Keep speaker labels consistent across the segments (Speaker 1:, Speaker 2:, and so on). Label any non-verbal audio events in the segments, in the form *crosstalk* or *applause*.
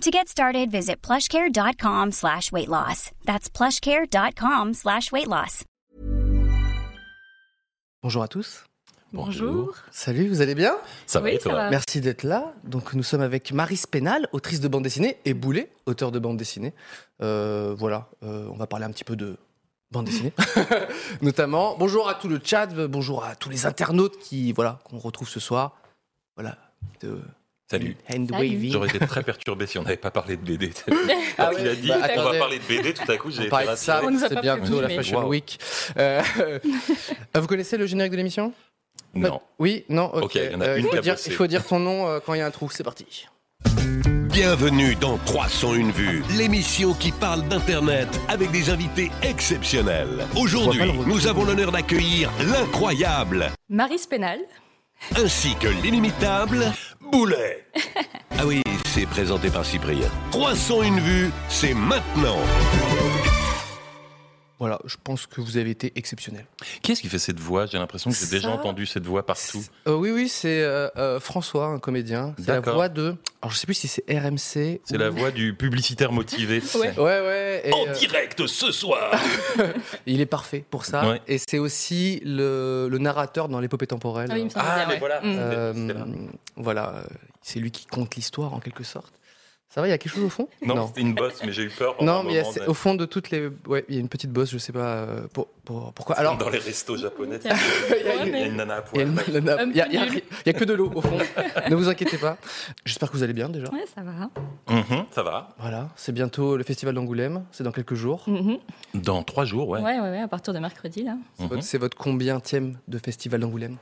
Speaker 1: To get started, visit plushcare.com slash weight loss. That's plushcare.com slash weight loss.
Speaker 2: Bonjour à tous.
Speaker 3: Bonjour.
Speaker 2: Salut, vous allez bien
Speaker 3: Ça va
Speaker 4: Oui,
Speaker 3: et toi
Speaker 4: ça va.
Speaker 2: Merci d'être là. Donc nous sommes avec Marie Spénal, autrice de bande dessinée, et Boulet, auteur de bande dessinée. Euh, voilà, euh, on va parler un petit peu de bande dessinée, *laughs* notamment. Bonjour à tout le chat, euh, bonjour à tous les internautes qui voilà qu'on retrouve ce soir. Voilà. De
Speaker 3: Salut.
Speaker 2: hand
Speaker 4: Salut.
Speaker 2: waving.
Speaker 3: J'aurais été très perturbé si on n'avait pas parlé de
Speaker 2: *laughs*
Speaker 3: BD.
Speaker 2: Ah
Speaker 3: Quand il a
Speaker 2: ouais,
Speaker 3: dit
Speaker 2: bah,
Speaker 3: on
Speaker 2: attendez.
Speaker 3: va parler de BD, tout à coup j'ai
Speaker 2: On
Speaker 3: été
Speaker 2: parlait de ça,
Speaker 3: rassuré.
Speaker 4: On nous a
Speaker 2: c'est
Speaker 4: pas
Speaker 2: bientôt la
Speaker 4: prévenu.
Speaker 2: Fashion
Speaker 3: Wow.
Speaker 2: Week. Euh, *laughs* ah, vous connaissez le générique de l'émission
Speaker 3: Non.
Speaker 2: Oui, non, ok. Euh,
Speaker 3: Ok, il y en a
Speaker 2: il,
Speaker 3: une qui
Speaker 2: faut
Speaker 3: a
Speaker 2: dire,
Speaker 3: bossé.
Speaker 2: il faut dire ton nom euh, quand il y a un trou, c'est parti.
Speaker 5: Bienvenue dans 301 vues, l'émission qui parle d'Internet avec des invités exceptionnels. Aujourd'hui,
Speaker 2: On voit pas le retour.
Speaker 5: nous avons l'honneur d'accueillir l'incroyable
Speaker 4: Marie
Speaker 3: *laughs*
Speaker 4: Spénal.
Speaker 5: ainsi que l'inimitable Boulet. Ah oui, c'est présenté par Cyprien. 301 vues, c'est maintenant.
Speaker 2: Voilà, je pense que vous avez été exceptionnel.
Speaker 3: Qui est-ce qui fait cette voix J'ai l'impression que j'ai déjà
Speaker 2: Ça-
Speaker 3: entendu cette voix partout.
Speaker 2: Euh, oui, oui, c'est euh, euh, François, un comédien. C'est la
Speaker 3: D'accord.
Speaker 2: voix de. Alors, je sais plus si c'est RMC.
Speaker 3: C'est
Speaker 2: ou-
Speaker 3: la voix du publicitaire motivé. tu sais.
Speaker 4: Ouais.
Speaker 2: Ouais, ouais. et,
Speaker 5: En
Speaker 2: euh,
Speaker 5: direct ce soir.
Speaker 2: *laughs* il est parfait pour ça.
Speaker 3: Ouais.
Speaker 2: Et c'est aussi le, le narrateur dans l'épopée temporelle.
Speaker 4: Ah oui, il me semble
Speaker 3: Ah,
Speaker 4: bien,
Speaker 3: mais
Speaker 4: ouais.
Speaker 3: voilà.
Speaker 4: Mm.
Speaker 2: Euh,
Speaker 3: c'était- c'était là.
Speaker 2: voilà, euh, c'est lui qui compte l'histoire en quelque sorte. Ça va, il y a quelque chose au fond
Speaker 3: Non, c'était une bosse, mais j'ai eu peur. pendant
Speaker 2: Non,
Speaker 3: un
Speaker 2: mais il y a-
Speaker 3: moment,
Speaker 2: c'est-
Speaker 3: mais-
Speaker 2: au fond de toutes les. Ouais, il y a une petite bosse, je sais pas euh, pour- pour- pourquoi. Alors,
Speaker 3: dans les restos japonais,
Speaker 4: Tiens.
Speaker 3: il y a
Speaker 4: Ouais,
Speaker 3: une- il y a
Speaker 4: mais-
Speaker 3: une nana
Speaker 2: il
Speaker 3: à
Speaker 2: y a
Speaker 3: poil.
Speaker 2: une-
Speaker 3: Ouais.
Speaker 2: il y a-
Speaker 4: Un
Speaker 2: il y a-
Speaker 4: peu
Speaker 2: il y a-
Speaker 4: nul.
Speaker 2: il y a que de l'eau au
Speaker 4: *laughs*
Speaker 2: fond. ne vous inquiétez pas. J'espère que vous allez bien déjà.
Speaker 4: Ouais, ça va.
Speaker 3: Mhm, Ça va.
Speaker 2: Voilà, c'est bientôt le festival d'Angoulême, c'est dans quelques jours.
Speaker 4: Mhm.
Speaker 3: Dans trois jours, ouais.
Speaker 4: Ouais, ouais, ouais, à partir de mercredi, là.
Speaker 3: Mhm.
Speaker 2: Votre- C'est votre combien tième de festival d'Angoulême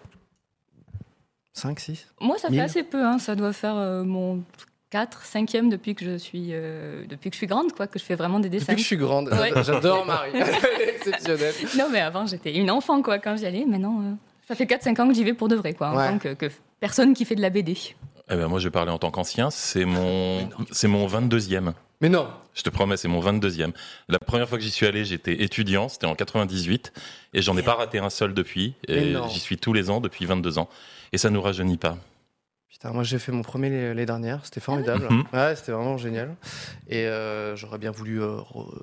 Speaker 2: 5, 6
Speaker 4: Moi, ça fait
Speaker 2: Mille.
Speaker 4: assez peu, hein. ça doit faire euh, mon 4, 5e depuis que je suis, euh, depuis que je suis grande, quoi, que je fais vraiment des
Speaker 2: Depuis
Speaker 4: dessins.
Speaker 2: que je suis grande,
Speaker 4: Ouais.
Speaker 2: *laughs* j'adore Marie, Elle est exceptionnelle.
Speaker 4: Non, mais avant, j'étais une enfant, quoi, quand j'y allais. Maintenant, euh, ça fait 4-5 ans que j'y vais pour de vrai, quoi, en
Speaker 2: Ouais.
Speaker 4: tant que, que personne qui fait de la BD.
Speaker 3: Eh ben, moi, je vais parler en tant qu'ancien. C'est
Speaker 2: Mais
Speaker 3: mon,
Speaker 2: non.
Speaker 3: c'est mon 22e.
Speaker 2: Mais non,
Speaker 3: Je te promets, c'est mon 22e. La première fois que j'y suis allé, j'étais étudiant, c'était en 98, et j'en ai pas raté un seul depuis.
Speaker 2: Mais
Speaker 3: Et
Speaker 2: non.
Speaker 3: j'y suis tous les ans depuis 22 ans, et ça nous rajeunit pas.
Speaker 2: putain, moi j'ai fait mon premier l'année dernière, c'était
Speaker 4: Ah
Speaker 2: formidable.
Speaker 3: Mhm.
Speaker 2: Ouais, c'était vraiment génial. Et euh, j'aurais bien voulu euh, re-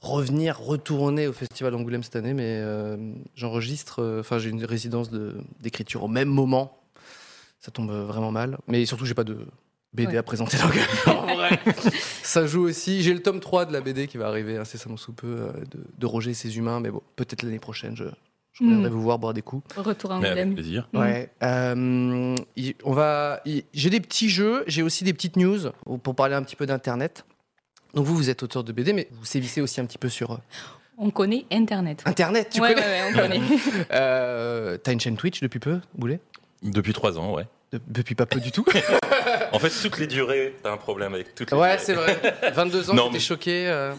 Speaker 2: revenir, retourner au festival d'Angoulême cette année, mais euh, j'enregistre, euh, enfin j'ai une résidence de- d'écriture au même moment. Ça tombe euh, vraiment mal. Mais surtout, j'ai pas de BD
Speaker 4: Ouais.
Speaker 2: à présenter. donc, *laughs* en vrai, ça joue aussi. J'ai le tome 3 de la BD qui va arriver incessamment sous peu euh, de, de Roger et ses humains, mais bon, peut-être l'année prochaine, je, je
Speaker 4: Mm.
Speaker 2: reviendrai vous voir boire des coups.
Speaker 4: Retour à
Speaker 3: Mais avec
Speaker 4: Angoulême.
Speaker 3: plaisir.
Speaker 4: Mhm.
Speaker 2: Ouais. euh, y- on va. y- J'ai des petits jeux, j'ai aussi des petites news pour parler un petit peu d'internet. Donc vous, vous êtes auteur de BD, mais vous sévissez aussi un petit peu sur euh,
Speaker 4: On connaît
Speaker 3: *laughs*
Speaker 4: Internet.
Speaker 2: internet. Tu
Speaker 4: ouais,
Speaker 2: connais.
Speaker 4: ouais, ouais, on connaît.
Speaker 2: Euh, T'as une chaîne Twitch depuis peu, Boulet
Speaker 3: Depuis trois ans, ouais.
Speaker 2: De- Depuis pas peu du tout.
Speaker 3: En fait, toutes les durées, t'as un problème avec toutes
Speaker 2: *laughs*
Speaker 3: les
Speaker 2: ouais,
Speaker 3: durées.
Speaker 2: c'est vrai. 22 ans,
Speaker 3: Non,
Speaker 2: j'étais
Speaker 3: mais-
Speaker 2: choqué. euh,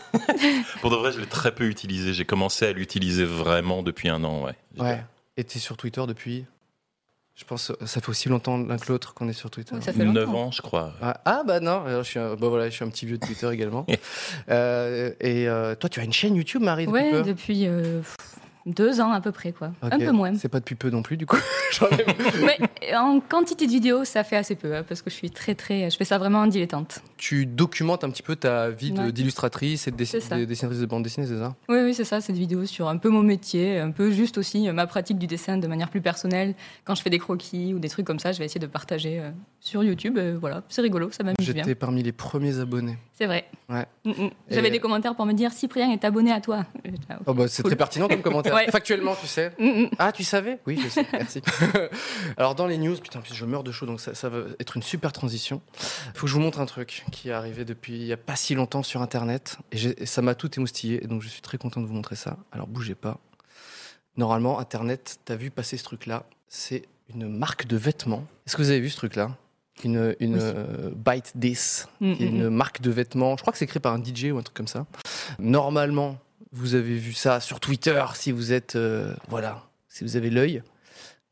Speaker 3: Pour de vrai, je l'ai très peu utilisé. J'ai commencé à l'utiliser vraiment depuis un an, ouais.
Speaker 2: Ouais. Et t'es sur Twitter depuis. Je pense euh, ça fait aussi longtemps l'un que l'autre qu'on est sur Twitter.
Speaker 4: Ouais, ça fait
Speaker 3: Neuf
Speaker 4: longtemps.
Speaker 3: ans, je crois.
Speaker 2: Ah, ah, bah non, alors, je suis un, bah voilà, je suis un petit vieux de Twitter également. *laughs* Euh, et euh, toi, tu as une chaîne YouTube, Marie, depuis
Speaker 4: Ouais,
Speaker 2: peu
Speaker 4: depuis euh, pff, deux ans à peu près, quoi. Un
Speaker 2: Ok.
Speaker 4: peu moins.
Speaker 2: C'est pas depuis peu non plus, du coup. *laughs* J'en ai-
Speaker 4: Mais euh, en quantité de vidéos, ça fait assez peu, hein, parce que je suis très, très. Je fais ça vraiment en dilettante.
Speaker 2: tu documentes un petit peu ta vie de-
Speaker 4: Ouais.
Speaker 2: d'illustratrice et de,
Speaker 4: C'est
Speaker 2: dessi-
Speaker 4: ça.
Speaker 2: de dessinatrice de bande dessinée, c'est ça
Speaker 4: Oui, oui, c'est ça, c'est des vidéos sur un peu mon métier, un peu juste aussi euh, ma pratique du dessin de manière plus personnelle. Quand je fais des croquis ou des trucs comme ça, je vais essayer de partager euh, sur YouTube. euh, voilà, c'est rigolo, ça m'amuse bien.
Speaker 2: J'étais parmi les premiers abonnés.
Speaker 4: C'est vrai.
Speaker 2: Ouais.
Speaker 4: Mm, mm.
Speaker 2: Et- euh,
Speaker 4: J'avais des commentaires pour me dire Cyprien est abonné à toi. Et j'étais là, ok.
Speaker 2: Oh bah, c'est
Speaker 4: Cool.
Speaker 2: très pertinent comme commentaire.
Speaker 4: *laughs* Ouais.
Speaker 2: Factuellement, tu sais.
Speaker 4: Mm, mm.
Speaker 2: *laughs* Ah, tu savais Oui, je sais, merci. *laughs* Alors, dans les news, putain, je meurs de chaud, donc ça, ça va être une super transition. Il faut que je vous montre un truc qui est arrivé depuis il n'y a pas si longtemps sur Internet. Et, j'ai- et ça m'a tout émoustillé, et donc je suis très content de vous montrer ça. Alors, bougez pas. Normalement, Internet, t'as vu passer ce truc-là. C'est une marque de vêtements. Est-ce que vous avez vu ce truc-là Une, une
Speaker 4: Oui.
Speaker 2: euh, Bite This,
Speaker 4: Mm,
Speaker 2: qui est
Speaker 4: mm,
Speaker 2: une
Speaker 4: mm.
Speaker 2: marque de vêtements. Je crois que c'est créé par un DJ ou un truc comme ça. Normalement, Vous avez vu ça sur Twitter si vous êtes euh, voilà, si vous avez l'œil.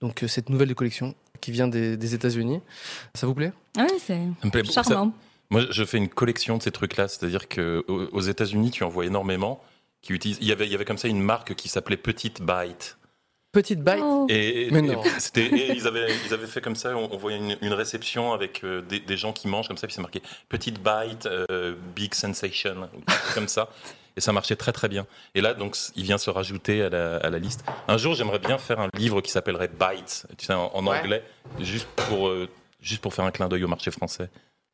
Speaker 2: Donc euh, cette nouvelle de collection qui vient des, des États-Unis, ça vous plaît
Speaker 4: Ah oui, c'est
Speaker 3: Ça me plaît beaucoup, ça.
Speaker 4: charmant.
Speaker 3: Moi, je fais une collection de ces trucs-là, c'est-à-dire que au- aux États-Unis, tu en vois énormément qui utilisent. Il y avait, il y avait comme ça une marque qui s'appelait Petite Bite.
Speaker 2: Petite bite.
Speaker 4: Oh.
Speaker 3: Et, et-
Speaker 2: Mais non.
Speaker 3: et c'était, et ils avaient, ils avaient fait comme ça. On, on voyait une, une réception avec euh, des, des gens qui mangent comme ça, puis c'est marqué Petite Bite, euh, Big Sensation, ou quelque chose comme ça. Et ça marchait très très bien. Et là, donc, c- il vient se rajouter à la, à la liste. Un jour, j'aimerais bien faire un livre qui s'appellerait Bites, tu sais, en, en
Speaker 2: Ouais.
Speaker 3: anglais, juste pour, euh, juste pour faire un clin d'œil au marché français.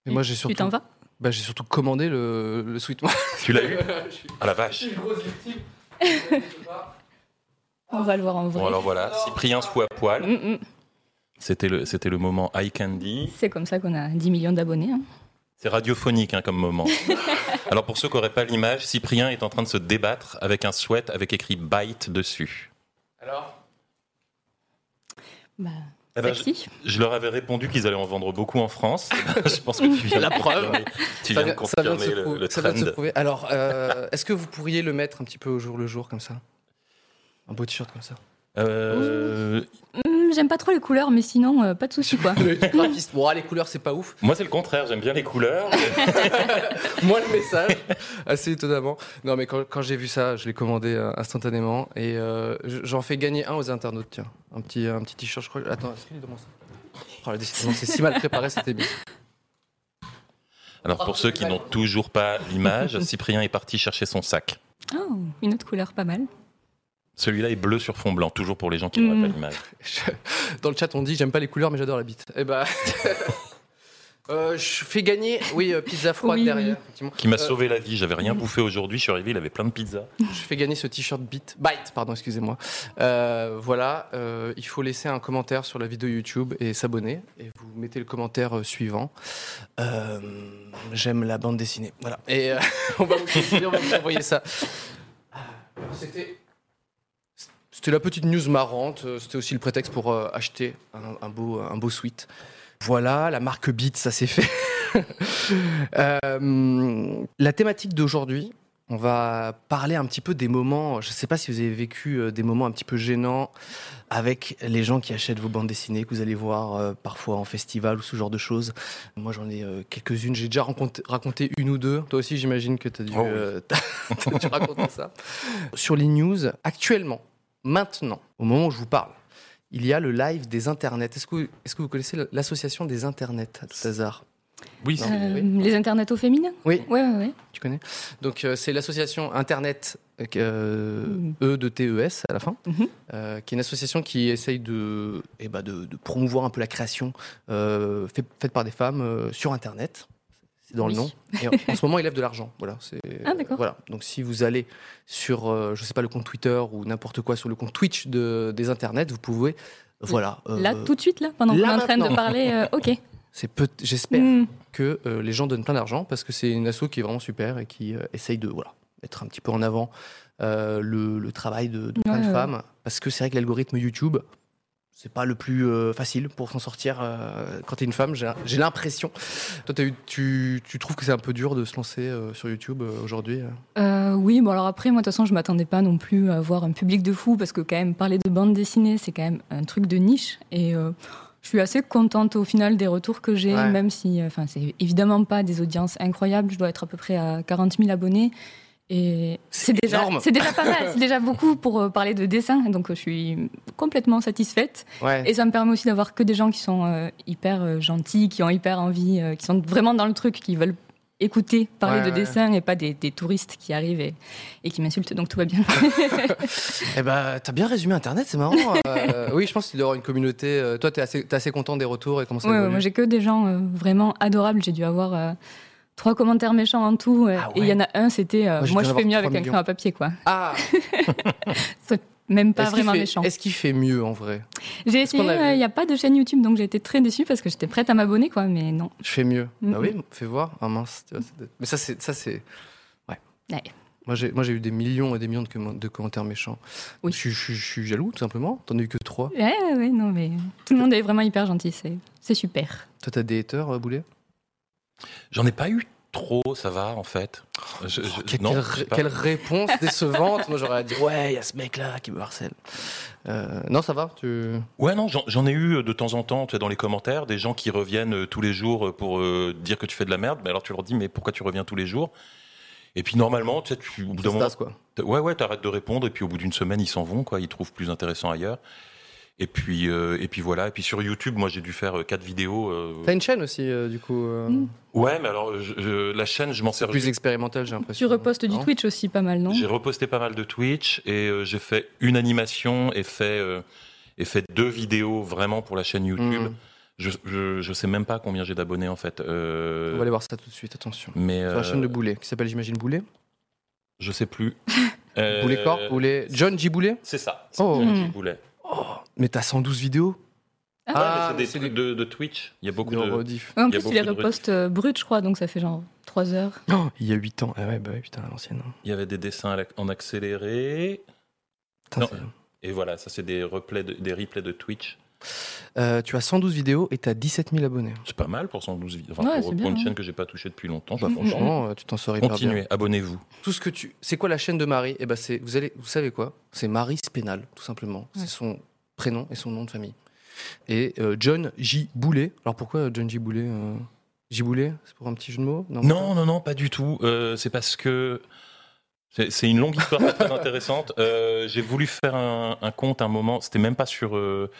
Speaker 2: Et moi j'ai
Speaker 4: Tu
Speaker 2: surtout,
Speaker 4: t'en vas
Speaker 2: bah, j'ai surtout commandé le, le *laughs* sweet
Speaker 3: Tu l'as eu Ah la vache
Speaker 4: On va le voir en vrai.
Speaker 3: Bon alors voilà, Cyprien se fout à poil.
Speaker 4: Mm, mm.
Speaker 3: C'était le, c'était le moment Eye Candy.
Speaker 4: C'est comme ça qu'on a 10 millions d'abonnés. hein.
Speaker 3: C'est radiophonique hein,
Speaker 2: *laughs*
Speaker 3: comme moment. alors pour ceux qui n'auraient pas l'image, Cyprien est en train de se débattre avec un sweat avec écrit bite dessus.
Speaker 2: Alors
Speaker 4: Bah,
Speaker 3: Eh ben, je,
Speaker 4: sexy.
Speaker 3: je leur avais répondu qu'ils allaient en vendre beaucoup
Speaker 2: *laughs*
Speaker 3: en France. *laughs* je pense que tu viens
Speaker 2: La
Speaker 3: de
Speaker 2: preuve.
Speaker 3: confirmer- Tu viens de confirmer
Speaker 2: se
Speaker 3: le,
Speaker 2: prouver.
Speaker 3: le
Speaker 2: Ça vient de se
Speaker 3: trend.
Speaker 2: prouver. Alors, euh, est-ce que vous pourriez le mettre un petit peu au jour le jour comme ça Un beau t-shirt comme ça.
Speaker 3: Euh,
Speaker 4: Hmm, J'aime pas trop les couleurs, mais sinon, euh, pas de souci
Speaker 2: *laughs*
Speaker 4: quoi.
Speaker 2: Le graphiste. Bon, ah, les couleurs, c'est pas ouf.
Speaker 3: moi c'est le contraire, j'aime bien les couleurs.
Speaker 2: *laughs* Moi, le message, assez étonnamment. Non, mais quand, quand j'ai vu ça, je l'ai commandé euh, instantanément et euh, j- j'en fais gagner un aux internautes. Tiens, un petit un petit t-shirt, je crois. Attends, est-ce qu'il est dans mon sac Oh, là, décidément, c'est si mal préparé, c'était bien.
Speaker 3: Alors pour ceux qui n'ont toujours pas
Speaker 2: *laughs*
Speaker 3: l'image, Cyprien est parti chercher son sac.
Speaker 4: Oh, une autre couleur pas mal.
Speaker 3: Celui-là est bleu sur fond blanc, toujours pour les gens qui n'auraient
Speaker 4: Mm.
Speaker 3: pas l'image.
Speaker 2: Je- Dans le chat, on dit j'aime pas les couleurs, mais j'adore la bite. Eh ben, *laughs* euh, je fais gagner, oui, euh, pizza froide
Speaker 4: Oui,
Speaker 2: derrière.
Speaker 4: oui.
Speaker 2: effectivement.
Speaker 3: qui m'a
Speaker 2: Euh,
Speaker 3: sauvé la vie. J'avais rien bouffé aujourd'hui. Je suis arrivé, il avait plein de pizzas.
Speaker 2: Je fais gagner ce t-shirt bite, bite, pardon, excusez-moi. Euh, voilà, euh, il faut laisser un commentaire sur la vidéo YouTube et s'abonner. Et vous mettez le commentaire euh, suivant. Euh, J'aime la bande dessinée. Voilà. Et euh, *laughs* on va vous on va vous envoyer ça. Alors, C'était. C'était la petite news marrante. euh, C'était aussi le prétexte pour euh, acheter un, un beau, un beau sweat. Voilà, la marque Beat, ça s'est fait. *laughs* Euh, la thématique d'aujourd'hui, on va parler un petit peu des moments. Je ne sais pas si vous avez vécu euh, des moments un petit peu gênants avec les gens qui achètent vos bandes dessinées que vous allez voir euh, parfois en festival ou ce genre de choses. Moi, j'en ai euh, quelques-unes. J'ai déjà raconté, raconté une ou deux. Toi aussi, j'imagine que tu as dû,
Speaker 3: Oh oui.
Speaker 2: euh, *laughs* t'as dû raconter ça. Sur les news, actuellement, maintenant, au moment où je vous parle, il y a le live des internets. Est-ce que, est que vous connaissez l'association des internets à tout hasard
Speaker 3: Oui,
Speaker 2: Non.
Speaker 4: Euh,
Speaker 2: Ah, oui.
Speaker 4: Les internets au féminin
Speaker 2: Oui.
Speaker 4: Ouais, ouais, ouais.
Speaker 2: Tu connais Donc, euh, c'est l'association Internet, euh,
Speaker 4: Mm.
Speaker 2: E de TES à la fin,
Speaker 4: Mhm.
Speaker 2: euh, qui est une association qui essaye de, eh ben, de, de promouvoir un peu la création euh, fait- faite par des femmes euh, sur Internet. C'est dans le
Speaker 4: Oui.
Speaker 2: nom. Et en, en ce moment, ils lèvent de l'argent. Voilà, c'est-
Speaker 4: *laughs* Ah, d'accord.
Speaker 2: voilà. Donc, si vous allez sur, euh, je sais pas, le compte Twitter ou n'importe quoi, sur le compte Twitch de- des Internets, vous pouvez. Voilà. euh,
Speaker 4: Là, tout de suite, là, pendant qu'on est
Speaker 2: là,
Speaker 4: en train de
Speaker 2: maintenant.
Speaker 4: parler, euh, ok.
Speaker 2: c'est peut- J'espère
Speaker 4: Hmm.
Speaker 2: que euh, les gens donnent plein d'argent parce que c'est une asso qui est vraiment super et qui euh, essaye de voilà, mettre un petit peu en avant euh, le, le travail de, de plein
Speaker 4: Ouais,
Speaker 2: de
Speaker 4: ouais.
Speaker 2: femmes. Parce que c'est vrai que l'algorithme YouTube, c'est pas le plus euh, facile pour s'en sortir euh, quand t'es une femme, j'ai j'ai l'impression. Toi, t'as eu- tu, tu trouves que c'est un peu dur de se lancer euh, sur YouTube euh, aujourd'hui euh
Speaker 4: Euh, oui, bon alors après, moi de toute façon, je m'attendais pas non plus à voir un public de fou parce que quand même parler de bande dessinée, c'est quand même un truc de niche et euh, je suis assez contente au final des retours que j'ai,
Speaker 2: Ouais.
Speaker 4: même si, euh, enfin, c'est évidemment pas des audiences incroyables. Je dois être à peu près à 40 000 abonnés et
Speaker 2: C'est
Speaker 4: c'est déjà,
Speaker 2: énorme.
Speaker 4: c'est déjà pas mal,
Speaker 2: *laughs*
Speaker 4: c'est déjà beaucoup pour euh, parler de dessin. Donc euh, je suis complètement satisfaite
Speaker 2: Ouais.
Speaker 4: et ça me permet aussi d'avoir que des gens qui sont euh, hyper euh, gentils, qui ont hyper envie, euh, qui sont vraiment dans le truc, qui veulent écouter parler
Speaker 2: Ouais,
Speaker 4: de
Speaker 2: ouais.
Speaker 4: dessin et pas des, des touristes qui arrivent et, et qui m'insultent, donc
Speaker 2: *laughs*
Speaker 4: tout va bien.
Speaker 2: Eh ben, t'as bien résumé Internet, c'est *laughs* marrant. euh, oui, je pense qu'il doit y avoir une communauté. euh, toi, t'es assez, t'es assez content des retours et comment ça
Speaker 4: Ouais, ouais,
Speaker 2: évolue
Speaker 4: moi j'ai que des gens euh, vraiment adorables, j'ai dû avoir euh, trois commentaires méchants en tout euh,
Speaker 2: Ah
Speaker 4: et il y
Speaker 2: ouais.
Speaker 4: en a un, c'était euh,
Speaker 2: Moi, j'ai
Speaker 4: moi
Speaker 2: dû
Speaker 4: je
Speaker 2: en avoir
Speaker 4: fais mieux
Speaker 2: 3
Speaker 4: avec un crayon
Speaker 2: millions.
Speaker 4: à papier, quoi.
Speaker 2: Ah,
Speaker 4: Même pas
Speaker 2: est-ce qu'il
Speaker 4: vraiment
Speaker 2: fait-
Speaker 4: méchant.
Speaker 2: Est-ce qu'il fait mieux en vrai
Speaker 4: J'ai
Speaker 2: est-ce qu'on
Speaker 4: essayé,
Speaker 2: a
Speaker 4: euh,
Speaker 2: vu
Speaker 4: il n'y a pas de chaîne YouTube, donc j'ai été très déçue parce que j'étais prête à m'abonner, quoi, mais non.
Speaker 2: Je fais mieux.
Speaker 4: Mm.
Speaker 2: Bah oui, fais voir. Ah mince. tu vois, c'est- Mais ça, c'est. Ça, c'est... Ouais.
Speaker 4: Ouais.
Speaker 2: Moi, j'ai, moi, j'ai eu des millions et des millions de, commen- de commentaires méchants.
Speaker 4: Oui.
Speaker 2: Je, suis- je suis- je suis jaloux, tout simplement. T'en as eu que trois.
Speaker 4: Ouais, ouais, Eh, ouais, non, mais tout le monde est vraiment hyper gentil, c'est c'est super.
Speaker 2: Toi, t'as des haters, euh, Boulet
Speaker 3: J'en ai pas eu trop, ça va en fait. Je- je-
Speaker 2: Oh, quelle,
Speaker 3: Euh, non,
Speaker 2: quelle-
Speaker 3: je sais pas.
Speaker 2: quelle réponse décevante. Moi, j'aurais dit Ouais, il y a ce mec-là qui me harcèle. Euh, non, ça va. Tu...
Speaker 3: Ouais, non, j'en- j'en ai eu euh, de temps en temps, tu vois, dans les commentaires, des gens qui reviennent euh, tous les jours euh, pour euh, dire que tu fais de la merde. Mais alors tu leur dis, mais pourquoi tu reviens tous les jours Et puis normalement, tu sais, tu, au bout
Speaker 2: Ça se
Speaker 3: d'un moment,
Speaker 2: passe, quoi.
Speaker 3: t- ouais, ouais, t'arrêtes de répondre. Et puis au bout d'une semaine, ils s'en vont, quoi. Ils trouvent plus intéressant ailleurs. Et puis, euh, et puis voilà. Et puis sur YouTube, moi, j'ai dû faire euh, quatre vidéos. euh,
Speaker 2: T'as une chaîne aussi, euh, du coup, euh,
Speaker 4: Mm.
Speaker 3: Ouais, mais alors je- je- la chaîne, je m'en sers.
Speaker 2: plus expérimentale, j'ai l'impression.
Speaker 4: Tu repostes du
Speaker 2: Non
Speaker 4: Twitch aussi pas mal, non
Speaker 3: J'ai reposté pas mal de Twitch et euh, j'ai fait une animation et fait, euh, et fait deux vidéos vraiment pour la chaîne YouTube. euh.
Speaker 2: Mhm.
Speaker 3: Je, je, je sais même pas combien j'ai d'abonnés en fait. Euh,
Speaker 2: On va aller voir ça tout de suite, attention.
Speaker 3: Mais
Speaker 2: Sur la
Speaker 3: euh,
Speaker 2: chaîne de Boulet, qui s'appelle, j'imagine, Boulet.
Speaker 3: je
Speaker 2: *laughs*
Speaker 3: sais plus. Euh,
Speaker 2: Boulet Corp, Boulet. John J. Boulet
Speaker 3: C'est ça.
Speaker 2: Oh.
Speaker 3: C'est Johnny
Speaker 4: Mhm.
Speaker 3: Boulet.
Speaker 2: Mais t'as 112 vidéos
Speaker 3: Ah
Speaker 2: Ah,
Speaker 3: Ouais, mais c'est des trucs de, de Twitch. Il y a beaucoup
Speaker 2: des
Speaker 3: de.
Speaker 2: rediffs.
Speaker 4: Ouais, en
Speaker 3: Il y a
Speaker 4: plus, tu les
Speaker 3: beaucoup de bruit.
Speaker 4: repostes euh, bruts, je crois, donc ça fait genre 3 heures.
Speaker 2: Oh, *gasps* il y a 8 ans. Ah ouais, bah ouais, putain, à l'ancienne. hein.
Speaker 3: Il y avait des dessins à la- en accéléré.
Speaker 2: Putain,
Speaker 3: Non.
Speaker 2: c'est-
Speaker 3: Et voilà, ça c'est des replays, de- des replays de Twitch.
Speaker 2: Euh, tu as 112 vidéos et t'as 17 000 abonnés.
Speaker 3: C'est pas mal pour 112 vidéos. Enfin,
Speaker 4: Ouais,
Speaker 3: pour,
Speaker 4: c'est
Speaker 3: pour
Speaker 4: bien,
Speaker 3: une
Speaker 4: hein.
Speaker 3: chaîne que j'ai pas touchée depuis
Speaker 2: *laughs*
Speaker 3: longtemps.
Speaker 4: Mhm.
Speaker 3: franchement,
Speaker 2: Franchement, euh, tu t'en sors hyper bien.
Speaker 3: Continuez, abonnez-vous.
Speaker 2: Tout ce que tu. C'est quoi la chaîne de Marie Eh ben, c'est. Vous allez. Vous savez quoi C'est Marie Spénal, tout simplement.
Speaker 4: Ouais.
Speaker 2: C'est son prénom et son nom de famille. Et euh, John J Boulet. Alors pourquoi John J Boulet euh, J Boulet, c'est pour un petit jeu de mots
Speaker 3: Non, non, non, pas du tout. Euh, c'est parce que c'est c'est une longue histoire pas très intéressante. Euh, J'ai voulu faire un, un compte à un moment. C'était même pas sur. euh,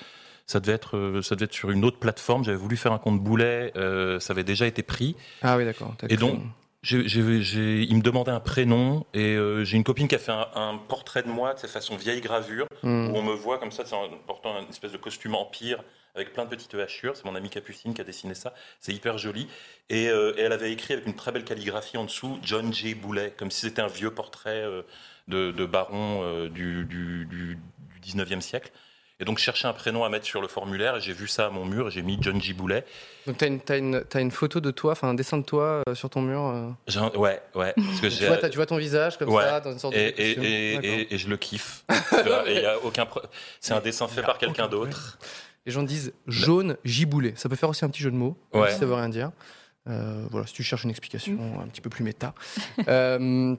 Speaker 3: ça devait être, euh, ça devait être sur une autre plateforme. J'avais voulu faire un compte boulet. euh, ça avait déjà été pris.
Speaker 2: Ah oui, d'accord. t'as
Speaker 3: Et donc,
Speaker 2: cru.
Speaker 3: J'ai- j'ai- j'ai- il me demandait un prénom et euh, j'ai une copine qui a fait un, un portrait de moi de cette façon vieille gravure
Speaker 2: Hmm.
Speaker 3: où on me voit comme ça c'est en portant une espèce de costume empire avec plein de petites hachures. C'est mon amie Capucine qui a dessiné ça. C'est hyper joli. Et, euh, et elle avait écrit avec une très belle calligraphie en dessous John J. Boulet, comme si c'était un vieux portrait euh, de, de baron euh, du, du, du, du 19e siècle. Et donc, je cherchais un prénom à mettre sur le formulaire et j'ai vu ça à mon mur et j'ai mis John J. Boulet.
Speaker 2: Donc t'as une, t'as une, t'as une photo de toi, enfin un dessin de toi euh, sur ton mur. euh.
Speaker 3: J'ai un- Ouais, ouais. Parce que
Speaker 2: Tu
Speaker 3: j'ai-
Speaker 2: vois, t'as- tu vois ton visage comme
Speaker 3: Ouais.
Speaker 2: ça dans une sorte
Speaker 3: et,
Speaker 2: de.
Speaker 3: et-
Speaker 2: dépression.
Speaker 3: et-
Speaker 2: D'accord.
Speaker 3: et- et je
Speaker 2: *laughs*
Speaker 3: le kiffe. Tu vois, et il y a aucun pro- C'est un dessin fait par quelqu'un
Speaker 2: aucun problème.
Speaker 3: d'autre.
Speaker 2: Les gens disent jaune giboulet. Ça peut faire aussi un petit jeu de mots, même
Speaker 3: Ouais.
Speaker 2: si ça veut rien dire. Euh, voilà, si tu cherches une explication un petit peu plus méta. *laughs* Euh,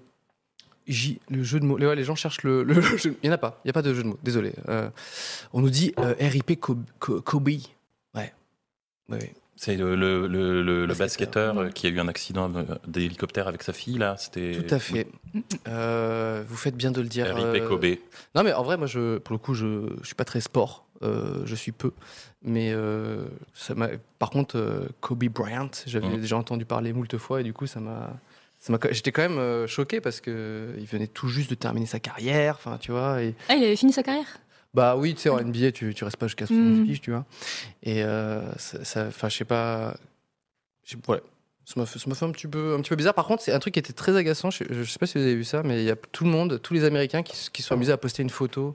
Speaker 2: J- le jeu de mots. ouais, les gens cherchent le. *laughs* le jeu- Il n'y en a pas. Il n'y a pas de jeu de mots. Désolé. Euh, on nous dit euh, RIP Kobe. Kobe. Ouais. Ouais, ouais.
Speaker 3: C'est le, le, le, le- le
Speaker 2: Basketteur.
Speaker 3: basketteur euh, qui a eu un accident euh, d'hélicoptère avec sa fille, là. C'était.
Speaker 2: Tout à fait. Euh, vous faites bien de le dire.
Speaker 3: R.I.P.
Speaker 2: euh,
Speaker 3: Kobe.
Speaker 2: Non, mais en vrai, moi, je, pour le coup, je je suis pas très sport. Euh, je suis peu. Mais euh, ça m'a. Par contre, euh, Kobe Bryant, j'avais
Speaker 3: Mhm.
Speaker 2: déjà entendu parler moult fois et du coup, ça m'a. ça m'a- J'étais quand même euh, choqué parce que il venait tout juste de terminer sa carrière, enfin tu vois. Et
Speaker 4: Ah, il avait fini sa carrière
Speaker 2: bah oui, tu sais en NBA, tu, tu restes pas jusqu'à 70
Speaker 4: Mhm.
Speaker 2: piges, tu vois. Et euh, ça, ça- enfin je sais pas, je sais- ouais, ça m'a fait, ça m'a fait un petit peu, un petit peu bizarre. Par contre, c'est un truc qui était très agaçant. Je, je sais pas si vous avez vu ça, mais il y a tout le monde, tous les Américains qui, s- qui sont amusés à poster une photo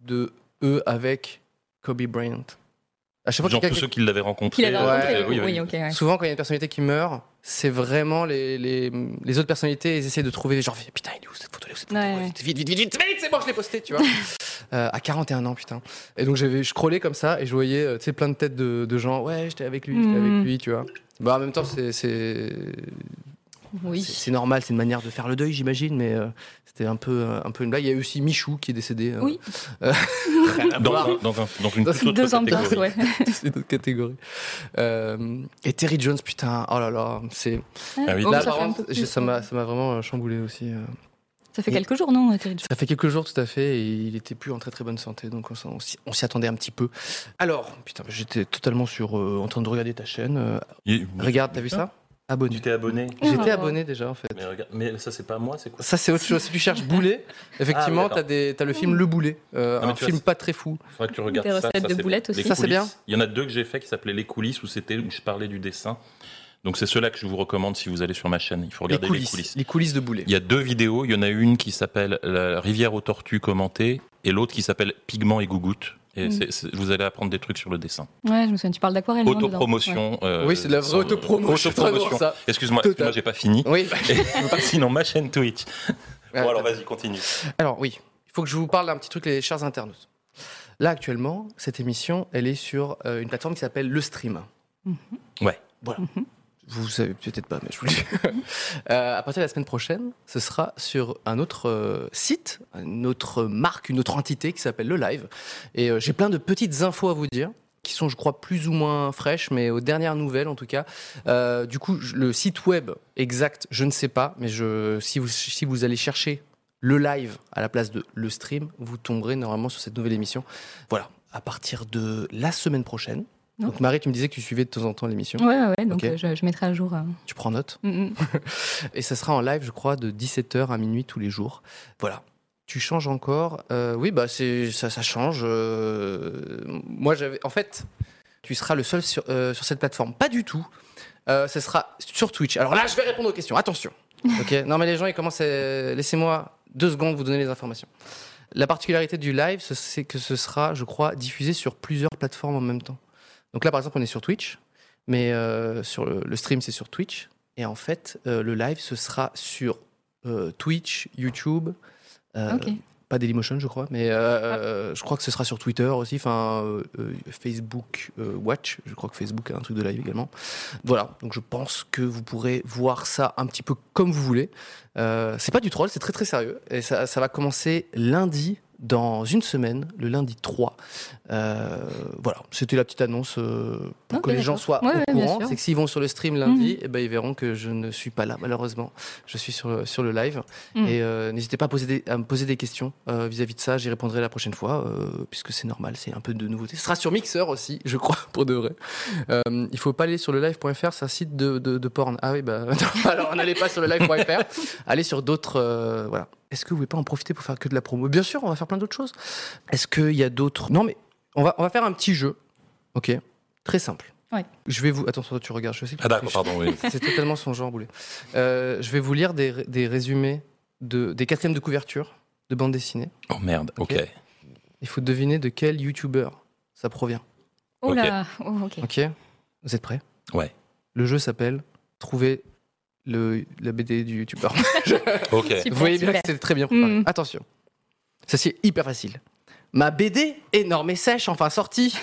Speaker 2: de eux avec Kobe Bryant. À chaque fois,
Speaker 3: Genre
Speaker 2: que
Speaker 3: tous
Speaker 2: quelqu'un-
Speaker 3: ceux qui l'avaient rencontré.
Speaker 4: Qu'il avait
Speaker 2: Ouais,
Speaker 4: rencontré.
Speaker 3: euh,
Speaker 4: du
Speaker 3: oui,
Speaker 4: coup.
Speaker 3: oui.
Speaker 4: Oui, ok, ouais.
Speaker 2: souvent quand il y a une personnalité qui meurt, c'est vraiment les, les, les autres personnalités, ils essaient de trouver genre putain, il est où cette photo, elle est où cette photo
Speaker 4: Ouais, ouais.
Speaker 2: vite, vite, vite, vite, vite, vite, c'est bon, je l'ai posté, tu vois.
Speaker 4: *laughs*
Speaker 2: Euh, à 41 ans, putain. Et donc j'avais, je scrollais comme ça et je voyais, euh, tu sais, plein de têtes de, de gens. Ouais, j'étais avec lui, j'étais
Speaker 4: Mhm.
Speaker 2: avec lui, tu vois. Bah en même temps, c'est c'est
Speaker 4: Oui.
Speaker 2: c'est- c'est normal, c'est une manière de faire le deuil, j'imagine, mais euh, c'était un peu un peu une blague. Il y a eu aussi Michou qui est décédé. euh,
Speaker 4: Oui.
Speaker 3: Dans, un- dans, un- dans une
Speaker 2: Dans
Speaker 3: toute autre
Speaker 4: Deux ambiances,
Speaker 3: catégorie.
Speaker 4: ouais.
Speaker 2: *laughs* c'est d'autres catégories. Euh, et Terry Jones, putain, oh là là, c'est.
Speaker 3: Ah oui,
Speaker 4: Oh,
Speaker 2: Là,
Speaker 4: ça,
Speaker 2: par
Speaker 4: fait un
Speaker 2: contre,
Speaker 4: peu
Speaker 2: j'ai-
Speaker 4: plus,
Speaker 2: ça
Speaker 4: ouais.
Speaker 2: m'a ça m'a vraiment euh, chamboulé aussi. euh.
Speaker 4: Ça fait quelques jours, non, Terry Jones
Speaker 2: Ça fait quelques jours tout à fait et il était plus en très très bonne santé donc on s'en- on s'y on s'y attendait un petit peu. Alors, putain, mais j'étais totalement sur euh, en train de regarder ta chaîne. euh,
Speaker 3: Il-
Speaker 2: regarde, t'as vu ça Abonné.
Speaker 3: Tu t'es abonné.
Speaker 2: J'étais
Speaker 4: Ah.
Speaker 2: abonné déjà en fait.
Speaker 3: Mais, regarde, mais ça, c'est pas moi, c'est quoi
Speaker 2: Ça c'est autre chose. Si tu cherches Boulet,
Speaker 4: *laughs*
Speaker 2: effectivement,
Speaker 3: Ah,
Speaker 2: t'as des- t'as le film Le Boulet, euh,
Speaker 3: Non, mais
Speaker 2: un
Speaker 3: tu vois,
Speaker 2: film
Speaker 3: c'est-
Speaker 2: pas très fou.
Speaker 3: Faudrait que tu regardes
Speaker 4: Des
Speaker 3: ça.
Speaker 4: recettes
Speaker 3: ça,
Speaker 4: de
Speaker 3: c'est-
Speaker 4: boulettes aussi.
Speaker 3: les
Speaker 2: Ça, c'est bien.
Speaker 3: coulisses. Il y en a deux que j'ai fait qui s'appelaient Les coulisses où c'était où je parlais du dessin. Donc c'est ceux-là que je vous recommande si vous allez sur ma chaîne. Il faut
Speaker 2: Les
Speaker 3: regarder
Speaker 2: coulisses, les coulisses de Boulet.
Speaker 3: Il y a deux vidéos. Il y en a une qui s'appelle La rivière aux tortues commentée et l'autre qui s'appelle Pigments et gougouttes. Et
Speaker 4: Mm.
Speaker 3: c'est- c'est- vous allez apprendre des trucs sur le dessin.
Speaker 4: Ouais, je me souviens, tu parles d'aquarelle. non, dedans hein, Ouais.
Speaker 3: Autopromotion. euh,
Speaker 2: oui, c'est de la
Speaker 3: sans-
Speaker 2: vraie autopromotion. *laughs*
Speaker 3: autopromotion.
Speaker 2: ça.
Speaker 3: Excuse-moi,
Speaker 2: Total.
Speaker 3: excuse-moi, j'ai
Speaker 2: *laughs*
Speaker 3: pas fini.
Speaker 2: Oui.
Speaker 3: Sinon, ma chaîne Twitch. Bon, alors vas-y, continue.
Speaker 2: Alors oui, il faut que je vous parle d'un petit truc, les chers internautes. Là, actuellement, cette émission, elle est sur euh, une plateforme qui s'appelle Le Stream.
Speaker 4: Mhm.
Speaker 3: Ouais.
Speaker 2: Voilà. vous ne savez peut-être pas, mais je vous le dis. *laughs* Euh, à partir de la semaine prochaine, ce sera sur un autre euh, site, une autre marque, une autre entité qui s'appelle Le Live. Et euh, j'ai plein de petites infos à vous dire qui sont, je crois, plus ou moins fraîches, mais aux dernières nouvelles en tout cas. Euh, du coup, je- le site web exact, je ne sais pas, mais je, si, vous, si vous allez chercher le live à la place de le stream, vous tomberez normalement sur cette nouvelle émission. Voilà, à partir de la semaine prochaine.
Speaker 4: Non.
Speaker 2: Donc Marie, tu me disais que tu suivais de temps en temps l'émission.
Speaker 4: Ouais, ouais, ouais, donc
Speaker 2: Ok.
Speaker 4: euh, je, je mettrai à jour. euh,
Speaker 2: Tu prends note.
Speaker 4: mm, mm.
Speaker 2: Et ça sera en live, je crois, de 17h à minuit tous les jours. Voilà. Tu changes encore Euh, Oui, bah c'est ça, ça change. Euh, moi, j'avais. En fait, tu seras le seul sur, euh, sur cette plateforme. Pas du tout. Euh, ce sera sur Twitch. Alors là, je vais répondre aux questions. Attention. Ok. non, mais les gens, ils commencent. à- Laissez-moi deux secondes vous donner les informations. La particularité du live, ce- c'est que ce sera, je crois, diffusé sur plusieurs plateformes en même temps. Donc là, par exemple, on est sur Twitch, mais euh, sur le- le stream, c'est sur Twitch. Et en fait, euh, le live, ce sera sur euh, Twitch, YouTube. euh,
Speaker 4: Ok.
Speaker 2: Pas Dailymotion, je crois, mais
Speaker 4: Ah.
Speaker 2: euh, je crois que ce sera sur Twitter aussi, enfin euh, euh, Facebook euh, Watch. Je crois que Facebook a un truc de live également. Voilà, donc je pense que vous pourrez voir ça un petit peu comme vous voulez. Euh, c'est pas du troll, c'est très très sérieux. Et ça, ça va commencer lundi, dans une semaine, le lundi 3. Euh, voilà, c'était la petite annonce euh, pour
Speaker 4: Ok,
Speaker 2: que les gens
Speaker 4: d'accord.
Speaker 2: soient
Speaker 4: Ouais,
Speaker 2: au
Speaker 4: ouais, bien
Speaker 2: courant.
Speaker 4: sûr.
Speaker 2: C'est que s'ils vont sur le stream lundi, eh ben, ils verront que je ne suis pas là, malheureusement. Je suis sur le, sur le live.
Speaker 4: Mm.
Speaker 2: Et euh, n'hésitez pas à, poser des- à me poser des questions euh, vis-à-vis de ça. J'y répondrai la prochaine fois, euh, puisque c'est normal, c'est un peu de nouveauté. Ce sera sur Mixer aussi, *laughs* je crois, pour de vrai. Euh, il faut pas aller sur le live.fr, c'est un site de, de, de porn. Ah oui, bah *laughs* non, alors n'allez pas sur le live.fr, allez sur d'autres. euh, voilà. Est-ce que vous pouvez pas en profiter pour faire que de la promo Bien sûr, on va faire plein d'autres choses. Est-ce qu'il y a d'autres Non, mais on va, on va faire un petit jeu. Ok, très simple.
Speaker 4: Ouais.
Speaker 2: Je vais vous. Attends, toi, tu regardes. Je sais que
Speaker 3: Ah
Speaker 2: tu
Speaker 3: d'accord,
Speaker 2: triches.
Speaker 3: pardon, oui.
Speaker 2: C'est totalement son genre, Boulet. Euh, je vais vous lire des, des résumés de, des quatrièmes de couverture de bande dessinée.
Speaker 3: Oh merde, ok.
Speaker 2: Ok. Il faut deviner de quel youtubeur ça provient.
Speaker 4: Oh
Speaker 3: Ok.
Speaker 4: là, oh, ok.
Speaker 2: Ok Vous êtes prêts
Speaker 3: Ouais.
Speaker 2: Le jeu s'appelle Trouver le, la BD du youtubeur.
Speaker 3: Ok.
Speaker 4: Super,
Speaker 2: Vous voyez bien que
Speaker 4: super.
Speaker 2: c'est très bien préparé.
Speaker 4: Mm.
Speaker 2: Attention. Ça, c'est hyper facile. Ma BD, énorme et sèche, enfin sortie.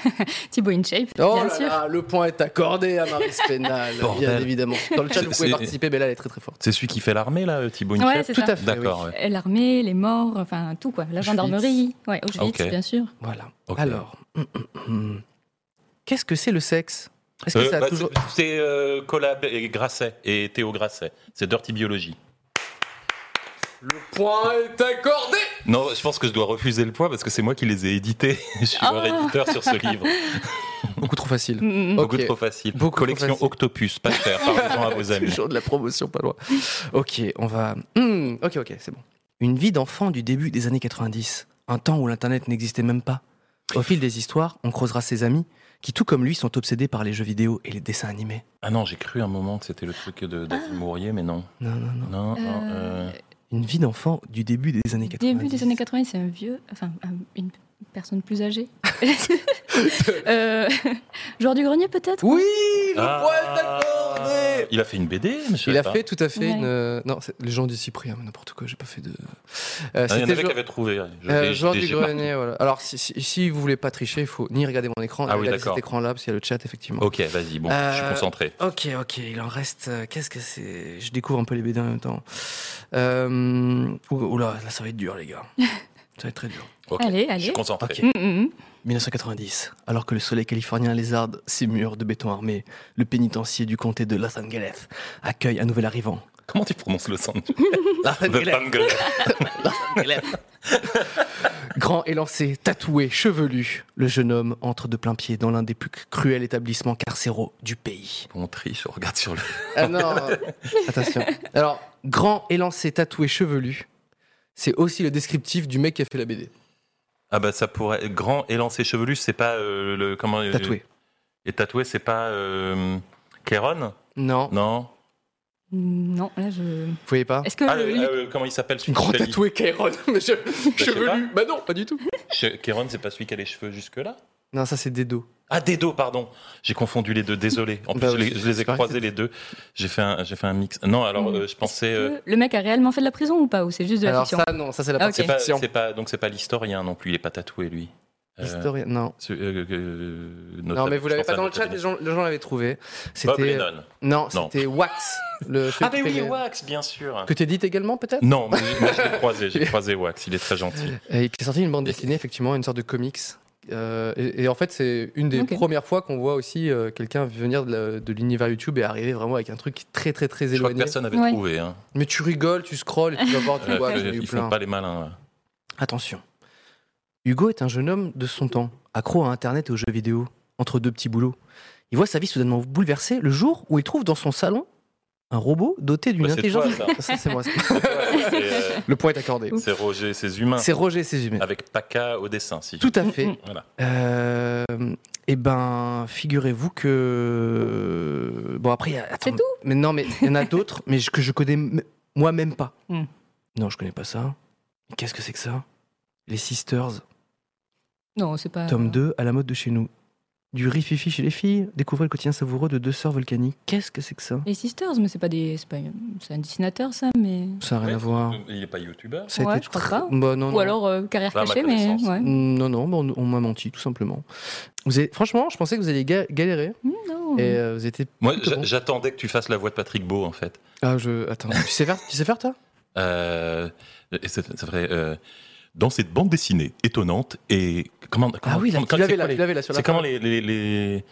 Speaker 4: Thibaut InShape,
Speaker 2: Oh
Speaker 4: *laughs* bien
Speaker 2: là
Speaker 4: sûr.
Speaker 2: là, le point est accordé à Marie Spénal, bien
Speaker 3: Bordel.
Speaker 2: évidemment. Dans le chat, vous
Speaker 3: C'est-
Speaker 2: pouvez
Speaker 3: c'est-
Speaker 2: participer, mais là, elle est très très forte.
Speaker 3: C'est celui qui fait l'armée, là, euh, Thibaut
Speaker 4: Ouais,
Speaker 3: Inchep
Speaker 4: c'est
Speaker 2: Tout
Speaker 4: ça.
Speaker 2: à fait. oui.
Speaker 3: D'accord, ouais.
Speaker 4: Euh, L'armée, les morts, enfin tout quoi. La
Speaker 2: Auschwitz.
Speaker 4: gendarmerie, ouais, Auschwitz,
Speaker 3: Ok.
Speaker 4: bien sûr.
Speaker 2: Voilà.
Speaker 3: Ok.
Speaker 2: Alors, mm, qu'est-ce que c'est le sexe Est-ce que
Speaker 3: Euh,
Speaker 2: ça a
Speaker 3: bah,
Speaker 2: toujours.
Speaker 3: c'est- C'est euh, Colab et Grasset et Théo Grasset. C'est Dirty Biologie.
Speaker 2: Le point est accordé
Speaker 3: Non, je pense que je dois refuser le poids parce que c'est moi qui les ai édités. *laughs* je suis
Speaker 2: Ah.
Speaker 3: leur
Speaker 4: Oh.
Speaker 3: éditeur sur ce
Speaker 2: *laughs*
Speaker 3: livre.
Speaker 2: Beaucoup trop facile.
Speaker 4: Mm, mm.
Speaker 3: Beaucoup
Speaker 2: Ok.
Speaker 3: trop facile.
Speaker 2: Beaucoup trop
Speaker 3: Collection
Speaker 2: facile.
Speaker 3: Octopus, pas cher, parlez-en
Speaker 2: *laughs*
Speaker 3: à vos amis.
Speaker 2: Toujours de la promotion, pas loin. Ok, on va. Hmm, ok, ok, c'est bon. Une vie d'enfant du début des années 90, un temps où l'Internet n'existait même pas. Au fil des histoires, on creusera ses amis qui, tout comme lui, sont obsédés par les jeux vidéo et les dessins animés.
Speaker 3: Ah non, j'ai cru un moment que c'était le truc de
Speaker 2: Ah.
Speaker 3: David Mourier, mais non.
Speaker 2: Non, non, non.
Speaker 3: Non, non,
Speaker 4: Euh,
Speaker 3: euh,
Speaker 2: Une vie d'enfant du début des années 90.
Speaker 4: Début des années 80, c'est un vieux, enfin un- une personne plus
Speaker 3: *laughs*
Speaker 4: âgée. euh, *laughs* joueur du grenier peut-être
Speaker 2: Oui, le
Speaker 3: ah,
Speaker 2: point est accordé
Speaker 3: Il a fait une BD, je sais
Speaker 2: Il a
Speaker 3: pas.
Speaker 2: fait tout à fait
Speaker 4: Ouais.
Speaker 2: une. euh, Non, c'est- les gens du Cyprien, mais n'importe quoi, j'ai pas fait de. Euh,
Speaker 3: Ah, il y en
Speaker 2: c'était
Speaker 3: avait qui
Speaker 2: Jo-
Speaker 3: avaient trouvé. Je
Speaker 2: euh,
Speaker 3: l'ai-
Speaker 2: Joueur
Speaker 3: je l'ai-
Speaker 2: du
Speaker 3: j'ai marqué.
Speaker 2: grenier, voilà. Alors, si, si, si vous voulez pas tricher, il faut ni regarder mon écran, ni
Speaker 3: Ah oui,
Speaker 2: regarder cet
Speaker 3: d'accord.
Speaker 2: écran-là, parce qu'il y a le chat, effectivement.
Speaker 3: Ok, vas-y, bon, je suis
Speaker 2: Euh,
Speaker 3: concentré.
Speaker 2: Ok, ok, il en reste. euh, Qu'est-ce que c'est Je découvre un peu les BD en même temps. Euh... Ouh- Oula, là, ça va être dur, les gars. ça va être très dur.
Speaker 3: Ok,
Speaker 4: Allez,
Speaker 3: Je suis
Speaker 4: allez.
Speaker 2: Ok.
Speaker 3: concentré.
Speaker 4: Mm, mm, mm.
Speaker 2: 1990, alors que le soleil californien lézarde ses murs de béton armé, le pénitencier du comté de Los Angeles accueille un nouvel arrivant.
Speaker 3: Comment tu prononces le sang
Speaker 2: *laughs* Los
Speaker 3: The
Speaker 2: Angeles
Speaker 3: Tangle.
Speaker 2: *laughs* Grand élancé, tatoué, chevelu, le jeune homme entre de plein pied dans l'un des plus cruels établissements carcéraux du pays.
Speaker 3: On triche, on regarde sur le.
Speaker 2: Ah non *laughs* Attention. Alors, grand élancé, tatoué, chevelu, c'est aussi le descriptif du mec qui a fait la BD.
Speaker 3: Ah bah ça pourrait. Grand élancé chevelu, c'est pas euh, le comment. euh,
Speaker 2: Tatoué.
Speaker 3: Et tatoué, c'est pas euh, Kéron
Speaker 2: Non,
Speaker 3: Non.
Speaker 4: Non, là je.
Speaker 2: vous voyez pas
Speaker 4: Est-ce que
Speaker 3: Ah,
Speaker 4: le-
Speaker 3: le- euh, comment il s'appelle celui
Speaker 2: Grand
Speaker 3: qui fait les-
Speaker 2: tatoué Kairon, mais je-
Speaker 3: sais
Speaker 2: chevelu. Bah non, pas du tout.
Speaker 3: Che- Kéron, c'est pas celui qui a les cheveux jusque là
Speaker 2: Non, ça c'est Dedo.
Speaker 3: Ah, Dedo, pardon. J'ai confondu les deux. Désolé. En plus,
Speaker 2: Bah
Speaker 3: je,
Speaker 2: oui,
Speaker 3: les, je les
Speaker 2: c'est
Speaker 3: ai
Speaker 2: pareil.
Speaker 3: croisés les deux. J'ai fait un, j'ai fait un mix. Non, alors
Speaker 4: Mm.
Speaker 3: euh, je pensais. euh,
Speaker 4: le- le mec a réellement fait de la prison ou pas Ou c'est juste de la
Speaker 2: Alors
Speaker 4: fiction
Speaker 2: ça, non, ça c'est la
Speaker 4: Ah,
Speaker 2: partie
Speaker 4: ok.
Speaker 3: c'est pas,
Speaker 2: fiction.
Speaker 3: c'est pas- donc c'est pas l'historien non plus. Il est pas tatoué lui. Euh,
Speaker 2: Historia- Non.
Speaker 3: ce- euh, euh,
Speaker 2: Non, mais vous l'avez
Speaker 3: je pensais
Speaker 2: pas
Speaker 3: à
Speaker 2: dans le
Speaker 3: Nota
Speaker 2: chat,
Speaker 3: Bene.
Speaker 2: les gens, les gens l'avaient trouvé.
Speaker 3: Bob
Speaker 2: C'était. euh,
Speaker 3: Lennon.
Speaker 2: Non,
Speaker 3: Non.
Speaker 2: c'était Wax. Le celui
Speaker 3: Ah, mais
Speaker 2: qui
Speaker 3: oui,
Speaker 2: fait-
Speaker 3: Wax, bien sûr.
Speaker 2: Que t'es dit également, peut-être
Speaker 3: Non, mais j'ai- moi, je l'ai croisé, *laughs* j'ai croisé Wax, il est très gentil.
Speaker 2: Et qui est sorti une bande dessinée, effectivement, une sorte de comics. Euh, et, et en fait, c'est une des
Speaker 4: Ok.
Speaker 2: premières fois qu'on voit aussi euh, quelqu'un venir de la- de l'univers YouTube et arriver vraiment avec un truc très très très
Speaker 3: Je crois que
Speaker 2: éloigné.
Speaker 3: personne n'avait
Speaker 4: Ouais.
Speaker 3: trouvé. Hein.
Speaker 2: Mais tu rigoles, tu scrolles, et tu vas voir du
Speaker 3: Euh,
Speaker 2: Wax, j'en ai eu
Speaker 3: ils
Speaker 2: plein.
Speaker 3: font pas les malins. ouais.
Speaker 2: *laughs* Attention. Hugo est un jeune homme de son temps, accro à Internet et aux jeux vidéo, entre deux petits boulots. Il voit sa vie soudainement bouleversée le jour où il trouve dans son salon un robot doté d'une
Speaker 3: Bah, c'est
Speaker 2: intelligence.
Speaker 3: toi,
Speaker 2: Ça, *laughs* c'est moi, ça.
Speaker 3: C'est, euh,
Speaker 2: Le point est accordé.
Speaker 3: c'est Roger, ses humains.
Speaker 2: C'est Roger ses humains.
Speaker 3: Avec Paca au dessin, si.
Speaker 2: Tout
Speaker 4: Mm,
Speaker 2: à fait.
Speaker 3: Voilà.
Speaker 2: Euh, Eh ben, figurez-vous que bon après, il y a- attends,
Speaker 4: C'est tout
Speaker 2: Mais non, mais il y en a d'autres, mais je- que je connais m- moi même pas.
Speaker 4: Hmm.
Speaker 2: Non, je connais pas ça. Qu'est-ce que c'est que ça Les Sisters.
Speaker 4: Euh. Non, c'est pas.
Speaker 2: Tome 2 à la mode de chez nous. Du rififi chez les filles, découvrez le quotidien savoureux de deux sœurs volcaniques. Qu'est-ce que c'est que ça
Speaker 4: Les Sisters, mais c'est pas des. C'est, pas une- c'est un dessinateur, ça, mais.
Speaker 2: Ça n'a rien
Speaker 3: Ouais.
Speaker 2: à voir.
Speaker 3: Il n'est pas youtubeur.
Speaker 2: Ça a
Speaker 4: Ouais,
Speaker 2: été
Speaker 4: je crois
Speaker 2: tr-
Speaker 4: pas.
Speaker 2: Bah, non,
Speaker 4: Ou
Speaker 2: non.
Speaker 4: alors euh, carrière
Speaker 3: Pas à ma
Speaker 4: cachée, mais.
Speaker 3: connaissance.
Speaker 4: Ouais.
Speaker 2: Mm, Non, non, bah, on, on m'a menti, tout simplement. Vous avez- Franchement, je pensais que vous alliez ga- galérer.
Speaker 4: Hmm, non.
Speaker 2: Et euh, vous étiez.
Speaker 3: Moi,
Speaker 2: plutôt
Speaker 3: j'a-
Speaker 2: bon.
Speaker 3: j'attendais que tu fasses la voix de Patrick Beau, en fait.
Speaker 2: Ah, je. Attends. tu, sais faire, tu sais faire, toi
Speaker 3: Euh, et ça, ça ferait. euh, dans cette bande dessinée étonnante et. Comment,
Speaker 2: Ah
Speaker 3: comment-
Speaker 2: oui, là,
Speaker 3: comment-
Speaker 2: tu l'avais
Speaker 3: c'est
Speaker 2: là,
Speaker 3: quoi les-
Speaker 2: tu l'avais là sur la.
Speaker 3: C'est comment les, les- les-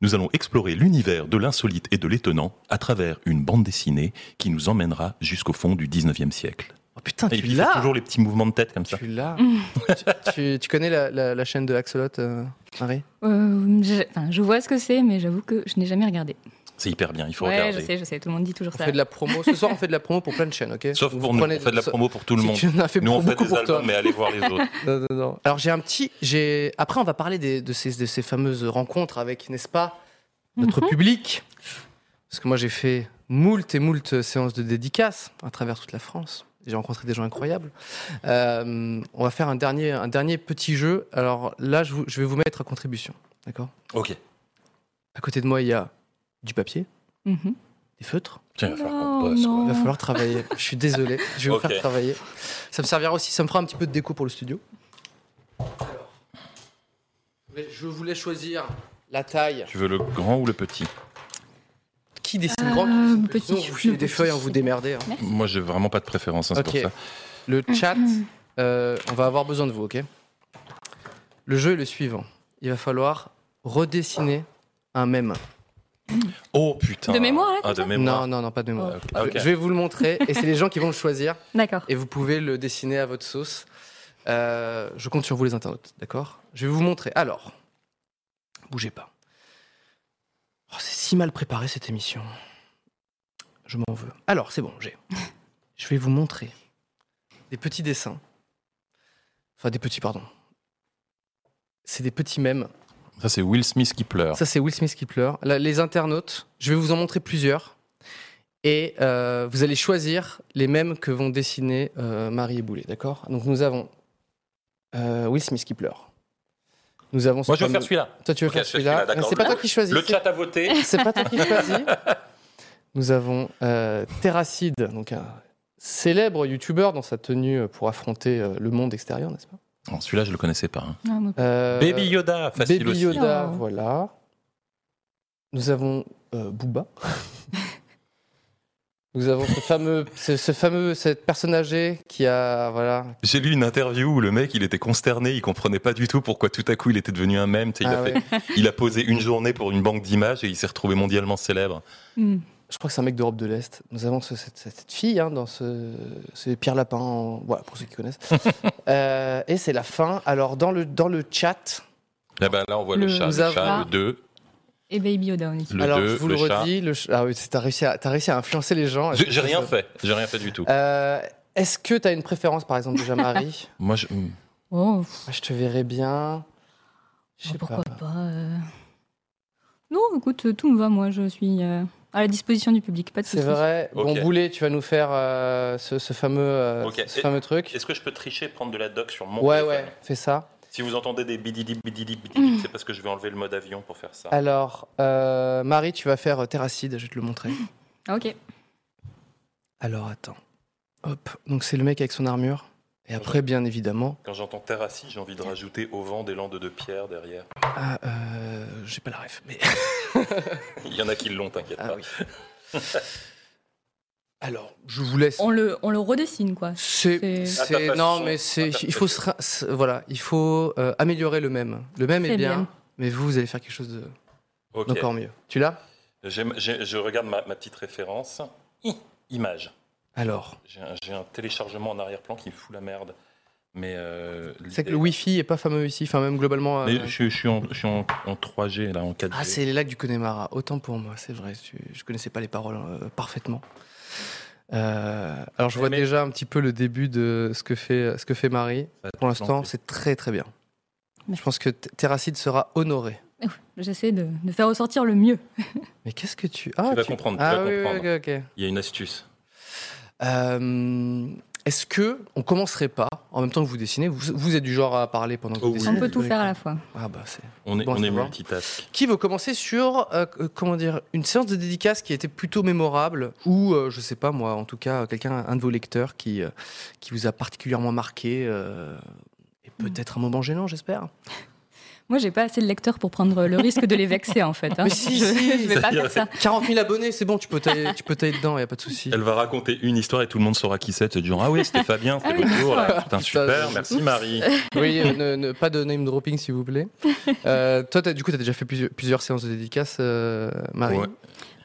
Speaker 3: Nous allons explorer l'univers de l'insolite et de l'étonnant à travers une bande dessinée qui nous emmènera jusqu'au fond du 19e siècle.
Speaker 2: Oh, putain,
Speaker 3: Et
Speaker 2: tu
Speaker 3: puis il fait
Speaker 2: l'as Mm.
Speaker 3: toujours les petits mouvements de tête comme ça.
Speaker 2: Tu *laughs* l'as tu, tu- tu connais la, la- la chaîne de Axolot, euh, Harry
Speaker 4: Euh, j'ai- enfin, je vois ce que c'est, mais j'avoue que je n'ai jamais regardé.
Speaker 3: C'est hyper bien, il faut
Speaker 4: ouais,
Speaker 3: regarder.
Speaker 4: je sais, je sais. Tout le monde dit toujours
Speaker 2: On
Speaker 4: ça.
Speaker 2: fait de la promo. Ce soir, on fait de la promo pour plein de chaînes, ok
Speaker 3: Sauf
Speaker 2: Vous
Speaker 3: pour nous,
Speaker 2: prenez-
Speaker 3: on fait de la
Speaker 2: so-
Speaker 3: promo pour tout le
Speaker 2: si
Speaker 3: monde.
Speaker 2: tu en as fait
Speaker 3: Nous, on
Speaker 2: pour
Speaker 3: fait
Speaker 2: beaucoup
Speaker 3: des
Speaker 2: pour
Speaker 3: albums,
Speaker 2: toi.
Speaker 3: mais allez voir les
Speaker 2: *laughs*
Speaker 3: autres.
Speaker 2: Non, non, non. Alors j'ai un petit, j'ai après on va parler des- de, ces, de ces fameuses rencontres avec, n'est-ce pas, notre public, parce que moi j'ai fait moult et moult séances de dédicaces à travers toute la France. J'ai rencontré des gens incroyables. Euh, on va faire un dernier, un dernier petit jeu. Alors là, je, vous- je vais vous mettre à contribution, d'accord
Speaker 3: Ok.
Speaker 2: À côté de moi, il y a du papier,
Speaker 4: Mhm.
Speaker 2: des feutres.
Speaker 3: Tiens, il va falloir qu'on
Speaker 4: Non,
Speaker 3: bosse. quoi.
Speaker 4: non.
Speaker 2: Il va falloir travailler. je suis désolé. Je vais
Speaker 3: Ok.
Speaker 2: vous faire travailler. Ça me servira aussi. Ça me fera un petit peu de déco pour le studio. Je voulais choisir la taille.
Speaker 3: Tu veux le grand ou le petit
Speaker 2: Qui dessine
Speaker 4: Euh,
Speaker 2: grand qui dessine
Speaker 4: petit.
Speaker 2: Sinon, vous filez des
Speaker 4: Le
Speaker 2: feuilles, hein,
Speaker 4: petit.
Speaker 2: vous démerdez. hein.
Speaker 3: Moi, j'ai vraiment pas de préférence, hein, c'est
Speaker 2: Ok.
Speaker 3: pour ça.
Speaker 2: Le
Speaker 4: Mm,
Speaker 2: chat, euh, on va avoir besoin de vous, ok Le jeu est le suivant. Il va falloir redessiner un mème.
Speaker 3: Oh putain.
Speaker 4: De mémoire, là, comme
Speaker 3: Ah, de
Speaker 4: ça
Speaker 3: mémoire.
Speaker 2: Non, non, non, pas de
Speaker 4: Oh.
Speaker 2: mémoire.
Speaker 3: Ah, ok.
Speaker 2: Je- Je vais vous le montrer et c'est les gens qui vont le choisir.
Speaker 4: D'accord.
Speaker 2: et vous pouvez le dessiner à votre sauce. Euh, je compte sur vous, les internautes, d'accord Je vais vous montrer. Alors, bougez pas. Oh, c'est si mal préparé cette émission. Je m'en veux. Alors, c'est bon, j'ai. Je vais vous montrer des petits dessins. Enfin, des petits, pardon. C'est des petits mèmes.
Speaker 3: Ça, c'est Will Smith qui pleure.
Speaker 2: Ça, c'est Will Smith qui pleure. Là, les internautes, je vais vous en montrer plusieurs. Et euh, vous allez choisir les mêmes que vont dessiner euh, Marie et Boulet, d'accord Donc nous avons euh, Will Smith qui pleure. Nous avons. ce
Speaker 3: Moi, je veux
Speaker 2: fameux-
Speaker 3: faire celui-là.
Speaker 2: Toi, tu veux
Speaker 3: Ok,
Speaker 2: faire
Speaker 3: je fais celui-là,
Speaker 2: celui-là
Speaker 3: d'accord.
Speaker 2: C'est pas toi qui choisis.
Speaker 3: Le
Speaker 2: c'est-
Speaker 3: chat a voté.
Speaker 2: C'est pas toi qui choisis.
Speaker 3: *laughs*
Speaker 2: Nous avons euh, Terracide, donc un célèbre youtubeur dans sa tenue pour affronter euh, le monde extérieur, n'est-ce pas
Speaker 3: Non, celui-là, je le connaissais pas. hein.
Speaker 4: Ah, moi-
Speaker 2: Euh,
Speaker 3: Baby Yoda, facile
Speaker 2: Baby
Speaker 3: aussi.
Speaker 2: Yoda,
Speaker 4: Oh.
Speaker 2: voilà. Nous avons euh, Booba. Nous avons ce fameux, ce, ce fameux, cette personnage âgé qui a, voilà.
Speaker 3: J'ai lu une interview où le mec, il était consterné, il comprenait pas du tout pourquoi tout à coup il était devenu un mème. tu sais, Il,
Speaker 2: Ah
Speaker 3: a
Speaker 2: ouais.
Speaker 3: fait- il a posé une journée pour une banque d'images et il s'est retrouvé mondialement célèbre.
Speaker 4: Hmm.
Speaker 2: Je crois que c'est un mec d'Europe de l'Est. Nous avons ce- cette, cette- cette fille hein, dans ce, c'est Pierre Lapin, en- voilà pour ceux qui
Speaker 3: *laughs*
Speaker 2: connaissent. Euh, et c'est la fin. Alors dans le dans le chat,
Speaker 3: Là, ben, là on voit le,
Speaker 4: Le-
Speaker 3: chat,
Speaker 2: Nous
Speaker 3: le
Speaker 2: avons-
Speaker 3: chat, le 2.
Speaker 4: Et Baby Yoda, on est qui
Speaker 3: Le
Speaker 2: alors
Speaker 3: deux,
Speaker 2: je vous
Speaker 3: le
Speaker 2: le
Speaker 3: chat.
Speaker 2: redis, le ch- ah oui, c'est- t'as réussi à t'as réussi à influencer les gens.
Speaker 3: J'ai j'ai rien fait, j'ai rien fait du tout.
Speaker 2: Euh, Est-ce que t'as une préférence par exemple déjà Marie
Speaker 3: Moi, je... hmm.
Speaker 4: Oh, pff,
Speaker 2: Ah, Je te verrais bien. Je sais
Speaker 4: Oh, pourquoi pas. euh. Non, écoute, euh, tout me va, moi, je suis euh, à la disposition du public, pas de
Speaker 2: C'est
Speaker 4: soucis.
Speaker 2: vrai.
Speaker 3: *laughs* Ok.
Speaker 2: Bon, Boulet, tu vas nous faire euh, ce, ce fameux, euh,
Speaker 3: Ok.
Speaker 2: ce
Speaker 3: Et-
Speaker 2: fameux truc.
Speaker 3: Est-ce que je peux tricher, prendre de la doc sur mon
Speaker 2: Ouais,
Speaker 3: téléphone
Speaker 2: ouais, Mm. fais ça.
Speaker 3: Si vous entendez des bididip, bididip, bididip, c'est parce que je vais enlever le mode avion pour faire
Speaker 2: Ah.
Speaker 3: ça.
Speaker 2: Alors, euh, Marie, tu vas faire euh, Terracide, je vais te le
Speaker 4: *laughs*
Speaker 2: montrer.
Speaker 4: Ah, ok.
Speaker 2: Alors, attends. Hop, donc c'est le mec avec son armure. Et après, bien évidemment.
Speaker 3: Quand j'entends terre assise, j'ai envie de rajouter au vent des landes de pierre derrière. *laughs*
Speaker 2: Ah, euh, j'ai pas la ref, mais. *laughs*
Speaker 3: Il y en a qui l'ont, t'inquiète
Speaker 2: Ah
Speaker 3: pas.
Speaker 2: oui. Alors, je vous laisse.
Speaker 4: On le, on le redessine, quoi.
Speaker 2: C'est,
Speaker 4: C'est-
Speaker 2: c'est-
Speaker 3: À ta façon,
Speaker 2: non, mais c'est,
Speaker 3: à ta
Speaker 2: il faut se, ra- se- voilà, il faut euh, améliorer le même. Le même est
Speaker 4: Très
Speaker 2: bien,
Speaker 4: bien.
Speaker 2: mais vous, vous allez faire quelque chose de-
Speaker 3: Ok.
Speaker 2: d'encore mieux. Tu l'as
Speaker 3: J'aime- j'ai- je regarde ma, ma petite référence. Hi, image.
Speaker 2: Alors,
Speaker 3: J'ai un, j'ai un téléchargement en arrière-plan qui me fout la merde. Mais euh,
Speaker 2: c'est que
Speaker 3: l'idée-
Speaker 2: le Wi-Fi est pas fameux ici, enfin même globalement. euh,
Speaker 3: Mais je, je suis, en, je suis en, en 3G, là, en 4G.
Speaker 2: Ah, c'est les lacs du Connemara. Autant pour moi, c'est vrai. tu- Je connaissais pas les paroles euh, parfaitement. Euh, alors, je vois
Speaker 3: Mais-
Speaker 2: déjà un petit peu le début de ce que fait, ce que fait Marie.
Speaker 3: Ça te
Speaker 2: Pour l'instant,
Speaker 3: plante.
Speaker 2: c'est très très bien.
Speaker 4: Merci.
Speaker 2: Je pense que T- Terracide sera honoré.
Speaker 4: J'essaie de, de faire ressortir le mieux.
Speaker 2: Mais qu'est-ce que tu. Ah,
Speaker 3: Tu vas comprendre, tu
Speaker 2: Ah,
Speaker 3: vas
Speaker 2: oui, oui,
Speaker 3: comprendre.
Speaker 2: ok, ok.
Speaker 3: Il y a une astuce.
Speaker 2: Euh, Est-ce que on commencerait pas en même temps que vous dessinez Vous, vous êtes du genre à parler pendant que
Speaker 3: Oh
Speaker 2: vous
Speaker 3: oui.
Speaker 2: dessinez.
Speaker 4: On peut tout faire à la fois.
Speaker 2: Ah bah c'est.
Speaker 3: On est,
Speaker 2: Bon,
Speaker 3: on
Speaker 2: ça
Speaker 3: est
Speaker 2: va.
Speaker 3: multitask.
Speaker 2: Qui veut commencer sur euh, euh, comment dire une séance de dédicace qui était plutôt mémorable ou euh, je sais pas moi en tout cas euh, quelqu'un un de vos lecteurs qui euh, qui vous a particulièrement marqué euh, et peut-être un moment gênant j'espère.
Speaker 4: Moi, j'ai pas assez de lecteurs pour prendre le risque de les vexer, en fait. hein.
Speaker 2: Mais si,
Speaker 4: je,
Speaker 2: si.
Speaker 4: je vais pas faire ça.
Speaker 2: 40 000 abonnés c'est bon tu peux tailler, tu peux tailler dedans y a pas de souci.
Speaker 3: Elle va raconter une histoire et tout le monde saura qui c'est. C'est du genre, ah oui,
Speaker 2: *laughs*
Speaker 3: c'était Fabien, c'était
Speaker 4: Ah oui,
Speaker 3: l'autre jour.
Speaker 4: d'accord.
Speaker 3: là. Putain,
Speaker 2: Putain,
Speaker 3: super,
Speaker 2: je-
Speaker 3: merci Marie.
Speaker 2: Oui euh, ne, ne- pas de name dropping s'il vous plaît. Euh, toi t'as- du coup t'as déjà fait plusieurs, plusieurs séances de dédicace euh, Marie.
Speaker 3: Ouais.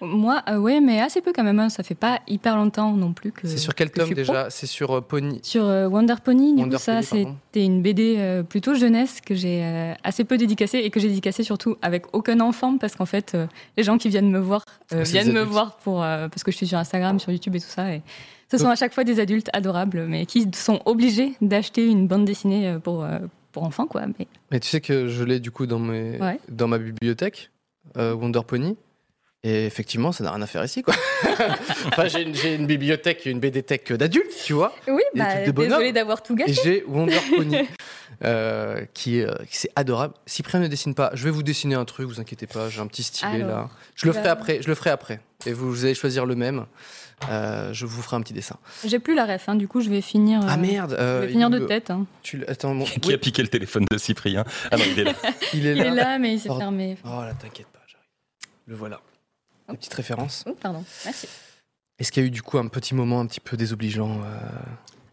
Speaker 4: Moi, euh, ouais, mais assez peu quand même. hein. Ça fait pas hyper longtemps non plus que.
Speaker 2: C'est sur quel
Speaker 4: que je
Speaker 2: tome
Speaker 4: suis pro.
Speaker 2: déjà C'est sur euh, Pony.
Speaker 4: Sur euh, Wonder Pony, du
Speaker 2: Wonder
Speaker 4: coup, ça,
Speaker 2: Pony, pardon.
Speaker 4: c'était une BD euh, plutôt jeunesse que j'ai euh, assez peu dédicacée et que j'ai dédicacée surtout avec aucun enfant parce qu'en fait, euh, les gens qui viennent me voir euh,
Speaker 2: Ah, c'est des
Speaker 4: viennent me
Speaker 2: adultes.
Speaker 4: voir pour euh, parce que je suis sur Instagram, sur YouTube et tout ça. Et ce sont à chaque fois des adultes adorables, mais qui sont obligés d'acheter une bande dessinée euh, pour euh, pour enfants, quoi. Mais
Speaker 2: Mais tu sais que je l'ai du coup dans, mes,
Speaker 4: Ouais.
Speaker 2: dans ma bibliothèque, euh, Wonder Pony. Et effectivement, ça n'a rien à faire ici, quoi. *laughs* enfin, j'ai une, j'ai une bibliothèque, une BDTech d'adultes, tu vois.
Speaker 4: oui,
Speaker 2: Et bah, tout des bonhommes. désolée
Speaker 4: désolé d'avoir tout
Speaker 2: Et
Speaker 4: gâché.
Speaker 2: j'ai
Speaker 4: *laughs*
Speaker 2: Wonder Pony, euh, qui, est, euh, qui- c'est adorable. Cyprien ne dessine pas. Je vais vous dessiner un truc, vous inquiétez pas. J'ai un petit stylet
Speaker 4: Alors,
Speaker 2: là. Je le ferai
Speaker 4: bah-
Speaker 2: après. Je le ferai après. Et vous, vous allez choisir le même. Euh, je vous ferai un petit dessin.
Speaker 4: J'ai plus la ref, hein, du coup, je vais finir. euh,
Speaker 2: ah merde.
Speaker 4: Je
Speaker 2: euh,
Speaker 4: vais finir de
Speaker 2: il-
Speaker 4: tête. hein.
Speaker 2: tu l- attends, bon,
Speaker 3: Qui a piqué le téléphone de Cyprien Ah non,
Speaker 2: *laughs*
Speaker 3: il est là.
Speaker 2: il est
Speaker 4: Il est
Speaker 2: là.
Speaker 4: là, mais il s'est
Speaker 2: Pardon.
Speaker 4: fermé.
Speaker 2: Oh là, t'inquiète pas, j'arrive. Le voilà. La petite référence.
Speaker 4: Oh, pardon, merci.
Speaker 2: Est-ce qu'il y a eu du coup un petit moment un petit peu désobligeant euh,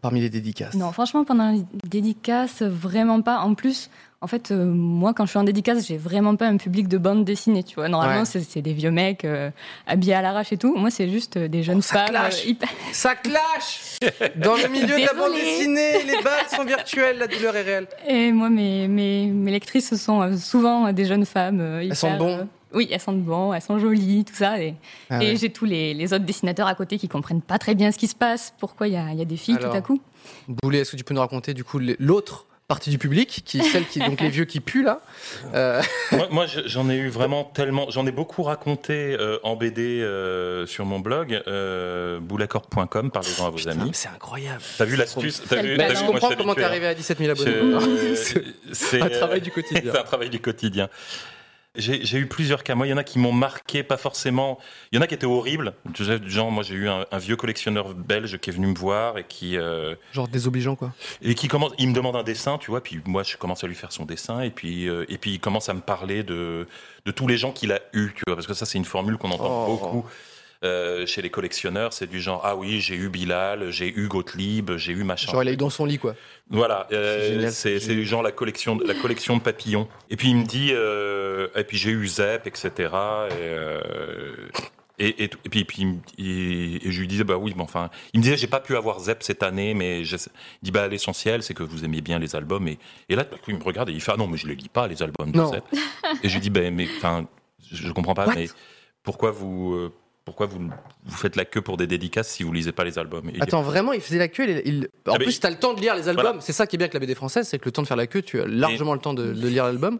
Speaker 2: parmi les dédicaces
Speaker 4: Non, franchement, pendant les dédicaces, vraiment pas. En plus, en fait, euh, moi, quand je suis en dédicace, j'ai vraiment pas un public de bande dessinée, tu vois. Normalement,
Speaker 2: Ouais.
Speaker 4: c'est- c'est des vieux mecs euh, habillés à l'arrache et tout. Moi, c'est juste euh, des jeunes
Speaker 2: Oh, ça
Speaker 4: femmes.
Speaker 2: clash.
Speaker 4: hyper- *laughs*
Speaker 2: Ça clash Dans le milieu de la bande
Speaker 4: Désolée.
Speaker 2: dessinée, les balles sont virtuelles, la douleur est réelle.
Speaker 4: Et moi, mes, mes, mes lectrices, ce sont euh, souvent euh, des jeunes femmes. euh, hyper,
Speaker 2: sentent bon.
Speaker 4: euh, Oui, elles sentent bon, elles sont jolies, tout ça. Et,
Speaker 2: Ah
Speaker 4: et
Speaker 2: ouais.
Speaker 4: j'ai tous les, les autres dessinateurs à côté qui comprennent pas très bien ce qui se passe, pourquoi il y a, il y a des filles tout à
Speaker 2: Alors.
Speaker 4: coup. *laughs*
Speaker 2: Boulet, est-ce que tu peux nous raconter du coup les- l'autre partie du public, qui celle qui donc les vieux qui puent là Euh,
Speaker 3: Moi, moi, je- j'en ai eu vraiment tellement, j'en ai beaucoup raconté euh, en BD euh, sur mon blog, euh, boulacorp.com, parlez-en à vos
Speaker 2: putain,
Speaker 3: amis.
Speaker 2: C'est incroyable.
Speaker 3: T'as vu l'astuce T'as vu
Speaker 4: Quelle
Speaker 2: Bah, je
Speaker 4: balance.
Speaker 3: t'as vu- moi,
Speaker 2: comprends
Speaker 3: suis
Speaker 2: comment t'es
Speaker 3: habitué,
Speaker 2: arrivé à 17 000
Speaker 3: hein.
Speaker 2: abonnés.
Speaker 3: Je-
Speaker 2: C'est
Speaker 3: *laughs* C'est
Speaker 2: un travail du quotidien.
Speaker 3: *laughs* C'est un travail du quotidien. J'ai j'ai eu plusieurs cas. Moi, il y en a qui m'ont marqué, pas forcément. Il y en a qui étaient horribles. Tu sais, du Genre, moi, j'ai eu un, un vieux collectionneur belge qui est venu me voir et qui euh,
Speaker 2: Genre désobligeant quoi.
Speaker 3: et qui commence, il me demande un dessin, tu vois, puis moi je commence à lui faire son dessin, et puis, euh, et puis il commence à me parler de, de tous les gens qu'il a eus, tu vois, parce que ça c'est une formule qu'on entend
Speaker 2: Oh.
Speaker 3: beaucoup euh, chez les collectionneurs, c'est du genre, ah oui, j'ai eu Bilal, j'ai eu Gottlieb, j'ai eu machin.
Speaker 2: Genre il a eu dans son lit quoi.
Speaker 3: Voilà,
Speaker 2: C'est
Speaker 3: euh,
Speaker 2: génial,
Speaker 3: c'est
Speaker 2: c'est
Speaker 3: c'est du genre la collection, de- la collection de papillons. Et puis il me dit, euh, et puis j'ai eu Zep, etc. Et, euh, et, et tout. Et puis, et puis il me- il- et je lui disais, bah oui, mais enfin, il me disait, j'ai pas pu avoir Zep cette année, mais je, il dit, bah l'essentiel, c'est que vous aimiez bien les albums. Et, et là, tout à coup, il me regarde et il fait, ah non, mais je les lis pas, les albums de
Speaker 2: Non.
Speaker 3: Zep. Et je lui dis, bah, mais enfin, je je comprends pas,
Speaker 2: What
Speaker 3: mais pourquoi vous. euh, pourquoi vous, vous faites la queue pour des dédicaces si vous lisez pas les albums Et il dit,
Speaker 2: Attends, vraiment, il faisait la queue. il- il- En
Speaker 3: Ah, mais
Speaker 2: plus,
Speaker 3: il-
Speaker 2: t'as le temps de lire les albums.
Speaker 3: Voilà.
Speaker 2: C'est ça qui est bien avec la BD française, c'est que le temps de faire la queue, tu as largement le temps de, de lire l'album.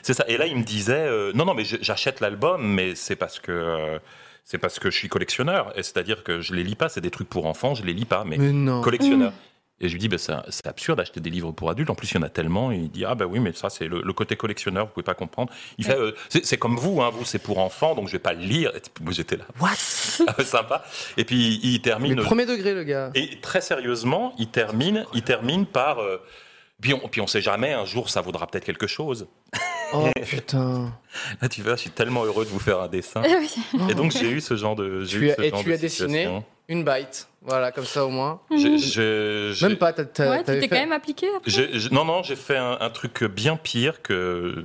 Speaker 3: C'est ça. Et là, il me disait euh, non, non, mais je- j'achète l'album, mais c'est parce que euh, c'est parce que je suis collectionneur. Et c'est-à-dire que je les lis pas. C'est des trucs pour enfants, je les lis pas, mais
Speaker 2: Mais non.
Speaker 3: collectionneur. Et je lui dis, bah, ça- c'est absurde d'acheter des livres pour adultes. En plus, il y en a tellement. Et il dit, ah bah oui, mais ça, c'est le, le côté collectionneur, vous pouvez pas comprendre. Il fait, euh, c'est c'est comme vous, hein, vous, c'est pour enfants, donc je vais pas le lire. Et moi, j'étais là, *laughs* what Ah, Sympa. Et puis, il termine.
Speaker 2: Mais premier degré, le
Speaker 3: *laughs*
Speaker 2: gars.
Speaker 3: Et très sérieusement, il termine, il termine par. euh, puis on, puis on sait jamais, un jour ça vaudra peut-être quelque chose.
Speaker 2: Oh putain.
Speaker 3: Là Ah, tu vois, je suis tellement heureux de vous faire un dessin.
Speaker 4: Oui.
Speaker 3: Et donc j'ai eu ce genre de. j'ai
Speaker 2: Tu
Speaker 3: eu
Speaker 2: as-
Speaker 3: ce
Speaker 2: et
Speaker 3: genre
Speaker 2: tu
Speaker 3: de
Speaker 2: as dessiné
Speaker 3: situation.
Speaker 2: Une bite. Voilà, comme ça au moins.
Speaker 3: Je- je- j'ai-
Speaker 2: Même pas, t'as- t'as-
Speaker 4: Ouais, tu
Speaker 2: t'avais
Speaker 4: t'es
Speaker 2: fait-
Speaker 4: quand même appliqué après
Speaker 3: j'ai- j'ai- non, non, j'ai fait un, un truc bien pire que.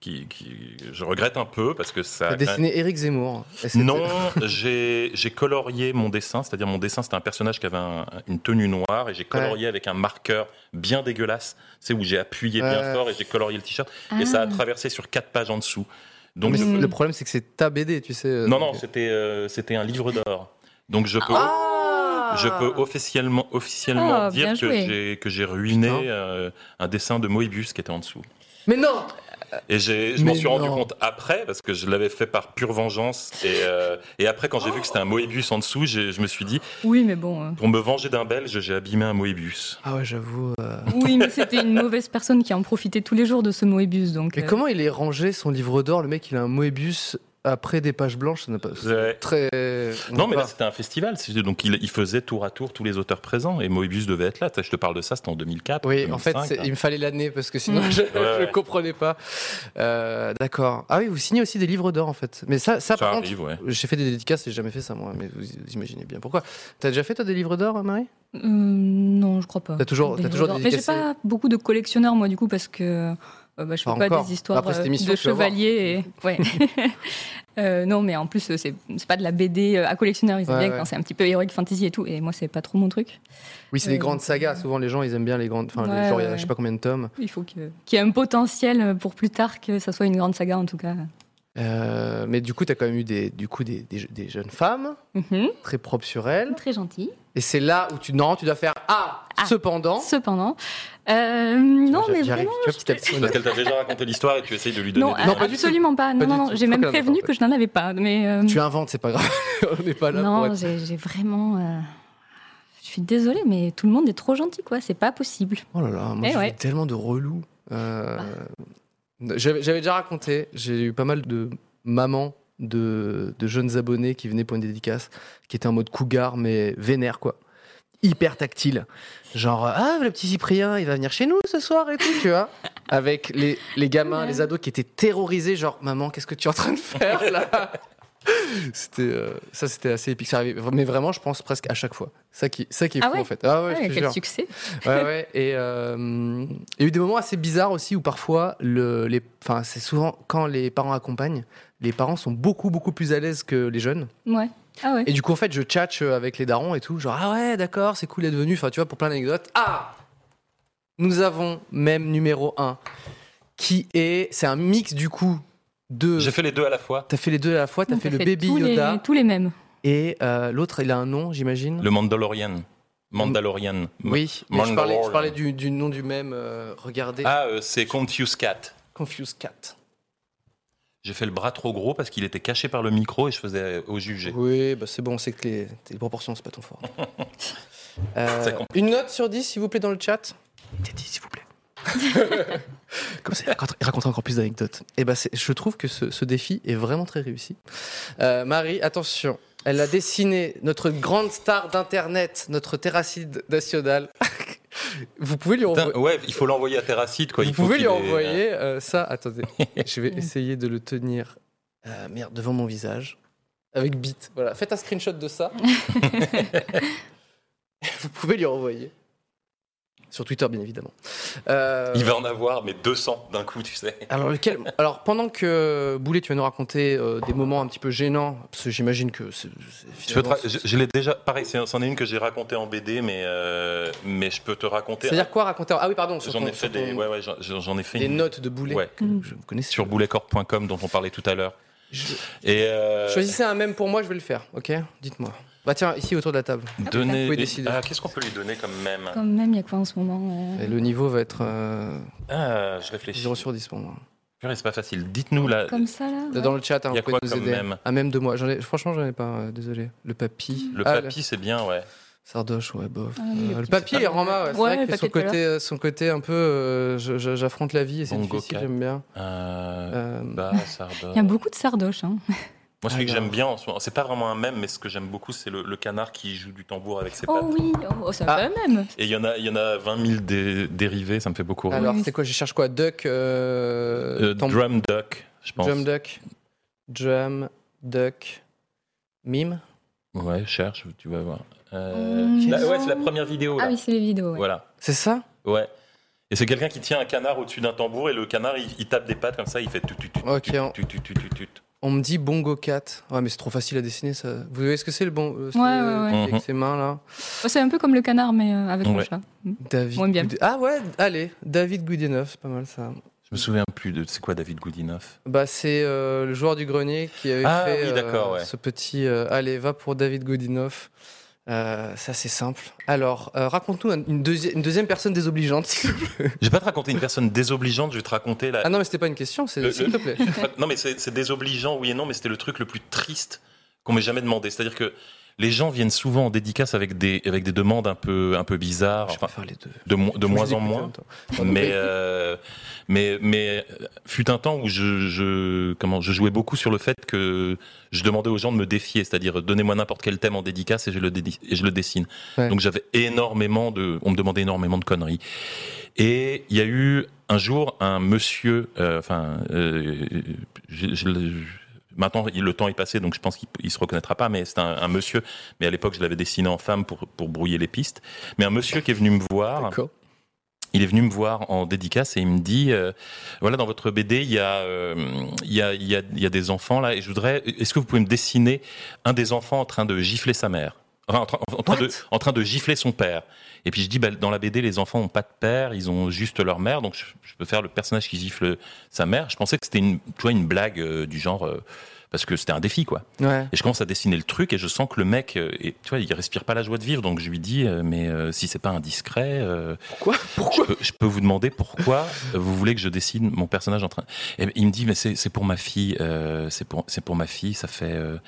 Speaker 3: Qui, qui- je regrette un peu parce que ça.
Speaker 2: t'as dessiné Eric Zemmour. Et c'était-
Speaker 3: Non, j'ai j'ai colorié mon dessin, c'est-à-dire mon dessin, c'était un personnage qui avait un- une tenue noire et j'ai colorié avec un marqueur bien dégueulasse, c'est où j'ai appuyé bien
Speaker 2: Ouais.
Speaker 3: fort et j'ai colorié le t-shirt et ça a traversé sur quatre pages en dessous. Donc
Speaker 2: Mais
Speaker 3: je-
Speaker 2: le problème, c'est que c'est ta BD, tu sais.
Speaker 3: non non, c'était euh, c'était un livre d'or. Donc je peux je peux officiellement officiellement
Speaker 4: Ah, bien
Speaker 3: dire que
Speaker 4: joué.
Speaker 3: j'ai que j'ai ruiné
Speaker 2: Putain.
Speaker 3: euh, un dessin de Moebius qui était en dessous.
Speaker 2: euh. Mais non
Speaker 4: Euh,
Speaker 3: Et j'ai- je m'en
Speaker 2: Mais
Speaker 3: suis rendu
Speaker 2: non.
Speaker 3: compte après, parce que je l'avais fait par pure vengeance. Et, euh, et après, quand j'ai vu que c'était un Moebius en dessous, j'ai- je me suis dit,
Speaker 4: Oui, mais bon. euh,
Speaker 3: pour me venger d'un Belge, j'ai abîmé un Moebius.
Speaker 2: Ah ouais, j'avoue. euh.
Speaker 4: Oui, mais c'était une mauvaise personne qui en profitait tous les jours de ce Moebius. Donc,
Speaker 2: Mais
Speaker 4: euh,
Speaker 2: comment il est rangé son livre d'or Le mec, il a un Moebius après des pages blanches. Ça n'a pas. c'est
Speaker 3: Ouais.
Speaker 2: Très.
Speaker 3: Non, mais là, c'était un festival. c'est- Donc, il, il faisait tour à tour tous les auteurs présents. Et Moebius devait être là. Tu sais, Je te parle de ça, c'était en 2004.
Speaker 2: Oui, en fait,
Speaker 3: 2005,
Speaker 2: c'est-
Speaker 3: hein.
Speaker 2: il me fallait l'année parce que sinon
Speaker 4: Mm.
Speaker 2: je
Speaker 3: ouais.
Speaker 2: ne comprenais pas. Euh, D'accord. Ah oui, vous signez aussi des livres d'or en fait. Mais ça, ça,
Speaker 3: ça
Speaker 2: par contre,
Speaker 3: arrive, ouais.
Speaker 2: j'ai fait des dédicaces, j'ai jamais fait ça moi, mais vous, vous imaginez bien pourquoi. T'as déjà fait toi des livres d'or, Marie
Speaker 4: euh, non, je crois pas.
Speaker 2: T'as toujours- t'as
Speaker 4: Des livres
Speaker 2: toujours
Speaker 4: d'or. Mais j'ai
Speaker 2: dédicacé.
Speaker 4: pas beaucoup de collectionneurs, moi, du coup, parce que euh, bah, je fais
Speaker 2: Pas
Speaker 4: pas
Speaker 2: encore.
Speaker 4: des histoires
Speaker 2: Après cette
Speaker 4: euh,
Speaker 2: émission,
Speaker 4: de
Speaker 2: tu vas voir.
Speaker 4: chevaliers.
Speaker 2: *laughs*
Speaker 4: Et... Ouais. *laughs* Euh, non, mais en plus, euh, c'est c'est pas de la BD euh, à collectionneur. Ils aiment
Speaker 2: Ouais,
Speaker 4: bien
Speaker 2: ouais.
Speaker 4: quand c'est un petit peu héroïque fantasy et tout. Et moi, c'est pas trop mon truc.
Speaker 2: Oui, c'est
Speaker 4: Euh,
Speaker 2: des grandes sagas. Souvent, les gens, ils aiment bien les grandes. Enfin, les-
Speaker 4: Ouais,
Speaker 2: genre, il y
Speaker 4: ouais,
Speaker 2: a je sais pas combien de tomes.
Speaker 4: Il faut que- qu'il y ait un potentiel euh, pour plus tard que ça soit une grande saga, en tout cas.
Speaker 2: Euh, mais du coup, t'as quand même eu des, du coup, des, des- des jeunes femmes
Speaker 4: Mhm.
Speaker 2: très propres sur elles.
Speaker 4: Très gentil.
Speaker 2: Et c'est là où tu non, tu dois faire ah,
Speaker 4: Ah.
Speaker 2: cependant.
Speaker 4: Cependant, euh, non,
Speaker 2: J'y
Speaker 4: mais
Speaker 2: arrive,
Speaker 4: vraiment.
Speaker 2: tu vois, petit à petit.
Speaker 3: Parce qu'elle t'a déjà raconté l'histoire et tu essayes de lui donner
Speaker 4: Non,
Speaker 3: des...
Speaker 2: Non,
Speaker 4: a-
Speaker 2: pas du
Speaker 4: absolument pas. Non,
Speaker 2: Pas
Speaker 4: non,
Speaker 2: du
Speaker 4: non,
Speaker 2: tout.
Speaker 4: j'ai
Speaker 2: Je
Speaker 4: même
Speaker 2: crois qu'elle en a
Speaker 4: prévenu
Speaker 2: pas, en
Speaker 4: que je n'en avais pas. Mais euh,
Speaker 2: Tu inventes, c'est pas grave. *laughs* On n'est pas là pour
Speaker 4: non,
Speaker 2: être.
Speaker 4: j'ai j'ai vraiment. euh, Je suis désolée, mais tout le monde est trop gentil, quoi. C'est pas possible.
Speaker 2: Oh là là, moi
Speaker 4: Eh
Speaker 2: j'ai
Speaker 4: ouais.
Speaker 2: tellement de relous. Euh, J'avais j'avais déjà raconté, j'ai eu pas mal de mamans de, de jeunes abonnés qui venaient pour une dédicace, qui étaient en mode cougar, mais vénère quoi. Hyper tactile. Genre, ah, le petit Cyprien, il va venir chez nous ce soir et tout, tu vois. Avec les, les gamins, les ados qui étaient terrorisés, genre, maman, qu'est-ce que tu es en train de faire là C'était, euh, ça, c'était assez épique. Ça arrivait- mais vraiment, je pense presque à chaque fois. Ça qui, ça qui est
Speaker 4: Ah
Speaker 2: fou
Speaker 4: ouais
Speaker 2: en fait. Ah ouais,
Speaker 4: Ah,
Speaker 2: je te
Speaker 4: quel
Speaker 2: jure.
Speaker 4: succès.
Speaker 2: Ouais, ouais. Et euh, il y a eu des moments assez bizarres aussi où parfois, le, les, enfin, c'est souvent quand les parents accompagnent, les parents sont beaucoup, beaucoup plus à l'aise que les jeunes.
Speaker 4: Ouais. Ah ouais.
Speaker 2: Et du coup, en fait, je tchatche avec les darons et tout. Genre, ah ouais, d'accord, c'est cool d'être venu. Enfin, tu vois, pour plein d'anecdotes. Ah Nous avons même numéro 1 qui est. C'est un mix du coup de.
Speaker 3: J'ai fait les deux à la fois.
Speaker 2: T'as fait les deux à la fois, t'as
Speaker 4: Donc,
Speaker 2: fait
Speaker 4: t'as
Speaker 2: le baby
Speaker 4: tous les-
Speaker 2: Yoda
Speaker 4: tous les mêmes.
Speaker 2: et euh, l'autre, il a un nom, j'imagine.
Speaker 3: Le Mandalorian. Mandalorian.
Speaker 2: Oui, mais je parlais, je
Speaker 3: Mandalorian.
Speaker 2: parlais du, du nom du même. euh, regardez,
Speaker 3: Ah, euh, c'est Confuse Cat.
Speaker 2: Confuse Cat.
Speaker 3: J'ai fait le bras trop gros parce qu'il était caché par le micro et je faisais au jugé.
Speaker 2: Oui, bah c'est bon, on sait que les, les proportions, c'est pas ton fort. Euh,
Speaker 3: *laughs* Ça compte.
Speaker 2: une note sur 10, s'il vous plaît, dans le chat. Mettez 10, s'il vous plaît. *laughs* Comme ça, il raconte- il racontera encore plus d'anecdotes. Et bah, c'est- je trouve que ce, ce défi est vraiment très réussi. Euh, Marie, attention. Elle a dessiné notre grande star d'Internet, notre terracide national. *laughs* vous pouvez lui envoyer.
Speaker 3: Putain, ouais, il faut l'envoyer à Terracide, quoi.
Speaker 2: Vous
Speaker 3: il faut
Speaker 2: pouvez
Speaker 3: qu'il
Speaker 2: lui
Speaker 3: ait-
Speaker 2: envoyer euh, ça.
Speaker 3: *laughs*
Speaker 2: Attendez, je vais essayer de le tenir euh, merde, devant mon visage avec bit. Voilà, faites un screenshot de ça. Vous pouvez lui envoyer sur Twitter, bien évidemment. Euh,
Speaker 3: Il va en avoir, mais 200 d'un coup, tu sais.
Speaker 2: Alors, lequel... alors, pendant que euh, Boulet, tu vas nous raconter euh, des moments un petit peu gênants, parce que j'imagine que c'est- c'est
Speaker 3: Je, peux te
Speaker 2: finalement-
Speaker 3: ra- je- je l'ai déjà. Pareil, c'est- c'en est une que j'ai racontée en BD, mais, euh, mais je peux te raconter.
Speaker 2: C'est-à-dire quoi raconter Ah oui, pardon, sur
Speaker 3: J'en
Speaker 2: ton-
Speaker 3: ai fait
Speaker 2: sur ton-
Speaker 3: des. Ouais, ouais, j'en- j'en ai fait
Speaker 2: les
Speaker 3: une-
Speaker 2: notes de Boulet
Speaker 3: Ouais.
Speaker 2: que je me connais.
Speaker 3: Sur bouletcorp.com dont on parlait tout à l'heure.
Speaker 2: Je-
Speaker 3: Et euh,
Speaker 2: Choisissez un même pour moi, je vais le faire, ok Dites-moi. Bah tiens, ici autour de la table.
Speaker 3: donner-
Speaker 2: Vous pouvez décider.
Speaker 3: Ah, Qu'est-ce qu'on peut lui donner comme même
Speaker 4: Quand même, il y a quoi en ce moment euh,
Speaker 2: Et le niveau va être euh,
Speaker 3: Ah, je réfléchis.
Speaker 2: 0 sur 10 pour moi.
Speaker 3: Purée, c'est pas facile. Dites-nous là.
Speaker 4: Comme ça, là.
Speaker 2: Dans le chat, hein,
Speaker 3: Y a
Speaker 2: vous pouvez
Speaker 3: quoi
Speaker 2: nous
Speaker 3: comme
Speaker 2: aider.
Speaker 3: mème
Speaker 2: Un mème de moi. J'en ai- franchement, j'en ai pas, euh, désolé. Le papy.
Speaker 3: Le
Speaker 2: Ah,
Speaker 3: papy, c'est bien, ouais.
Speaker 2: Sardoche, ouais, bof.
Speaker 4: Ah oui, le
Speaker 2: Euh, le
Speaker 4: petit-
Speaker 2: papier, il rama, ouais. C'est
Speaker 4: Ouais,
Speaker 2: vrai
Speaker 4: le
Speaker 2: que son
Speaker 4: papier de
Speaker 2: côté, euh, son côté un peu, euh, je- je- j'affronte la vie et c'est
Speaker 3: Bongo
Speaker 2: difficile,
Speaker 3: Cat.
Speaker 2: j'aime bien. Euh,
Speaker 3: Euh, bah,
Speaker 2: *laughs*
Speaker 3: Sardoche.
Speaker 4: Il y a beaucoup de sardoches. Hein.
Speaker 3: Moi,
Speaker 2: Ah,
Speaker 3: celui que
Speaker 2: grave.
Speaker 3: j'aime bien en ce moment, c'est pas vraiment un mème, mais ce que j'aime beaucoup, c'est le, le canard qui joue du tambour avec ses
Speaker 4: Oh
Speaker 3: pattes.
Speaker 4: oui, oh, oh, ça
Speaker 2: Ah.
Speaker 4: va même.
Speaker 3: Et il y en a, il y en a 20 000 dé- dérivés, ça me fait beaucoup rire.
Speaker 2: alors,
Speaker 4: oui.
Speaker 2: c'est quoi Je cherche quoi Duck euh,
Speaker 3: Euh,
Speaker 2: tambour-
Speaker 3: Drum Duck, je pense.
Speaker 2: Jump Duck. Jump Duck. Mime
Speaker 3: Ouais, cherche, tu vas voir. Euh,
Speaker 4: Hmm.
Speaker 3: la- ouais, c'est la première vidéo. Là.
Speaker 4: Ah oui, c'est les vidéos. ouais.
Speaker 3: Voilà.
Speaker 2: C'est ça
Speaker 3: Ouais. Et c'est quelqu'un qui tient un canard au-dessus d'un tambour et le canard il, il tape des pattes comme ça, il fait tout, tout, tout,
Speaker 2: Ok,
Speaker 3: tout,
Speaker 2: on-
Speaker 3: tout, tout, tout, tout, tout.
Speaker 2: On me dit Bongo Cat. Ouais, mais c'est trop facile à dessiner ça. Vous voyez ce que c'est le bon euh, ce-
Speaker 4: Ouais, ouais,
Speaker 3: ouais.
Speaker 2: Avec
Speaker 3: Mhm.
Speaker 2: ses mains là.
Speaker 4: Oh, c'est un peu comme le canard, mais euh, avec mon
Speaker 3: Ouais.
Speaker 4: chat.
Speaker 2: David.
Speaker 4: Moins bien.
Speaker 2: Goud- Ah ouais, allez, David Goudenov, c'est pas mal ça.
Speaker 3: Je me souviens plus de c'est quoi David Goudinoff.
Speaker 2: Bah, c'est euh, le joueur du grenier qui avait
Speaker 3: Ah
Speaker 2: fait
Speaker 3: oui, d'accord, ouais.
Speaker 2: ce petit euh, Allez, va pour David Godinov. Euh, ça, c'est simple. Alors, euh, raconte-nous un- une, deuxi- une deuxième personne désobligeante. s'il
Speaker 3: *laughs*
Speaker 2: te plaît.
Speaker 3: Je vais pas te raconter une personne désobligeante, je vais te raconter la.
Speaker 2: ah non, mais c'était pas une question, c'est-
Speaker 3: Le-
Speaker 2: s'il
Speaker 3: le-
Speaker 2: te plaît.
Speaker 3: *laughs* Non, mais c'est c'est désobligeant, oui et non, mais c'était le truc le plus triste qu'on m'ait jamais demandé. C'est-à-dire que les gens viennent souvent en dédicace avec des, avec des demandes un peu, un peu bizarres,
Speaker 2: Je
Speaker 3: enfin,
Speaker 2: vais faire les deux.
Speaker 3: de, mo- de
Speaker 2: Je
Speaker 3: moins
Speaker 2: les
Speaker 3: en
Speaker 2: écoute
Speaker 3: moins.
Speaker 2: même temps. *laughs*
Speaker 3: Mais, euh, mais, mais euh, fut un temps où je, je, comment, je jouais beaucoup sur le fait que je demandais aux gens de me défier, c'est-à-dire euh, donnez-moi n'importe quel thème en dédicace et je le, dédi- et je le dessine.
Speaker 2: Ouais.
Speaker 3: Donc j'avais énormément de. On me demandait énormément de conneries. Et il y a eu un jour un monsieur, euh, enfin, euh, je- je le- je- maintenant il- le temps est passé, donc je pense qu'il il se reconnaîtra pas, mais c'est un, un monsieur, mais à l'époque je l'avais dessiné en femme pour, pour brouiller les pistes, mais un monsieur qui est venu me voir.
Speaker 2: D'accord.
Speaker 3: Il est venu me voir en dédicace et il me dit euh, voilà dans votre BD il y a euh, il y a il y a il y a des enfants là et je voudrais est-ce que vous pouvez me dessiner un des enfants en train de gifler sa mère Enfin, en, train- en train de en train de gifler son père et puis je dis bah, dans la BD les enfants ont pas de père ils ont juste leur mère donc je, je peux faire le personnage qui gifle sa mère je pensais que c'était une tu vois une blague euh, du genre euh, parce que c'était un défi quoi
Speaker 2: Ouais.
Speaker 3: et je commence à dessiner le truc et je sens que le mec, euh, est- tu vois, il respire pas la joie de vivre. Donc je lui dis, euh, mais euh, si c'est pas indiscret, euh,
Speaker 2: Pourquoi Pourquoi
Speaker 3: je, peux, je peux vous demander pourquoi euh, vous voulez que je dessine mon personnage en train. Et il me dit, mais c'est c'est pour ma fille, euh, c'est pour c'est pour ma fille. Ça fait euh,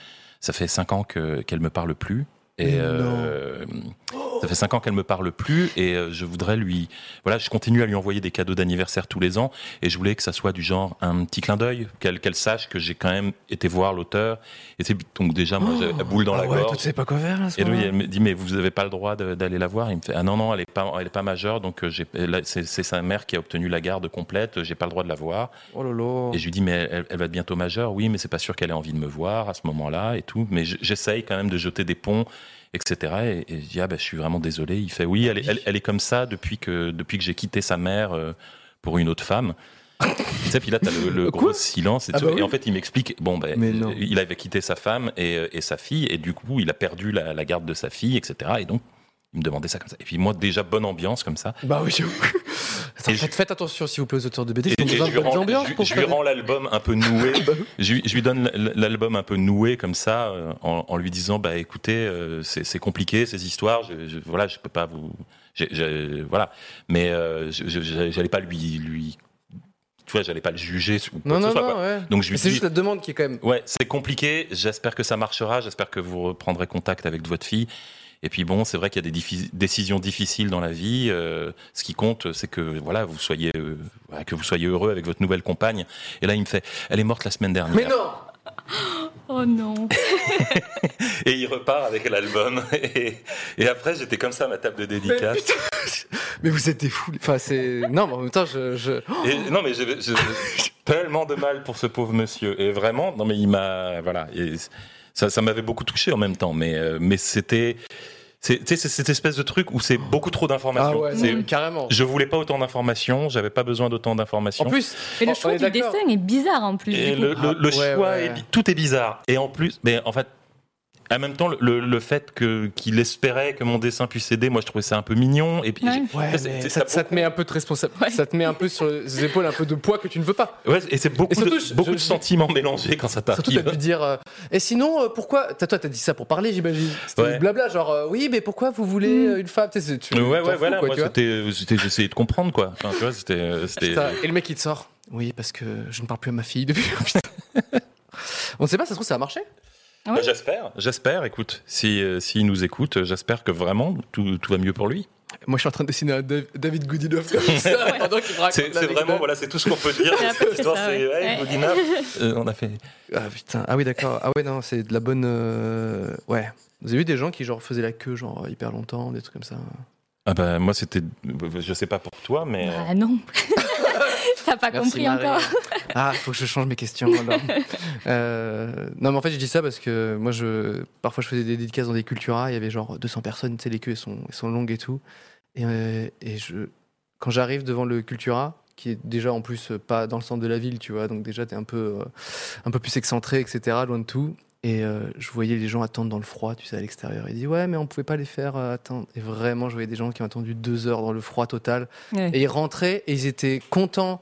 Speaker 3: ça fait cinq ans que qu'elle me parle plus. Et
Speaker 2: Mais
Speaker 3: euh, ça fait cinq ans qu'elle me parle plus et euh, je voudrais lui voilà je continue à lui envoyer des cadeaux d'anniversaire tous les ans et je voulais que ça soit du genre un petit clin d'œil qu'elle qu'elle sache que j'ai quand même été voir l'auteur et c'est donc déjà moi j'ai la boule dans
Speaker 2: Ah
Speaker 3: la
Speaker 2: ouais, toi,
Speaker 3: gorge
Speaker 2: tu sais pas quoi faire là, ce
Speaker 3: et lui,
Speaker 2: moment-là
Speaker 3: elle me dit, mais vous n'avez pas le droit de- d'aller la voir. Il me fait, ah non, non, elle n'est pas, elle est pas majeure, donc euh, j'ai- là, c'est c'est sa mère qui a obtenu la garde complète, j'ai pas le droit de la voir.
Speaker 2: Oh lolo.
Speaker 3: Et je lui dis, mais elle, elle va être bientôt majeure, oui, mais c'est pas sûr qu'elle ait envie de me voir à ce moment-là et tout. Mais j- j'essaye quand même de jeter des ponts, etc. Et, et je dis, ah ben, je suis vraiment désolé. Il fait, oui, elle, est- elle- elle est comme ça depuis que, depuis que j'ai quitté sa mère euh, pour une autre femme. *laughs* Tu sais, puis là, t'as le, le
Speaker 2: Quoi
Speaker 3: gros silence. Et,
Speaker 2: Ah
Speaker 3: tout.
Speaker 2: bah
Speaker 3: Et
Speaker 2: oui.
Speaker 3: en fait, il m'explique, bon, ben,
Speaker 2: Mais non.
Speaker 3: il avait quitté sa femme et, et sa fille, et du coup, il a perdu la, la garde de sa fille, etc. Et donc, il me demandait ça comme ça. Et puis moi, déjà, bonne ambiance comme ça.
Speaker 2: Bah oui, j'avoue. *laughs* Attends,
Speaker 3: Et
Speaker 2: faites,
Speaker 3: je-
Speaker 2: faites attention s'il vous plaît aux auteurs de
Speaker 3: Et,
Speaker 2: BD.
Speaker 3: et
Speaker 2: Ils ont besoin un
Speaker 3: je lui
Speaker 2: peu
Speaker 3: rends,
Speaker 2: d'ambiance
Speaker 3: je-
Speaker 2: pour
Speaker 3: je lui
Speaker 2: faire des- Bah
Speaker 3: rends l'album un
Speaker 2: *laughs*
Speaker 3: peu noué. je, lui- je lui donne l- l'album un peu noué comme ça, euh, en, en lui disant, bah écoutez, euh, c'est c'est compliqué ces histoires. Je, je- voilà, je peux pas vous, j'ai- j'ai- voilà. Mais euh, je- je- je- j'allais pas lui, lui, tu vois, j'allais pas le juger ou quoi
Speaker 2: Non,
Speaker 3: que
Speaker 2: non,
Speaker 3: ce soit,
Speaker 2: non,
Speaker 3: quoi.
Speaker 2: ouais.
Speaker 3: Donc je lui
Speaker 2: C'est
Speaker 3: dis,
Speaker 2: juste la demande qui est quand même.
Speaker 3: Ouais, c'est compliqué. J'espère que ça marchera. J'espère que vous reprendrez contact avec votre fille. Et puis bon, c'est vrai qu'il y a des diffi- décisions difficiles dans la vie. Euh, ce qui compte, c'est que voilà, vous soyez euh, ouais, que vous soyez heureux avec votre nouvelle compagne. Et là, il me fait, elle est morte la semaine dernière.
Speaker 2: Mais non *laughs*
Speaker 4: Oh non.
Speaker 3: Et il repart avec l'album. *laughs* Et, et après, j'étais comme ça à ma table de dédicace.
Speaker 2: Mais vous êtes des fous. Enfin, c'est. Non, mais en même temps, je. je-
Speaker 3: Et- non, mais j'ai
Speaker 2: *laughs*
Speaker 3: j'ai- j'ai tellement de mal pour ce pauvre monsieur. Et vraiment, non, mais il m'a. Voilà. Et ça ça m'avait beaucoup touché en même temps. Mais, euh, mais c'était. c'est- Tu sais, c'est cette espèce de truc où c'est beaucoup trop
Speaker 2: Ah
Speaker 3: d'informations.
Speaker 2: ouais,
Speaker 3: C'est-
Speaker 2: non, carrément.
Speaker 3: Je voulais pas autant d'informations, j'avais pas besoin d'autant d'informations.
Speaker 2: En plus,
Speaker 4: Et
Speaker 2: On-
Speaker 4: le
Speaker 2: on
Speaker 4: choix
Speaker 2: est
Speaker 4: du
Speaker 2: d'accord.
Speaker 4: dessin est bizarre en plus.
Speaker 3: Et
Speaker 4: du
Speaker 3: le,
Speaker 4: coup.
Speaker 3: le- le
Speaker 2: Ah, ouais,
Speaker 3: choix,
Speaker 2: ouais.
Speaker 3: est bi- tout est bizarre. Et en plus, mais en fait, en même temps, le, le fait que qu'il espérait que mon dessin puisse aider, moi je trouvais ça un peu mignon. Et puis,
Speaker 4: Ouais.
Speaker 3: j'ai-
Speaker 2: Ouais,
Speaker 3: tu sais,
Speaker 2: mais
Speaker 3: c'est-
Speaker 2: ça,
Speaker 3: ça-
Speaker 2: ça te met un peu de responsable.
Speaker 4: Ouais.
Speaker 2: Ça te met un peu sur les épaules un peu de poids que tu ne veux pas.
Speaker 3: ouais, et c'est beaucoup,
Speaker 2: Et surtout,
Speaker 3: de,
Speaker 2: je-
Speaker 3: beaucoup
Speaker 2: je-
Speaker 3: de sentiments mélangés quand ça
Speaker 2: Surtout, t'as
Speaker 3: t'arrive.
Speaker 2: pu dire. euh, et sinon, euh, pourquoi. T'as, toi, t'as dit ça pour parler, j'imagine. C'était
Speaker 3: Ouais.
Speaker 2: du blabla, genre, euh, oui, mais pourquoi vous voulez
Speaker 4: Mm.
Speaker 2: euh, une femme Tu sais, c'est- tu-
Speaker 3: ouais,
Speaker 2: t'en
Speaker 3: ouais,
Speaker 2: fous,
Speaker 3: voilà.
Speaker 2: quoi,
Speaker 3: moi,
Speaker 2: tu vois. Ah,
Speaker 3: c'était, euh, c'était- j'essayais de comprendre, quoi. Enfin, tu vois, c'était, euh, c'était-
Speaker 2: Putain, Et le mec, il te sort. *laughs* Oui, parce que je ne parle plus à ma fille depuis. Putain. On ne sait pas, ça se trouve, ça a marché.
Speaker 4: Ah ouais
Speaker 3: Bah, j'espère, j'espère, écoute, si, euh, s'il nous écoute, j'espère que vraiment tout, tout va mieux pour lui.
Speaker 2: Moi, je suis en train de dessiner un Dav- David Goodenough
Speaker 3: *laughs*
Speaker 2: comme ça, pendant qu'il me raconte
Speaker 3: C'est c'est
Speaker 2: Ah, l'anecdote.
Speaker 3: vraiment, voilà, c'est tout ce qu'on peut dire.
Speaker 4: C'est à peu
Speaker 3: Cette
Speaker 4: près
Speaker 3: histoire,
Speaker 4: ça,
Speaker 3: c'est
Speaker 4: ouais.
Speaker 3: hey,
Speaker 4: Ouais.
Speaker 2: *laughs*
Speaker 3: Godinov. Euh, on a fait.
Speaker 2: Ah putain, ah oui, d'accord. Ah ouais, non, c'est de la bonne. euh, Ouais. Vous avez vu des gens qui genre faisaient la queue genre hyper longtemps, des trucs comme ça. hein.
Speaker 3: Ah bah, moi, c'était. Je sais pas pour toi, mais. euh,
Speaker 4: Ah non *laughs* T'as pas compris
Speaker 2: Marie.
Speaker 4: encore
Speaker 2: Ah, faut que je change mes questions.
Speaker 4: *laughs*
Speaker 2: alors. Euh, non, mais en fait, je dis ça parce que moi, je parfois, je faisais des dédicaces dans des cultura. Il y avait genre 200 personnes. Tu sais, les queues elles sont, elles sont longues et tout. Et, euh, et je, quand j'arrive devant le cultura, qui est déjà en plus euh, pas dans le centre de la ville, tu vois, donc déjà t'es un peu, euh, un peu plus excentré, etc., loin de tout. Et euh, je voyais les gens attendre dans le froid, tu sais, à l'extérieur. Ils disaient ouais, mais on pouvait pas les faire euh, attendre. Et vraiment, je voyais des gens qui ont attendu deux heures dans le froid total.
Speaker 4: Ouais.
Speaker 2: *laughs* Et ils rentraient et ils étaient contents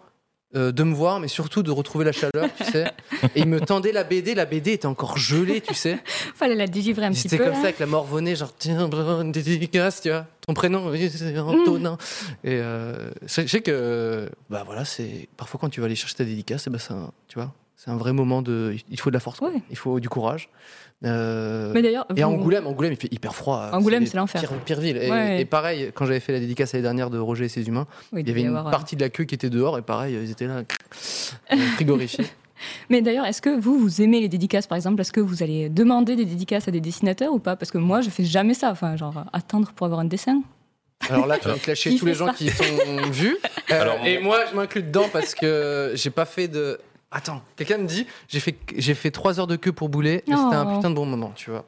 Speaker 2: euh, de me voir, mais surtout de retrouver la chaleur, tu sais. Et ils me tendaient la BD, la BD était encore gelée, tu sais.
Speaker 4: Fallait la digivrer un
Speaker 2: Ils
Speaker 4: petit
Speaker 2: étaient
Speaker 4: peu. hein.
Speaker 2: comme
Speaker 4: là.
Speaker 2: ça avec la morvonnée, genre tiens, brr, une dédicace, tu vois. Ton prénom, oui,
Speaker 4: Mm.
Speaker 2: c'est Antonin. Et euh, c'est- je sais que, bah voilà, c'est parfois quand tu vas aller chercher ta dédicace, eh ben, c'est un, tu vois, c'est un vrai moment de. Il faut de la force, quoi.
Speaker 4: Ouais.
Speaker 2: il faut du courage. Euh,
Speaker 4: Mais d'ailleurs,
Speaker 2: et à
Speaker 4: vous-
Speaker 2: Angoulême, Angoulême, il fait hyper froid.
Speaker 4: Angoulême,
Speaker 2: les
Speaker 4: c'est l'enfer.
Speaker 2: Pire, pire ville. Et,
Speaker 4: Ouais.
Speaker 2: et pareil, quand j'avais fait la dédicace l'année dernière de Roger et ses humains, il y
Speaker 4: oui,
Speaker 2: avait
Speaker 4: devait
Speaker 2: une
Speaker 4: avoir, euh,
Speaker 2: partie de la queue qui était dehors et pareil, ils étaient là,
Speaker 4: *laughs*
Speaker 2: euh, frigorifiés.
Speaker 4: Mais d'ailleurs, est-ce que vous, vous aimez les dédicaces, par exemple Est-ce que vous allez demander des dédicaces à des dessinateurs ou pas Parce que moi, je fais jamais ça. Enfin, genre, attendre pour avoir un dessin.
Speaker 2: Alors là, tu vas clasher
Speaker 4: Qui
Speaker 2: tous les
Speaker 4: fait
Speaker 2: gens
Speaker 4: ça
Speaker 2: qui t'ont
Speaker 3: *laughs*
Speaker 2: vu. Euh,
Speaker 3: Alors,
Speaker 2: et
Speaker 3: mon-
Speaker 2: moi, je m'inclus dedans parce que j'ai pas fait de. Attends, quelqu'un me dit, j'ai fait, j'ai fait trois heures de queue pour bouler et
Speaker 4: Oh.
Speaker 2: c'était un putain de bon moment, tu vois.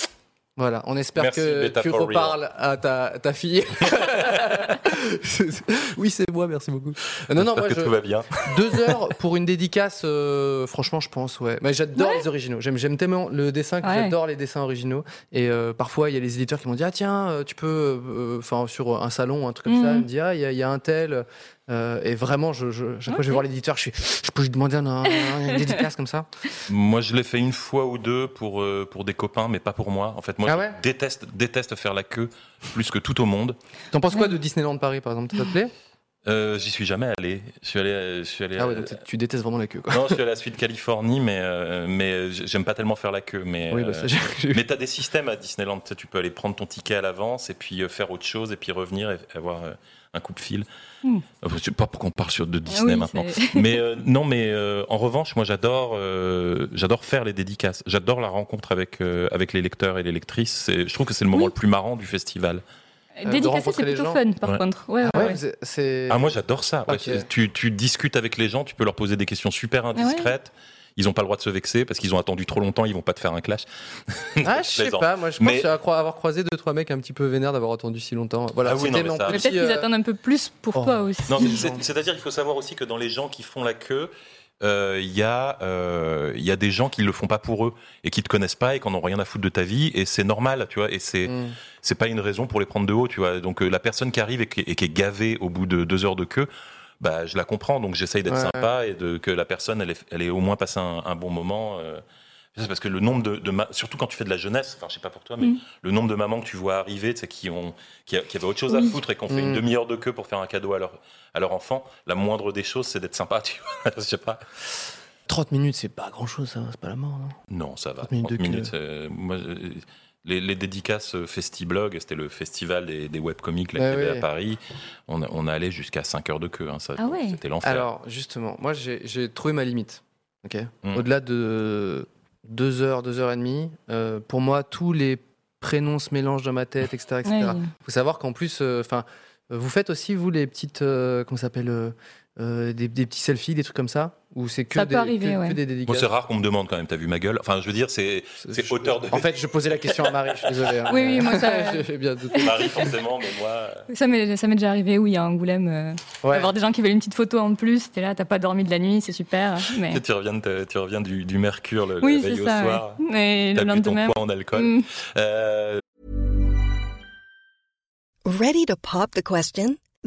Speaker 2: Voilà, on espère
Speaker 3: Merci,
Speaker 2: que
Speaker 3: Beta
Speaker 2: tu
Speaker 3: for real.
Speaker 2: reparles à ta, ta
Speaker 3: *laughs*
Speaker 2: fille. *laughs* oui, c'est moi, merci beaucoup. Euh, Non, non,
Speaker 3: J'espère
Speaker 2: moi,
Speaker 3: que
Speaker 2: je-
Speaker 3: tout va bien.
Speaker 2: Deux heures pour une dédicace, euh, franchement, je pense, ouais. Mais j'adore les originaux. J'aime, j'aime tellement le dessin que
Speaker 4: Ouais.
Speaker 2: j'adore les dessins originaux. Et euh, parfois, il y a les éditeurs qui m'ont dit Ah, tiens, euh, tu peux, euh, enfin, sur un salon, un truc comme ça,
Speaker 4: Mhm.
Speaker 2: ils me disent Ah, il y, a- il y a un tel. Euh, et vraiment, je, je- chaque fois que je vais
Speaker 4: Ok.
Speaker 2: voir l'éditeur, je suis Je peux lui demander un- un-
Speaker 4: *laughs*
Speaker 2: un- une dédicace comme ça
Speaker 3: Moi, je l'ai fait une fois ou deux pour, euh, pour des copains, mais pas pour moi. En fait, moi,
Speaker 2: Ah
Speaker 3: je
Speaker 2: ouais
Speaker 3: déteste, déteste faire la queue plus que tout au monde.
Speaker 2: T'en penses quoi de Disneyland Paris, par exemple Ça te plaît
Speaker 3: Euh, J'y suis jamais allé. Je suis allé. euh, Je suis allé
Speaker 2: Ah, ouais,
Speaker 3: euh,
Speaker 2: donc t'es- tu détestes vraiment la queue, quoi.
Speaker 3: non, je suis allé à la suite Californie, mais, euh, mais euh, j'aime pas tellement faire la queue. Mais,
Speaker 2: Oui,
Speaker 3: euh,
Speaker 2: bah, ça, j'ai- j'ai-
Speaker 3: Mais t'as des systèmes à Disneyland, tu sais, tu peux aller prendre ton ticket à l'avance et puis euh, faire autre chose et puis revenir et avoir euh, un coup de fil.
Speaker 4: Hmm.
Speaker 3: Euh, Je sais pas pourquoi on parle sur de
Speaker 4: Ah
Speaker 3: Disney
Speaker 4: oui,
Speaker 3: maintenant.
Speaker 4: c'est-
Speaker 3: Mais euh, non, mais euh, en revanche, moi j'adore, euh, j'adore faire les dédicaces. J'adore la rencontre avec euh, avec les lecteurs et les lectrices. C'est- Je trouve que c'est le moment
Speaker 4: Oui.
Speaker 3: le plus marrant du festival.
Speaker 2: Euh, de
Speaker 4: Dédicacer,
Speaker 2: rencontrer
Speaker 4: c'est
Speaker 2: les
Speaker 4: plutôt
Speaker 2: gens.
Speaker 4: fun, par
Speaker 3: Ouais.
Speaker 4: contre. Ouais,
Speaker 2: Ah
Speaker 4: ouais,
Speaker 2: ouais,
Speaker 4: ouais.
Speaker 2: c'est- c'est.
Speaker 3: Ah moi j'adore ça. Ouais,
Speaker 2: Ok.
Speaker 3: c'est- tu tu discutes avec les gens, tu peux leur poser des questions super indiscrètes. Ils ont pas le droit de se vexer parce qu'ils ont attendu trop longtemps, ils vont pas te faire un clash.
Speaker 2: Ah,
Speaker 3: *laughs*
Speaker 2: je sais
Speaker 3: Plaisant.
Speaker 2: pas, moi je pense
Speaker 3: Mais-
Speaker 2: que j'ai à cro- avoir croisé deux trois mecs un petit peu vénères d'avoir attendu si longtemps. Voilà,
Speaker 3: Ah oui, non,
Speaker 2: c'était
Speaker 3: mais
Speaker 2: mon
Speaker 3: ça-
Speaker 4: Mais
Speaker 2: petit,
Speaker 4: Peut-être qu'ils
Speaker 2: euh,
Speaker 4: attendent un peu plus pour
Speaker 2: oh.
Speaker 4: toi aussi.
Speaker 3: Non,
Speaker 2: Ils
Speaker 3: mais
Speaker 2: ont-
Speaker 3: c'est- c'est-à-dire qu'il faut savoir aussi que dans les gens qui font la queue, euh, il y a euh, il y a des gens qui le font pas pour eux et qui te connaissent pas et qui en ont rien à foutre de ta vie et c'est normal, tu vois. Et c'est
Speaker 2: hmm.
Speaker 3: c'est pas une raison pour les prendre de haut, tu vois. Donc euh, la personne qui arrive et qui, et qui est gavée au bout de deux heures de queue. Bah, je la comprends, donc j'essaye d'être
Speaker 2: Ouais.
Speaker 3: sympa et de, que la personne, elle ait, elle ait au moins passé un, un bon moment. euh. C'est parce que le nombre de, de ma- surtout quand tu fais de la jeunesse, enfin je sais pas pour toi, mais
Speaker 4: Mm.
Speaker 3: le nombre de mamans que tu vois arriver, tu sais, qui ont, qui, a- qui avaient autre chose à
Speaker 4: Oui.
Speaker 3: foutre et qui ont fait
Speaker 2: Mm.
Speaker 3: une demi-heure de queue pour faire un cadeau à leur, à leur enfant, la moindre des choses, c'est d'être sympa, *laughs* tu vois. je sais pas.
Speaker 2: 30 minutes, c'est pas grand chose, ça, c'est pas la mort. non
Speaker 3: Non, ça va.
Speaker 2: 30 minutes de
Speaker 3: 30 minutes, euh, moi, euh, les, les dédicaces euh, FestiBlog, c'était le festival des, des webcomics là,
Speaker 2: Ah
Speaker 3: qu'il y avait
Speaker 2: ouais.
Speaker 3: à Paris. On, a- on allait jusqu'à 5 heures de queue. hein, ça,
Speaker 4: Ah
Speaker 3: donc,
Speaker 4: ouais.
Speaker 3: C'était l'enfer.
Speaker 2: Alors, justement, moi j'ai j'ai trouvé ma limite. ok
Speaker 3: Hmm.
Speaker 2: Au-delà de 2 heures, 2 heures et demie, euh, pour moi, tous les prénoms se mélangent dans ma tête, etc. etc.
Speaker 4: Ouais.
Speaker 2: faut savoir qu'en plus, euh, enfin, vous faites aussi vous les petites, euh, comment ça s'appelle, euh, euh, des, des petits selfies, des trucs comme ça, ou c'est que,
Speaker 4: Ça
Speaker 2: des,
Speaker 4: peut arriver,
Speaker 2: que- que
Speaker 4: ouais.
Speaker 2: des
Speaker 3: Moi,
Speaker 2: dédicaces. Euh,
Speaker 3: c'est rare qu'on me demande quand même, t'as vu ma gueule Enfin, je veux dire, c'est c'est
Speaker 2: Je-
Speaker 3: auteur de.
Speaker 2: En fait, je posais la question à Marie, je suis désolé. hein.
Speaker 4: Oui, oui, moi, ça-
Speaker 2: *laughs* J'ai fait bien douter.
Speaker 3: *laughs* Paris, forcément, mais moi. euh,
Speaker 4: Ça m'est ça m'est déjà arrivé, oui, à Angoulême. euh,
Speaker 2: Ouais.
Speaker 4: Avoir des gens qui veulent une petite photo en plus. T'es là, t'as pas dormi de la nuit, c'est
Speaker 3: *laughs*
Speaker 4: super. Mais...
Speaker 3: Tu sais, Tu reviens, de ta- tu reviens du, du mercure le, le
Speaker 4: Oui,
Speaker 3: veille
Speaker 4: c'est
Speaker 3: au
Speaker 4: ça.
Speaker 3: soir.
Speaker 4: ouais. Mais le
Speaker 3: T'as bu ton
Speaker 4: lendemain.
Speaker 3: poids en alcool.
Speaker 4: hmm.
Speaker 3: Euh,
Speaker 6: Ready to pop the question?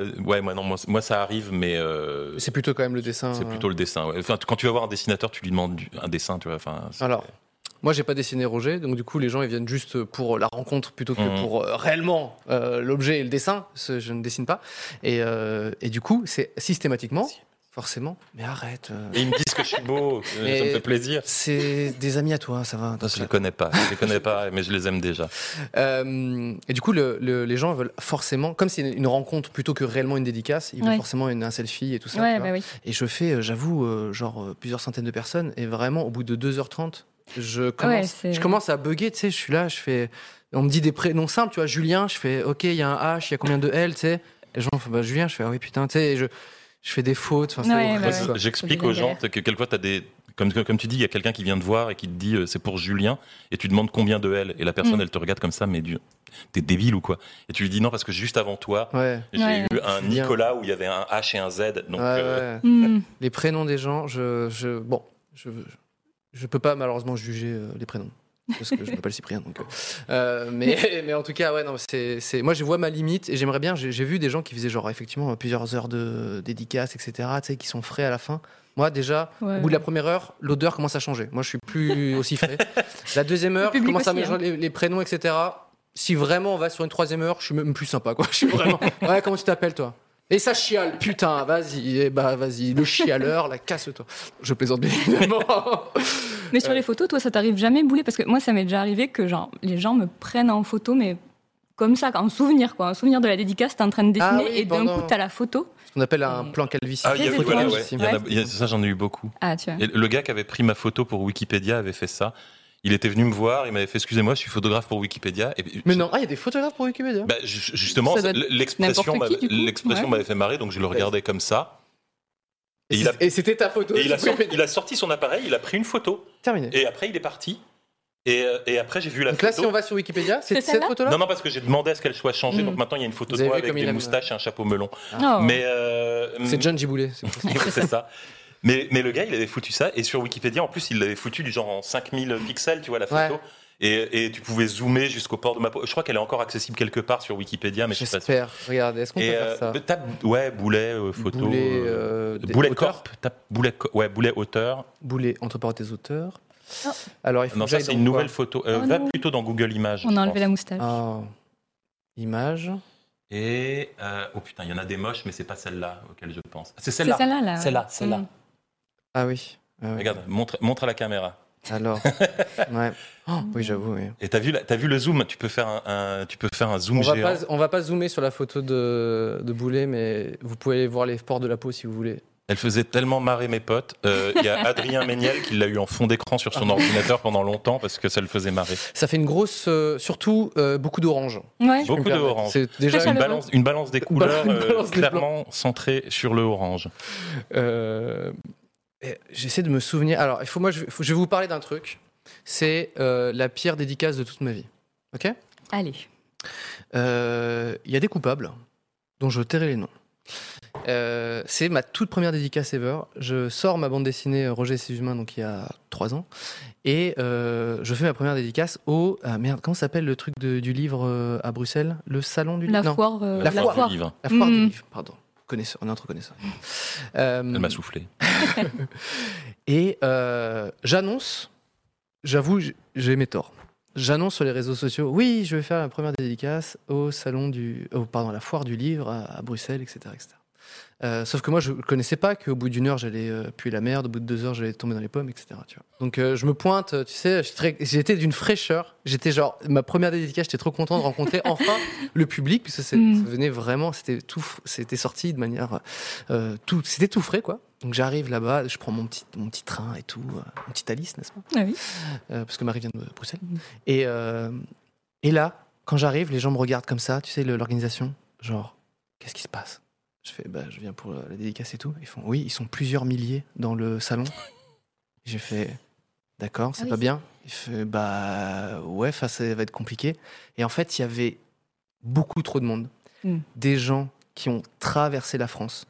Speaker 3: Euh, ouais, moi, non, moi, moi, ça arrive, mais euh,
Speaker 2: C'est plutôt quand même le dessin.
Speaker 3: c'est
Speaker 2: euh.
Speaker 3: plutôt le dessin. ouais. Enfin, t- quand tu vas voir un dessinateur, tu lui demandes du- un dessin, tu vois. Enfin, c'est-
Speaker 2: Alors, moi, j'ai pas dessiné Roger, donc du coup, les gens ils viennent juste pour la rencontre plutôt que
Speaker 3: Mhm.
Speaker 2: pour euh, réellement euh, l'objet et le dessin. Ce- je ne dessine pas. Et, euh, et du coup, c'est systématiquement, forcément. Mais arrête. euh,
Speaker 3: Et ils me disent que je suis beau, euh, ça me
Speaker 2: Mais-
Speaker 3: fait plaisir.
Speaker 2: c'est des amis à toi, ça va.
Speaker 3: Non, je les connais pas, je les connais pas, mais je les aime déjà.
Speaker 2: Euh, et du coup, le- le- les gens veulent forcément, comme c'est une, une rencontre plutôt que réellement une dédicace, ils veulent
Speaker 4: Ouais.
Speaker 2: forcément une, un selfie et tout ça.
Speaker 4: Ouais,
Speaker 2: tu vois.
Speaker 4: bah oui.
Speaker 2: Et je fais, euh, j'avoue, euh, genre euh, plusieurs centaines de personnes. Et vraiment, au bout de 2h30, je commence,
Speaker 4: c'est-
Speaker 2: je commence à bugger. Tu sais, je suis là, je fais. On me dit des prénoms simples, tu vois. Julien, je fais, OK, il y a un H, il y a combien de L, tu sais. Et les gens font, bah, Julien, je fais, ah oui, putain, tu sais. et Je, je fais des fautes. Enfin, c'est
Speaker 4: Ouais,
Speaker 2: horrible,
Speaker 4: bah ouais.
Speaker 2: quoi.
Speaker 3: J'explique
Speaker 4: C'est
Speaker 3: aux
Speaker 4: une
Speaker 3: gens
Speaker 4: galère.
Speaker 3: que quelquefois, as des... comme, comme tu dis, il y a quelqu'un qui vient te voir et qui te dit euh, c'est pour Julien, et tu demandes combien de L. Et la personne,
Speaker 4: Mm.
Speaker 3: elle te regarde comme ça, mais du... t'es débile ou quoi Et tu lui dis non, parce que juste avant toi,
Speaker 2: Ouais,
Speaker 3: j'ai
Speaker 4: Ouais,
Speaker 3: eu un
Speaker 2: Julien.
Speaker 3: Nicolas où il y avait un H et un Z.
Speaker 2: ouais,
Speaker 3: Donc, euh,
Speaker 2: ouais.
Speaker 4: Hmm.
Speaker 2: Les prénoms des gens, je. je bon, je, je peux pas malheureusement juger euh, les prénoms. Parce que je m'appelle Cyprien, donc. euh, euh, mais, *laughs* mais en tout cas, ouais, non, c'est, c'est- moi, je vois ma limite et j'aimerais bien. J'ai, j'ai vu des gens qui faisaient, genre, effectivement, plusieurs heures de dédicaces, etc., tu sais, qui sont frais à la fin. Moi, déjà,
Speaker 4: Ouais.
Speaker 2: au bout de la première heure, l'odeur commence à changer. Moi, je suis
Speaker 4: *laughs*
Speaker 2: plus aussi frais. La deuxième heure, je
Speaker 4: public
Speaker 2: commence à
Speaker 4: aussi, hein.
Speaker 2: mélanger les, les prénoms, etc. Si vraiment on va sur une troisième heure, je suis même plus sympa, quoi. Je suis
Speaker 4: *laughs*
Speaker 2: vraiment. Ouais, comment tu t'appelles, toi Et ça chiale, putain, vas-y, eh bah, vas-y, le chialeur, la casse-toi. Je plaisante bien évidemment.
Speaker 4: *laughs* Mais
Speaker 2: Euh.
Speaker 4: sur les photos, toi, ça t'arrive jamais, Boulet Parce que moi, ça m'est déjà arrivé que genre, les gens me prennent en photo, mais comme ça, en souvenir, quoi. Un souvenir de la dédicace, t'es en train de
Speaker 2: Ah
Speaker 4: dessiner,
Speaker 2: oui,
Speaker 4: et d'un
Speaker 2: pendant-
Speaker 4: coup, t'as la photo.
Speaker 2: Ce qu'on appelle un
Speaker 4: Mm.
Speaker 2: plan calvitie.
Speaker 3: Ah, il y a-
Speaker 4: Très
Speaker 3: voilà,
Speaker 4: étrange.
Speaker 3: ouais, il y en a- il y a- ça, j'en ai eu beaucoup.
Speaker 4: Ah, tu vois.
Speaker 3: Et le gars qui avait pris ma photo pour Wikipédia avait fait ça. Il était venu me voir, il m'avait fait excusez-moi, je suis photographe pour Wikipédia. Et puis-
Speaker 2: Mais non, ah, il y a des photographes pour Wikipédia.
Speaker 3: Bah, ju- justement,
Speaker 4: Ça doit être
Speaker 3: l'expression
Speaker 4: n'importe
Speaker 3: m'avait-
Speaker 4: qui, du coup.
Speaker 3: l'expression
Speaker 4: Ouais.
Speaker 3: m'avait fait marrer, donc je le regardais comme ça. Et il a,
Speaker 2: Et c'était ta photo.
Speaker 3: et il a
Speaker 2: sur
Speaker 3: sorti, il a sorti son appareil, il a pris une photo,
Speaker 2: Terminé.
Speaker 3: et après il est parti. Et, euh, et après j'ai vu la
Speaker 2: Donc là, si on
Speaker 3: photo.
Speaker 2: va sur Wikipédia, c'est
Speaker 4: C'est
Speaker 2: cette
Speaker 4: celle-là
Speaker 2: photo-là
Speaker 3: non, non, parce que j'ai demandé à ce qu'elle soit changée,
Speaker 4: Mm.
Speaker 3: donc maintenant il y a une photo
Speaker 2: Vous
Speaker 3: de
Speaker 2: avez
Speaker 3: moi
Speaker 2: vu
Speaker 3: avec
Speaker 2: comme il
Speaker 3: des
Speaker 2: aime-
Speaker 3: moustaches et un chapeau melon.
Speaker 4: Oh.
Speaker 3: Mais. euh,
Speaker 2: C'est
Speaker 3: *laughs*
Speaker 2: John Giboulet. c'est pour ça.
Speaker 3: c'est ça. Mais, mais le gars, il avait foutu ça. Et sur Wikipédia, en plus, il l'avait foutu du genre en 5000 pixels, tu vois, la photo.
Speaker 2: Ouais.
Speaker 3: Et, et tu pouvais zoomer jusqu'au port de ma peau. Je crois qu'elle est encore accessible quelque part sur Wikipédia, mais je sais pas. sûr.
Speaker 2: J'espère. Regardez, est-ce qu'on peut
Speaker 3: Et
Speaker 2: faire ça
Speaker 3: euh, tape, ouais, boulet, euh, photo.
Speaker 2: Boulet,
Speaker 3: euh,
Speaker 2: euh, des
Speaker 3: boulet
Speaker 2: auteurs
Speaker 3: corp. Tape boulet, co- ouais, boulet auteur.
Speaker 2: Boulet, entre parenthèses, auteur.
Speaker 4: Oh.
Speaker 2: Alors, il faut
Speaker 3: Non,
Speaker 2: que
Speaker 3: ça,
Speaker 2: j'aille
Speaker 3: c'est
Speaker 2: dans
Speaker 3: une
Speaker 2: quoi
Speaker 3: nouvelle photo. Euh,
Speaker 4: Oh
Speaker 3: va
Speaker 4: non.
Speaker 3: plutôt dans Google Images.
Speaker 4: On
Speaker 3: je
Speaker 4: a enlevé
Speaker 3: pense.
Speaker 4: la moustache.
Speaker 2: Ah. Image.
Speaker 3: Et. euh, oh putain, il y en a des moches, mais c'est pas celle-là auquel je pense. Ah, C'est
Speaker 4: C'est
Speaker 3: celle-là.
Speaker 4: celle-là, là.
Speaker 3: Celle-là, celle-là.
Speaker 4: Hmm.
Speaker 2: Ah oui. ah oui.
Speaker 3: Regarde, montre, montre à la caméra. *laughs*
Speaker 2: Alors. ouais. Oh, oui, j'avoue. oui.
Speaker 3: Et t'as vu, la- t'as vu le zoom Tu peux faire un, un- tu peux faire un zoom
Speaker 2: On va,
Speaker 3: géant.
Speaker 2: pas, on va pas zoomer sur la photo de, de Boulet, mais vous pouvez aller voir les pores de la peau si vous voulez.
Speaker 3: Elle faisait tellement marrer mes potes. Euh, Il
Speaker 4: *laughs*
Speaker 3: y a Adrien Méniel qui l'a eu en fond d'écran sur
Speaker 4: Ah.
Speaker 3: son ordinateur pendant longtemps parce que ça le faisait marrer.
Speaker 2: Ça fait une grosse. euh, surtout, euh, beaucoup d'orange.
Speaker 4: Mm. Ouais.
Speaker 3: Beaucoup
Speaker 2: Je me permets.
Speaker 3: d'orange.
Speaker 2: C'est déjà.
Speaker 4: Très
Speaker 3: Une
Speaker 2: une-
Speaker 4: chaleureux.
Speaker 3: balance, une balance des couleurs
Speaker 2: Une
Speaker 3: euh,
Speaker 2: balance des
Speaker 3: clairement centrée sur le orange.
Speaker 2: euh, et J'essaie de me souvenir. Alors, il faut, moi, je, faut- je vais vous parler d'un truc. C'est euh, la pire dédicace de toute ma vie. Ok
Speaker 4: Allez.
Speaker 2: Euh, Il y a des coupables dont je tairai les noms. Euh, c'est ma toute première dédicace ever. Je sors ma bande dessinée euh, Roger et ses humains, donc il y a trois ans, et euh, je fais ma première dédicace au. ah, merde, comment s'appelle le truc de- du livre euh, à Bruxelles Le salon du
Speaker 4: La
Speaker 2: livre Non,
Speaker 4: foire. euh,
Speaker 2: La
Speaker 3: foire
Speaker 2: foire.
Speaker 3: du livre.
Speaker 2: la foire du
Speaker 4: Mm.
Speaker 2: livre, pardon. Connaisseur, on est entre connaisseurs. Euh,
Speaker 3: Elle m'a
Speaker 4: Mm.
Speaker 3: soufflé.
Speaker 2: et euh, j'annonce, j'avoue, j- j'ai mes torts. J'annonce sur les réseaux sociaux, oui, je vais faire la première dédicace au salon du, oh, pardon, à la foire du livre à, à Bruxelles, etc., etc. Euh, sauf que moi, je ne connaissais pas qu'au bout d'une heure, j'allais euh, puer la merde, au bout de deux heures, j'allais tomber dans les pommes, etc. tu vois. Donc, euh, je me pointe, euh, tu sais, je suis très- j'étais d'une fraîcheur. J'étais genre, ma première dédicace, j'étais trop content de rencontrer enfin le public, puisque c'est-
Speaker 4: Mm.
Speaker 2: ça venait vraiment, c'était tout, f- c'était sorti de manière, euh, tout, c'était tout frais, quoi. Donc, j'arrive là-bas, je prends mon petit, mon petit train et tout, euh, mon petit Alice, n'est-ce pas
Speaker 4: Ah oui.
Speaker 2: Euh, Parce que Marie vient de Bruxelles.
Speaker 4: Mm.
Speaker 2: Et, euh, et là, quand j'arrive, les gens me regardent comme ça, tu sais, le- l'organisation, genre, qu'est-ce qui se passe je fais, bah, je viens pour euh, la dédicace et tout. Ils font, oui, ils sont plusieurs milliers dans le salon. J'ai fait, d'accord, c'est
Speaker 4: Ah oui.
Speaker 2: pas bien. Il fait, bah, ouais, enfin, ça va être compliqué. Et en fait, il y avait beaucoup trop de monde.
Speaker 4: Mm.
Speaker 2: Des gens qui ont traversé la France.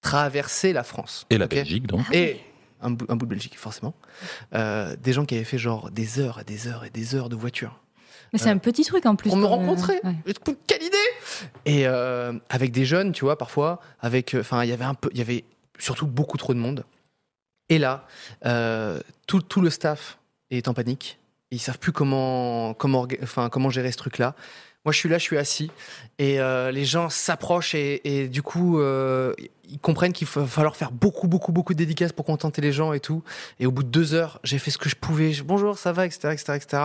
Speaker 2: Traversé la France.
Speaker 3: Et la
Speaker 2: ok
Speaker 3: Belgique, donc.
Speaker 2: Et un, bout- un bout de Belgique, forcément. Euh, des gens qui avaient fait genre des heures et des heures et des heures de voiture.
Speaker 4: Mais c'est un petit truc en plus.
Speaker 2: On me
Speaker 4: comme, euh,
Speaker 2: rencontrait.
Speaker 4: ouais.
Speaker 2: Et coup, Quelle idée Et euh, avec des jeunes, tu vois, parfois, avec, euh, enfin, il y avait un peu, il y avait surtout beaucoup trop de monde. Et là, euh, tout, tout le staff est en panique. Ils savent plus comment, comment, orga- enfin, comment gérer ce truc-là. Moi, je suis là, je suis assis, et euh, les gens s'approchent et, et du coup, euh, ils comprennent qu'il va falloir faire beaucoup, beaucoup, beaucoup de dédicaces pour contenter les gens et tout. Et au bout de deux heures, j'ai fait ce que je pouvais. Je- Bonjour, ça va, etc., etc., etc.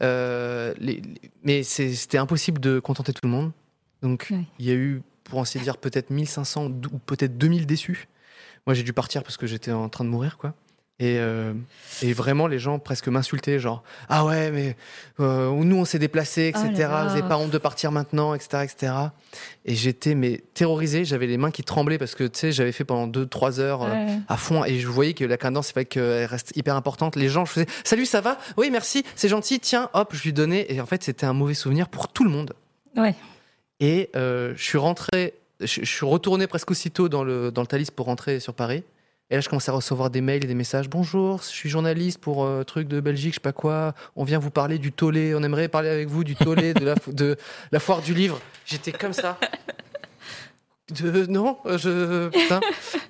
Speaker 2: Euh, les- les- mais c'est- c'était impossible de contenter tout le monde. Donc,
Speaker 4: Ouais.
Speaker 2: il y a eu, pour ainsi dire, peut-être 1500 ou ou peut-être 2000 déçus. Moi, j'ai dû partir parce que j'étais en train de mourir, quoi. Et, euh, et vraiment, les gens presque m'insultaient, genre Ah ouais, mais euh, nous, on s'est déplacés,
Speaker 4: Oh
Speaker 2: etc.
Speaker 4: là là.
Speaker 2: Vous n'avez pas honte de partir maintenant, etc. etc. Et j'étais mais terrorisé, j'avais les mains qui tremblaient parce que tu sais, j'avais fait pendant 2-3 heures euh,
Speaker 4: Ouais.
Speaker 2: à fond et je voyais que la cadence, c'est vrai qu'elle reste hyper importante. Les gens, je faisais Salut, ça va Oui, merci, c'est gentil, tiens, hop, je lui donnais. Et en fait, c'était un mauvais souvenir pour tout le monde.
Speaker 4: Euh, Ouais.
Speaker 2: Et euh, je suis rentré, je, je suis retourné presque aussitôt dans le, dans le Thalys pour rentrer sur Paris. Et là, je commençais à recevoir des mails et des messages. Bonjour, je suis journaliste pour euh, truc de Belgique, je sais pas quoi. On vient vous parler du tollé. On aimerait parler avec vous du tollé, de la, fo- de la foire du livre. J'étais comme ça. De, non, euh, je. Putain.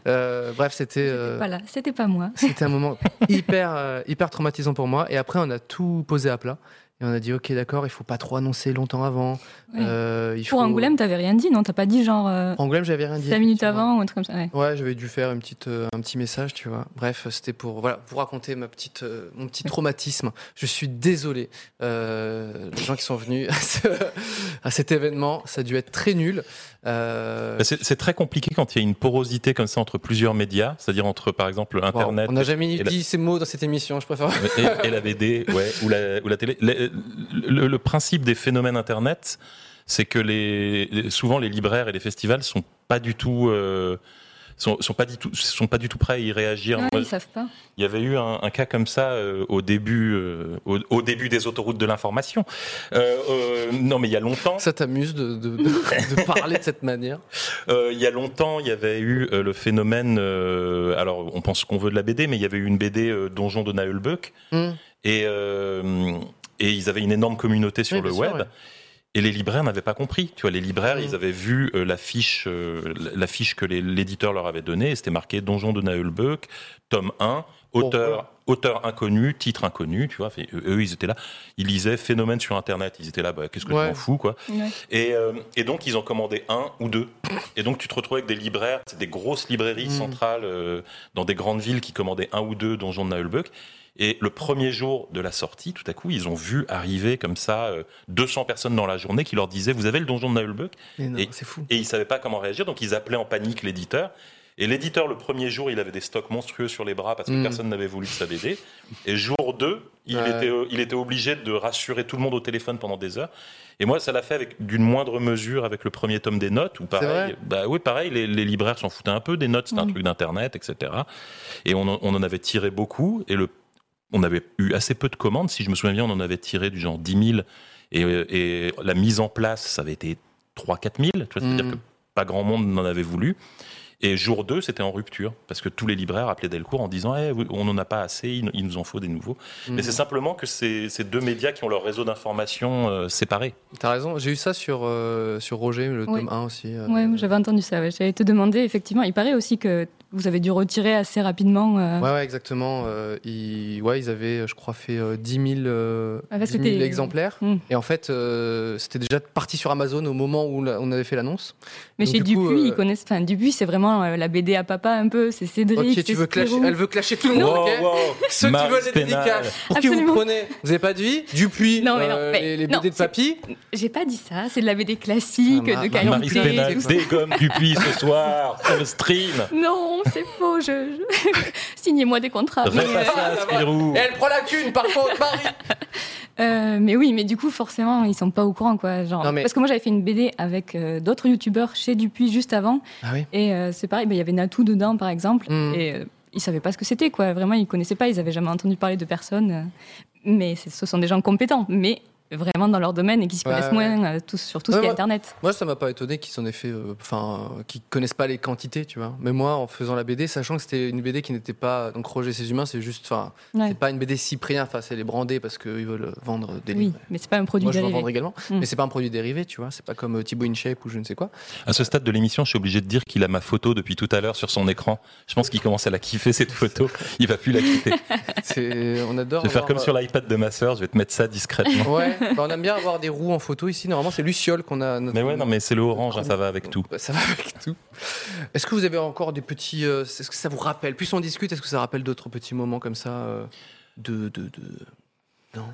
Speaker 2: Euh, bref, c'était. euh,
Speaker 4: Voilà, c'était pas moi.
Speaker 2: c'était un moment hyper, euh, hyper traumatisant pour moi. Et après, on a tout posé à plat. Et on a dit, OK, d'accord, il faut pas trop annoncer longtemps avant.
Speaker 4: Ouais.
Speaker 2: Euh, il
Speaker 4: Pour
Speaker 2: faut-
Speaker 4: Angoulême, t'avais rien dit, non T'as pas dit genre euh,
Speaker 2: Pour Angoulême, j'avais rien dit.
Speaker 4: 5 minutes
Speaker 2: effectivement.
Speaker 4: avant ou un truc comme ça ouais.
Speaker 2: Ouais, j'avais dû faire une petite, euh, un petit message, tu vois. Bref, c'était pour, voilà, pour raconter ma petite, euh, mon petit traumatisme. Je suis désolé. Euh, les gens qui sont venus à, ce- à cet événement, ça a dû être très nul. Euh,
Speaker 3: Bah, C'est c'est très compliqué quand il y a une porosité comme ça entre plusieurs médias, c'est-à-dire entre, par exemple,
Speaker 2: wow,
Speaker 3: Internet
Speaker 2: on n'a jamais
Speaker 3: et la-
Speaker 2: dit ces mots dans cette émission, je préfère. *laughs*
Speaker 3: et, et la BD, ouais, ou la, ou la télé. Le, le- le principe des phénomènes Internet, c'est que les, souvent les libraires et les festivals sont pas du tout, euh, sont, sont pas du tout, sont pas du tout prêts à y réagir.
Speaker 4: Ouais,
Speaker 3: Moi,
Speaker 4: ils savent pas.
Speaker 3: il y avait eu un, un cas comme ça euh, au début, euh, au, au début des autoroutes de l'information. Euh, euh, non, mais il y a longtemps.
Speaker 2: Ça t'amuse de, de- de- de parler de cette
Speaker 4: *laughs*
Speaker 2: manière.
Speaker 3: Euh, il y a longtemps, il y avait eu euh, le phénomène. euh, alors, on pense ce qu'on veut de la BD, mais il y avait eu une BD euh, Donjon de Naëlbeuk.
Speaker 2: Hmm.
Speaker 3: Et, euh, et ils avaient une énorme communauté sur
Speaker 2: Oui,
Speaker 3: le
Speaker 2: bien
Speaker 3: web.
Speaker 2: sûr, ouais.
Speaker 3: Et les libraires n'avaient pas compris. Tu vois, les libraires,
Speaker 2: Mhm.
Speaker 3: ils avaient vu euh, la fiche, euh, la fiche que les- l'éditeur leur avait donnée. et C'était marqué Donjon de Naëlbeuk, tome 1, auteur, auteur inconnu, titre inconnu. Tu vois, Fait, eux, eux, ils étaient là. Ils lisaient Phénomène sur Internet. Ils étaient là, bah, qu'est-ce que
Speaker 2: Ouais.
Speaker 3: je m'en fous, quoi.
Speaker 4: Ouais.
Speaker 3: Et, euh, et donc, ils en commandaient un ou deux. Et donc, tu te retrouvais avec des libraires, c'est des grosses librairies
Speaker 2: Mhm.
Speaker 3: centrales euh, dans des grandes villes qui commandaient un ou deux donjons de Naëlbeuk. Et le premier jour de la sortie, tout à coup, ils ont vu arriver comme ça euh, 200 personnes dans la journée qui leur disaient Vous avez le donjon de Naëlbeuk
Speaker 2: Mais non,
Speaker 3: Et-
Speaker 2: c'est fou.
Speaker 3: Et ils savaient pas comment réagir, donc ils appelaient en panique l'éditeur. Et l'éditeur, le premier jour, il avait des stocks monstrueux sur les bras parce que
Speaker 2: Mhm.
Speaker 3: personne n'avait voulu de sa BD. Et jour 2, il,
Speaker 2: Ouais.
Speaker 3: était, euh, il était obligé de rassurer tout le monde au téléphone pendant des heures. Et moi, ça l'a fait avec d'une moindre mesure avec le premier tome des notes, où pareil,
Speaker 2: vrai Hmm.
Speaker 3: bah oui, pareil, les, les libraires s'en foutaient un peu des notes, c'était un
Speaker 4: Mhm.
Speaker 3: truc d'internet, etc. Et on en, on en avait tiré beaucoup, et le, on avait eu assez peu de commandes. Si je me souviens bien, on en avait tiré du genre 10 000, et, euh, et la mise en place, ça avait été 3 4 000, tu vois, c'est-à-dire
Speaker 2: Mhm.
Speaker 3: que pas grand monde n'en avait voulu. Et jour 2, c'était en rupture, parce que tous les libraires appelaient Delcourt en disant Eh, vous- on n'en a pas assez, il il nous en faut des nouveaux. Mais
Speaker 2: Mm.
Speaker 3: c'est simplement que c'est c'est deux médias qui ont leur réseau d'information euh, séparés.
Speaker 2: T'as raison, j'ai eu ça sur, euh, sur Roger, le
Speaker 4: Oui.
Speaker 2: tome 1 aussi. euh,
Speaker 4: Ouais, moi, j'avais entendu ça. Ouais. J'allais te demander, effectivement, il paraît aussi que vous avez dû retirer assez rapidement. euh,
Speaker 2: Ouais, ouais, exactement. Euh, ils, ouais, ils avaient, je crois, fait euh, 10 000, euh,
Speaker 4: Ah, parce que
Speaker 2: 10 000
Speaker 4: t'es-
Speaker 2: exemplaires.
Speaker 4: Mm.
Speaker 2: Et en fait, euh, c'était déjà parti sur Amazon au moment où la- on avait fait l'annonce.
Speaker 4: Mais
Speaker 2: Donc,
Speaker 4: chez
Speaker 2: du coup,
Speaker 4: Dupuis,
Speaker 2: euh,
Speaker 4: ils connaissent. Enfin, Dupuis, c'est vraiment euh, la BD à papa un peu. C'est Cédric.
Speaker 2: Ok,
Speaker 4: c'est
Speaker 2: tu veux clasher,
Speaker 4: Spirou.
Speaker 2: elle veut clasher tout le monde, ok *laughs* Ceux qui veulent les dédicaces, pour qui vous
Speaker 4: Absolument.
Speaker 2: prenez Vous avez pas dit Dupuis,
Speaker 4: Non, mais non,
Speaker 2: euh,
Speaker 4: mais
Speaker 2: les, les
Speaker 4: non,
Speaker 2: BD de
Speaker 4: c'est-
Speaker 2: papy
Speaker 4: J'ai pas dit ça. C'est de la BD classique,
Speaker 2: Ah, ma- ma-
Speaker 4: de Caillon
Speaker 2: Marie Pénal.
Speaker 4: Play.
Speaker 2: tout ça.
Speaker 3: dégomme Dupuis
Speaker 2: *laughs*
Speaker 3: ce soir sur le stream.
Speaker 4: Non, c'est faux. Je, je- *laughs* Signez-moi des contrats. Mais, euh,
Speaker 3: Repasse ça à Spirou.
Speaker 2: Ah, Et elle prend la thune, par contre, Marie
Speaker 4: Euh, mais oui, mais du coup, forcément, ils sont pas au courant, quoi. Genre,
Speaker 2: Non, mais-
Speaker 4: Parce que moi, j'avais fait une BD avec euh, d'autres youtubeurs chez Dupuis juste avant,
Speaker 2: Ah oui
Speaker 4: et euh, c'est pareil, ben, il y avait Natou dedans, par exemple,
Speaker 2: Mm.
Speaker 4: et euh, ils savaient pas ce que c'était, quoi. Vraiment, ils connaissaient pas, ils avaient jamais entendu parler de personne. euh, mais c'est- ce sont des gens compétents, mais vraiment dans leur domaine et qui s'y
Speaker 2: Ouais,
Speaker 4: connaissent
Speaker 2: ouais.
Speaker 4: moins euh, tous, sur tout
Speaker 2: Ouais,
Speaker 4: ce qui est
Speaker 2: ouais.
Speaker 4: Internet.
Speaker 2: Moi, ça m'a pas étonné qu'ils en aient fait, euh, enfin, euh, qu'ils connaissent pas les quantités, tu vois. Mais moi, en faisant la BD, sachant que c'était une BD qui n'était pas donc Roger et ses humains, c'est juste, enfin,
Speaker 4: Ouais.
Speaker 2: c'est pas une BD Cyprien, enfin, c'est les brandés parce qu'ils veulent vendre des
Speaker 4: Oui,
Speaker 2: livres.
Speaker 4: mais c'est pas un produit
Speaker 2: Moi, je veux en
Speaker 4: dérivé.
Speaker 2: vendre également,
Speaker 4: Mm.
Speaker 2: mais c'est pas un produit dérivé, tu vois. C'est pas comme euh, Thibaut InShape ou je ne sais quoi.
Speaker 4: *laughs*
Speaker 3: À ce stade de l'émission, je suis obligé de dire qu'il a ma photo depuis tout à l'heure sur son écran. Je pense qu'il commence à la kiffer cette photo. Il va plus la quitter.
Speaker 2: C'est, on adore.
Speaker 3: Je vais faire
Speaker 2: avoir,
Speaker 3: comme
Speaker 2: euh,
Speaker 3: sur l'iPad de ma sœur. Je vais te mettre
Speaker 2: *laughs*
Speaker 3: ça discrètement.
Speaker 2: Ouais, bah, on aime bien avoir des roues en photo ici. Normalement, c'est Luciole qu'on a. notre-
Speaker 3: Mais ouais, non, mais c'est le orange, hein, ça va avec tout.
Speaker 2: Bah, ça va *laughs* avec tout. Est-ce que vous avez encore des petits. euh, est-ce que ça vous rappelle Plus on discute, est-ce que ça rappelle d'autres petits moments comme ça euh, de, de, de- Non.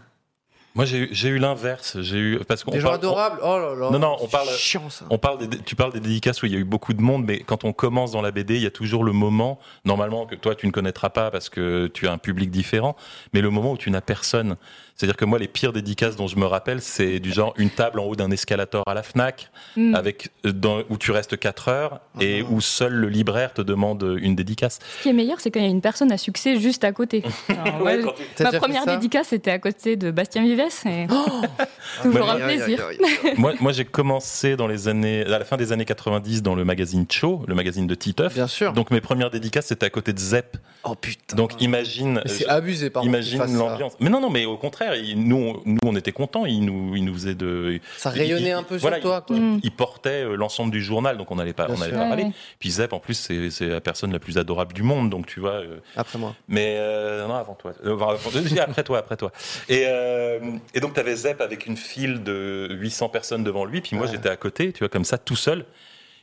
Speaker 3: Moi, j'ai eu- j'ai eu l'inverse. J'ai eu parce qu'on
Speaker 2: Des gens
Speaker 3: parle- on-
Speaker 2: adorables Oh là là
Speaker 3: Non, non, on
Speaker 2: c'est
Speaker 3: parle-
Speaker 2: chiant ça.
Speaker 3: On parle des- tu parles des dédicaces où il y a eu beaucoup de monde, mais quand on commence dans la BD, il y a toujours le moment, normalement que toi tu ne connaîtras pas parce que tu as un public différent, mais le moment où tu n'as personne. C'est-à-dire que moi, les pires dédicaces dont je me rappelle, c'est du genre une table en haut d'un escalator à la FNAC,
Speaker 4: Mm.
Speaker 2: Ah.
Speaker 3: avec, euh, dans- où tu restes 4 heures et
Speaker 2: Mm-hmm.
Speaker 3: où seul le libraire te demande une dédicace.
Speaker 4: Ce qui est meilleur, c'est quand il y a une personne à succès juste à
Speaker 2: *laughs*
Speaker 4: côté. Alors, moi,
Speaker 2: T'as déjà
Speaker 4: ma
Speaker 2: fait
Speaker 4: première
Speaker 2: ça Oh,
Speaker 4: dédicace était à côté de Bastien Vives. Et... toujours un plaisir.
Speaker 3: *laughs* moi, moi j'ai commencé dans les années, à la fin des années 90 dans le magazine Cho, le magazine de Titeuf.
Speaker 2: Bien sûr.
Speaker 3: Donc mes premières dédicaces, c'était à côté de Zep.
Speaker 2: oh putain.
Speaker 3: Donc imagine.
Speaker 2: Mais c'est
Speaker 3: Euh, je-
Speaker 2: abusé, par contre, qu'ils fassent
Speaker 3: Imagine
Speaker 2: ça.
Speaker 3: l'ambiance. Mais non, non, mais au contraire, il- nous, on, nous, on était contents. Il nous, il nous faisait de.
Speaker 2: Ça rayonnait
Speaker 3: il-
Speaker 2: un peu
Speaker 3: voilà,
Speaker 2: sur toi.
Speaker 3: il-
Speaker 2: quoi.
Speaker 4: Mm.
Speaker 3: Il portait euh, l'ensemble du journal, donc on n'allait pas,
Speaker 2: Bien
Speaker 3: on allait
Speaker 2: sûr.
Speaker 3: pas
Speaker 4: Ouais,
Speaker 3: râler.
Speaker 4: ouais.
Speaker 3: Puis Zep, en plus, c'est c'est la personne la plus adorable du monde, donc tu vois. euh,
Speaker 2: Après moi.
Speaker 3: mais euh, non, avant toi. Euh, enfin, avant- je dis après toi, après toi. Et, euh, et donc, tu avais Zep avec une file de 800 personnes devant lui. Puis moi,
Speaker 2: Ouais.
Speaker 3: j'étais à côté, tu vois, comme ça, tout seul.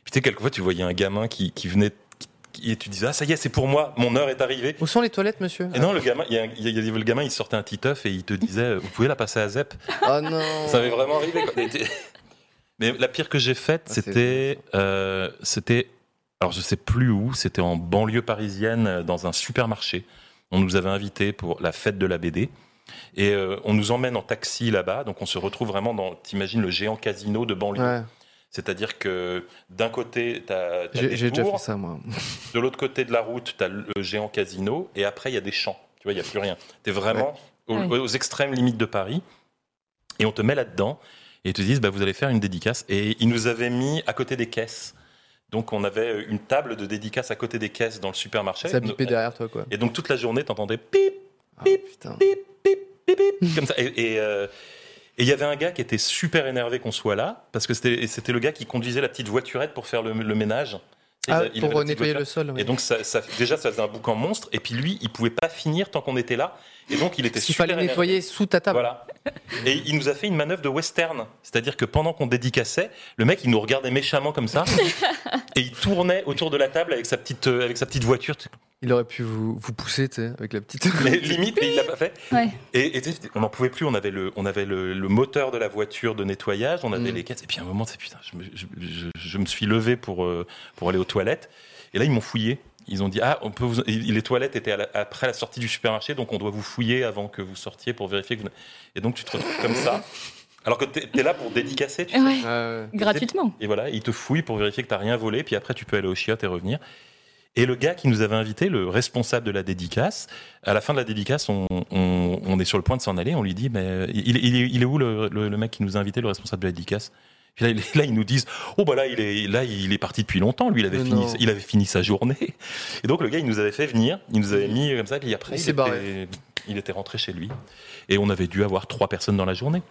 Speaker 3: Puis tu sais, quelquefois, tu voyais un gamin qui, qui venait. qui- et tu disais, ah, ça y est, c'est pour moi, mon heure est arrivée.
Speaker 2: Où sont les toilettes, monsieur
Speaker 3: Et non, le gamin, il y a, un- il y a- il y a- le gamin, il sortait un titeuf et il te disait, euh, vous pouvez la passer à Zep.
Speaker 2: Ah non.
Speaker 3: Ça avait vraiment arrivé. quoi. Et t'es- *laughs* Mais la pire que j'ai faite,
Speaker 2: Ah, c'est
Speaker 3: c'était, euh, c'était, alors je sais plus où, c'était en banlieue parisienne, euh, dans un supermarché. On nous avait invités pour la fête de la BD. Et euh, on nous emmène en taxi là-bas, donc on se retrouve vraiment dans, t'imagines, le géant casino de banlieue.
Speaker 2: Ouais,
Speaker 3: C'est-à-dire que d'un côté, t'as, t'as
Speaker 2: j'ai
Speaker 3: des
Speaker 2: j'ai déjà fait
Speaker 3: tours,
Speaker 2: ça, moi.
Speaker 3: de l'autre côté de la route, tu as le géant casino, et après, il y a des champs. Tu vois, il n'y a plus rien. Tu es vraiment aux-
Speaker 4: Ouais.
Speaker 3: aux, extrêmes limites de Paris. Et on te met là-dedans, et ils te disent, bah, vous allez faire une dédicace. Et ils nous avaient mis à côté des caisses. Donc, on avait une table de dédicace à côté des caisses dans le supermarché.
Speaker 2: Ça bipait derrière toi, quoi.
Speaker 3: Et donc, toute la journée, tu entendais pip,
Speaker 2: Ah,
Speaker 3: Bip,
Speaker 2: putain.
Speaker 3: bip, bip, bip,
Speaker 4: *laughs*
Speaker 3: bip, comme ça. Et et, euh, et il y avait un gars qui était super énervé qu'on soit là, parce que c'était et c'était le gars qui conduisait la petite voiturette pour faire le, le ménage. Tu sais,
Speaker 2: Ah,
Speaker 3: il a- il avait
Speaker 2: pour
Speaker 3: la petite
Speaker 2: nettoyer
Speaker 3: voiture.
Speaker 2: le sol. oui.
Speaker 3: Et donc ça, ça- déjà ça faisait un boucan monstre et puis lui il pouvait pas finir tant qu'on était là et donc il était
Speaker 2: Parce qu'il
Speaker 3: super
Speaker 2: fallait
Speaker 3: énervé.
Speaker 2: nettoyer sous ta table.
Speaker 3: Voilà. Et il nous a fait une manœuvre de western, c'est-à-dire que pendant qu'on dédicassait, le mec il nous regardait méchamment
Speaker 2: *laughs*
Speaker 3: comme ça et il tournait autour de la table avec sa petite euh, avec sa petite voiture,
Speaker 2: Il aurait pu vous, vous pousser, tu sais, avec la
Speaker 3: *laughs*
Speaker 2: petite.
Speaker 3: mais limite mais il l'a pas fait.
Speaker 4: Ouais.
Speaker 3: Et, et tu sais, on n'en pouvait plus, on avait, le, on avait le, le moteur de la voiture de nettoyage, on avait
Speaker 2: Mm.
Speaker 3: les caisses, et puis à un moment, c'est putain, je me, je- je- je me suis levé pour, euh, pour aller aux toilettes, et là, ils m'ont fouillé. Ils ont dit, ah, on peut vous... et les toilettes étaient à la- après la sortie du supermarché, donc on doit vous fouiller avant que vous sortiez pour vérifier que vous... Et donc, tu te retrouves comme ça, alors que t'es es là pour dédicacer, tu sais.
Speaker 4: Ouais,
Speaker 2: *laughs* Ouais, ouais.
Speaker 4: gratuitement.
Speaker 3: Et voilà, ils te fouillent pour vérifier que t'as rien volé, puis après tu peux aller au chiottes et revenir. Et le gars qui nous avait invité, le responsable de la dédicace, à la fin de la dédicace, on, on- on est sur le point de s'en aller, on lui dit, mais il, il est- il est où le, le- le mec qui nous a invité, le responsable de la dédicace Puis là, il- là, ils nous disent, oh bah là, il est, là, il est parti depuis longtemps, lui, il avait,
Speaker 2: Mais
Speaker 3: fini,
Speaker 2: Euh, non.
Speaker 3: il avait fini sa journée. *laughs* Et donc le gars, il nous avait fait venir, il nous avait mis comme ça, puis après,
Speaker 2: Il s'est barré.
Speaker 3: était, il était rentré chez lui. Et on avait dû avoir trois personnes dans la journée.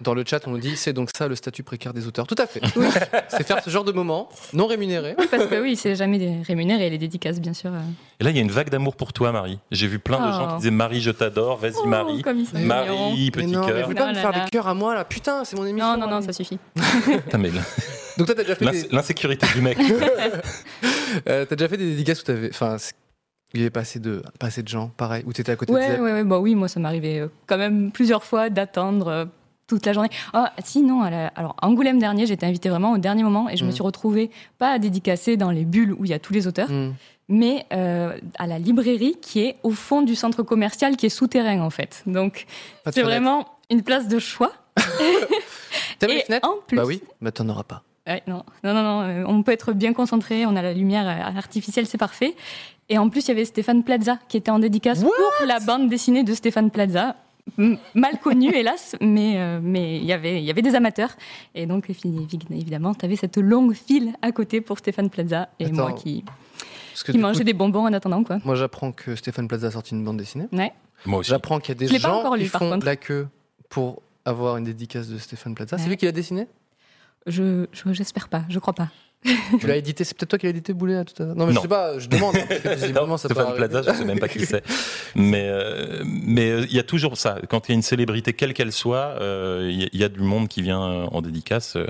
Speaker 2: Dans le chat, on nous dit c'est donc ça le statut précaire des auteurs. Tout à fait. *laughs* c'est faire ce genre de moment non rémunéré.
Speaker 4: Parce que oui, c'est jamais rémunéré et les dédicaces, bien sûr. euh.
Speaker 3: Et là, il y a une vague d'amour pour toi, Marie. J'ai vu plein de
Speaker 4: Oh.
Speaker 3: gens qui disaient Marie, je t'adore, vas-y,
Speaker 4: Oh,
Speaker 3: Marie.
Speaker 4: comme ils sont mignons.
Speaker 3: Marie,
Speaker 2: Mais
Speaker 3: petit
Speaker 2: non, mais vous
Speaker 3: cœur.
Speaker 2: voulez pas
Speaker 4: Oh
Speaker 2: me
Speaker 4: là
Speaker 2: faire
Speaker 4: là.
Speaker 2: des cœurs à moi là, putain, c'est mon émission.
Speaker 4: Non, non, non, ça suffit.
Speaker 3: Putain, mais
Speaker 2: Donc toi, t'as déjà fait,
Speaker 3: l'ins-
Speaker 2: des...
Speaker 3: l'insécurité
Speaker 2: *laughs*
Speaker 3: du mec.
Speaker 2: euh, t'as déjà fait des dédicaces où t'avais, enfin, c'est- il y avait pas assez de, pas assez de gens, pareil, où t'étais à côté de
Speaker 4: Ouais,
Speaker 2: Zep.
Speaker 4: ouais, ouais, bah oui, moi ça m'arrivait euh, quand même plusieurs fois d'attendre euh, toute la journée. Ah, sinon, à la- alors Angoulême dernier, j'étais invitée vraiment au dernier moment et je me
Speaker 2: Mm.
Speaker 4: suis retrouvée pas à dédicacer dans les bulles où il y a tous les auteurs,
Speaker 2: Hmm.
Speaker 4: mais euh, à la librairie qui est au fond du centre commercial qui est souterrain en fait. Donc
Speaker 2: Pas de
Speaker 4: c'est
Speaker 2: fenêtre.
Speaker 4: vraiment une place de choix.
Speaker 2: T'avais
Speaker 4: Et
Speaker 2: les fenêtres
Speaker 4: en plus,
Speaker 2: Bah oui, mais t'en auras pas.
Speaker 4: Ouais, non, non, non, non, euh, on peut être bien concentré, on a la lumière euh, artificielle, c'est parfait. Et en plus, il y avait Stéphane Plaza qui était en dédicace pour la bande dessinée de Stéphane Plaza. mal *laughs* connu, hélas, mais euh, mais il y avait il y avait des amateurs et donc évidemment, tu avais cette longue file à côté pour Stéphane Plaza et
Speaker 2: Attends.
Speaker 4: moi qui
Speaker 2: Parce que
Speaker 4: qui
Speaker 2: du coup,
Speaker 4: mangeais des bonbons en attendant quoi.
Speaker 2: Moi, j'apprends que Stéphane Plaza a sorti une bande dessinée.
Speaker 4: Ouais.
Speaker 3: Moi aussi.
Speaker 2: J'apprends qu'il y a
Speaker 4: Je
Speaker 2: des
Speaker 4: l'ai pas
Speaker 2: gens
Speaker 4: encore lu,
Speaker 2: qui
Speaker 4: par
Speaker 2: font
Speaker 4: contre.
Speaker 2: la queue pour avoir une dédicace de Stéphane Plaza. C'est
Speaker 4: Ouais.
Speaker 2: lui qui l'a dessiné
Speaker 4: Je je- j'espère pas, je crois pas.
Speaker 2: Tu l'as édité C'est peut-être toi qui l'as édité, Boulet, tout à l'heure Non, mais
Speaker 3: Non.
Speaker 2: je sais pas, je demande. parce que
Speaker 3: *laughs*
Speaker 2: visiblement, ça
Speaker 3: Stéphane
Speaker 2: paraît-
Speaker 3: Plaza, je ne sais même pas qui
Speaker 2: *laughs*
Speaker 3: c'est. Mais euh, mais euh, il y a toujours ça. Quand il y a une célébrité, quelle qu'elle soit, euh, il y, a- il y a du monde qui vient euh, en dédicace. Euh,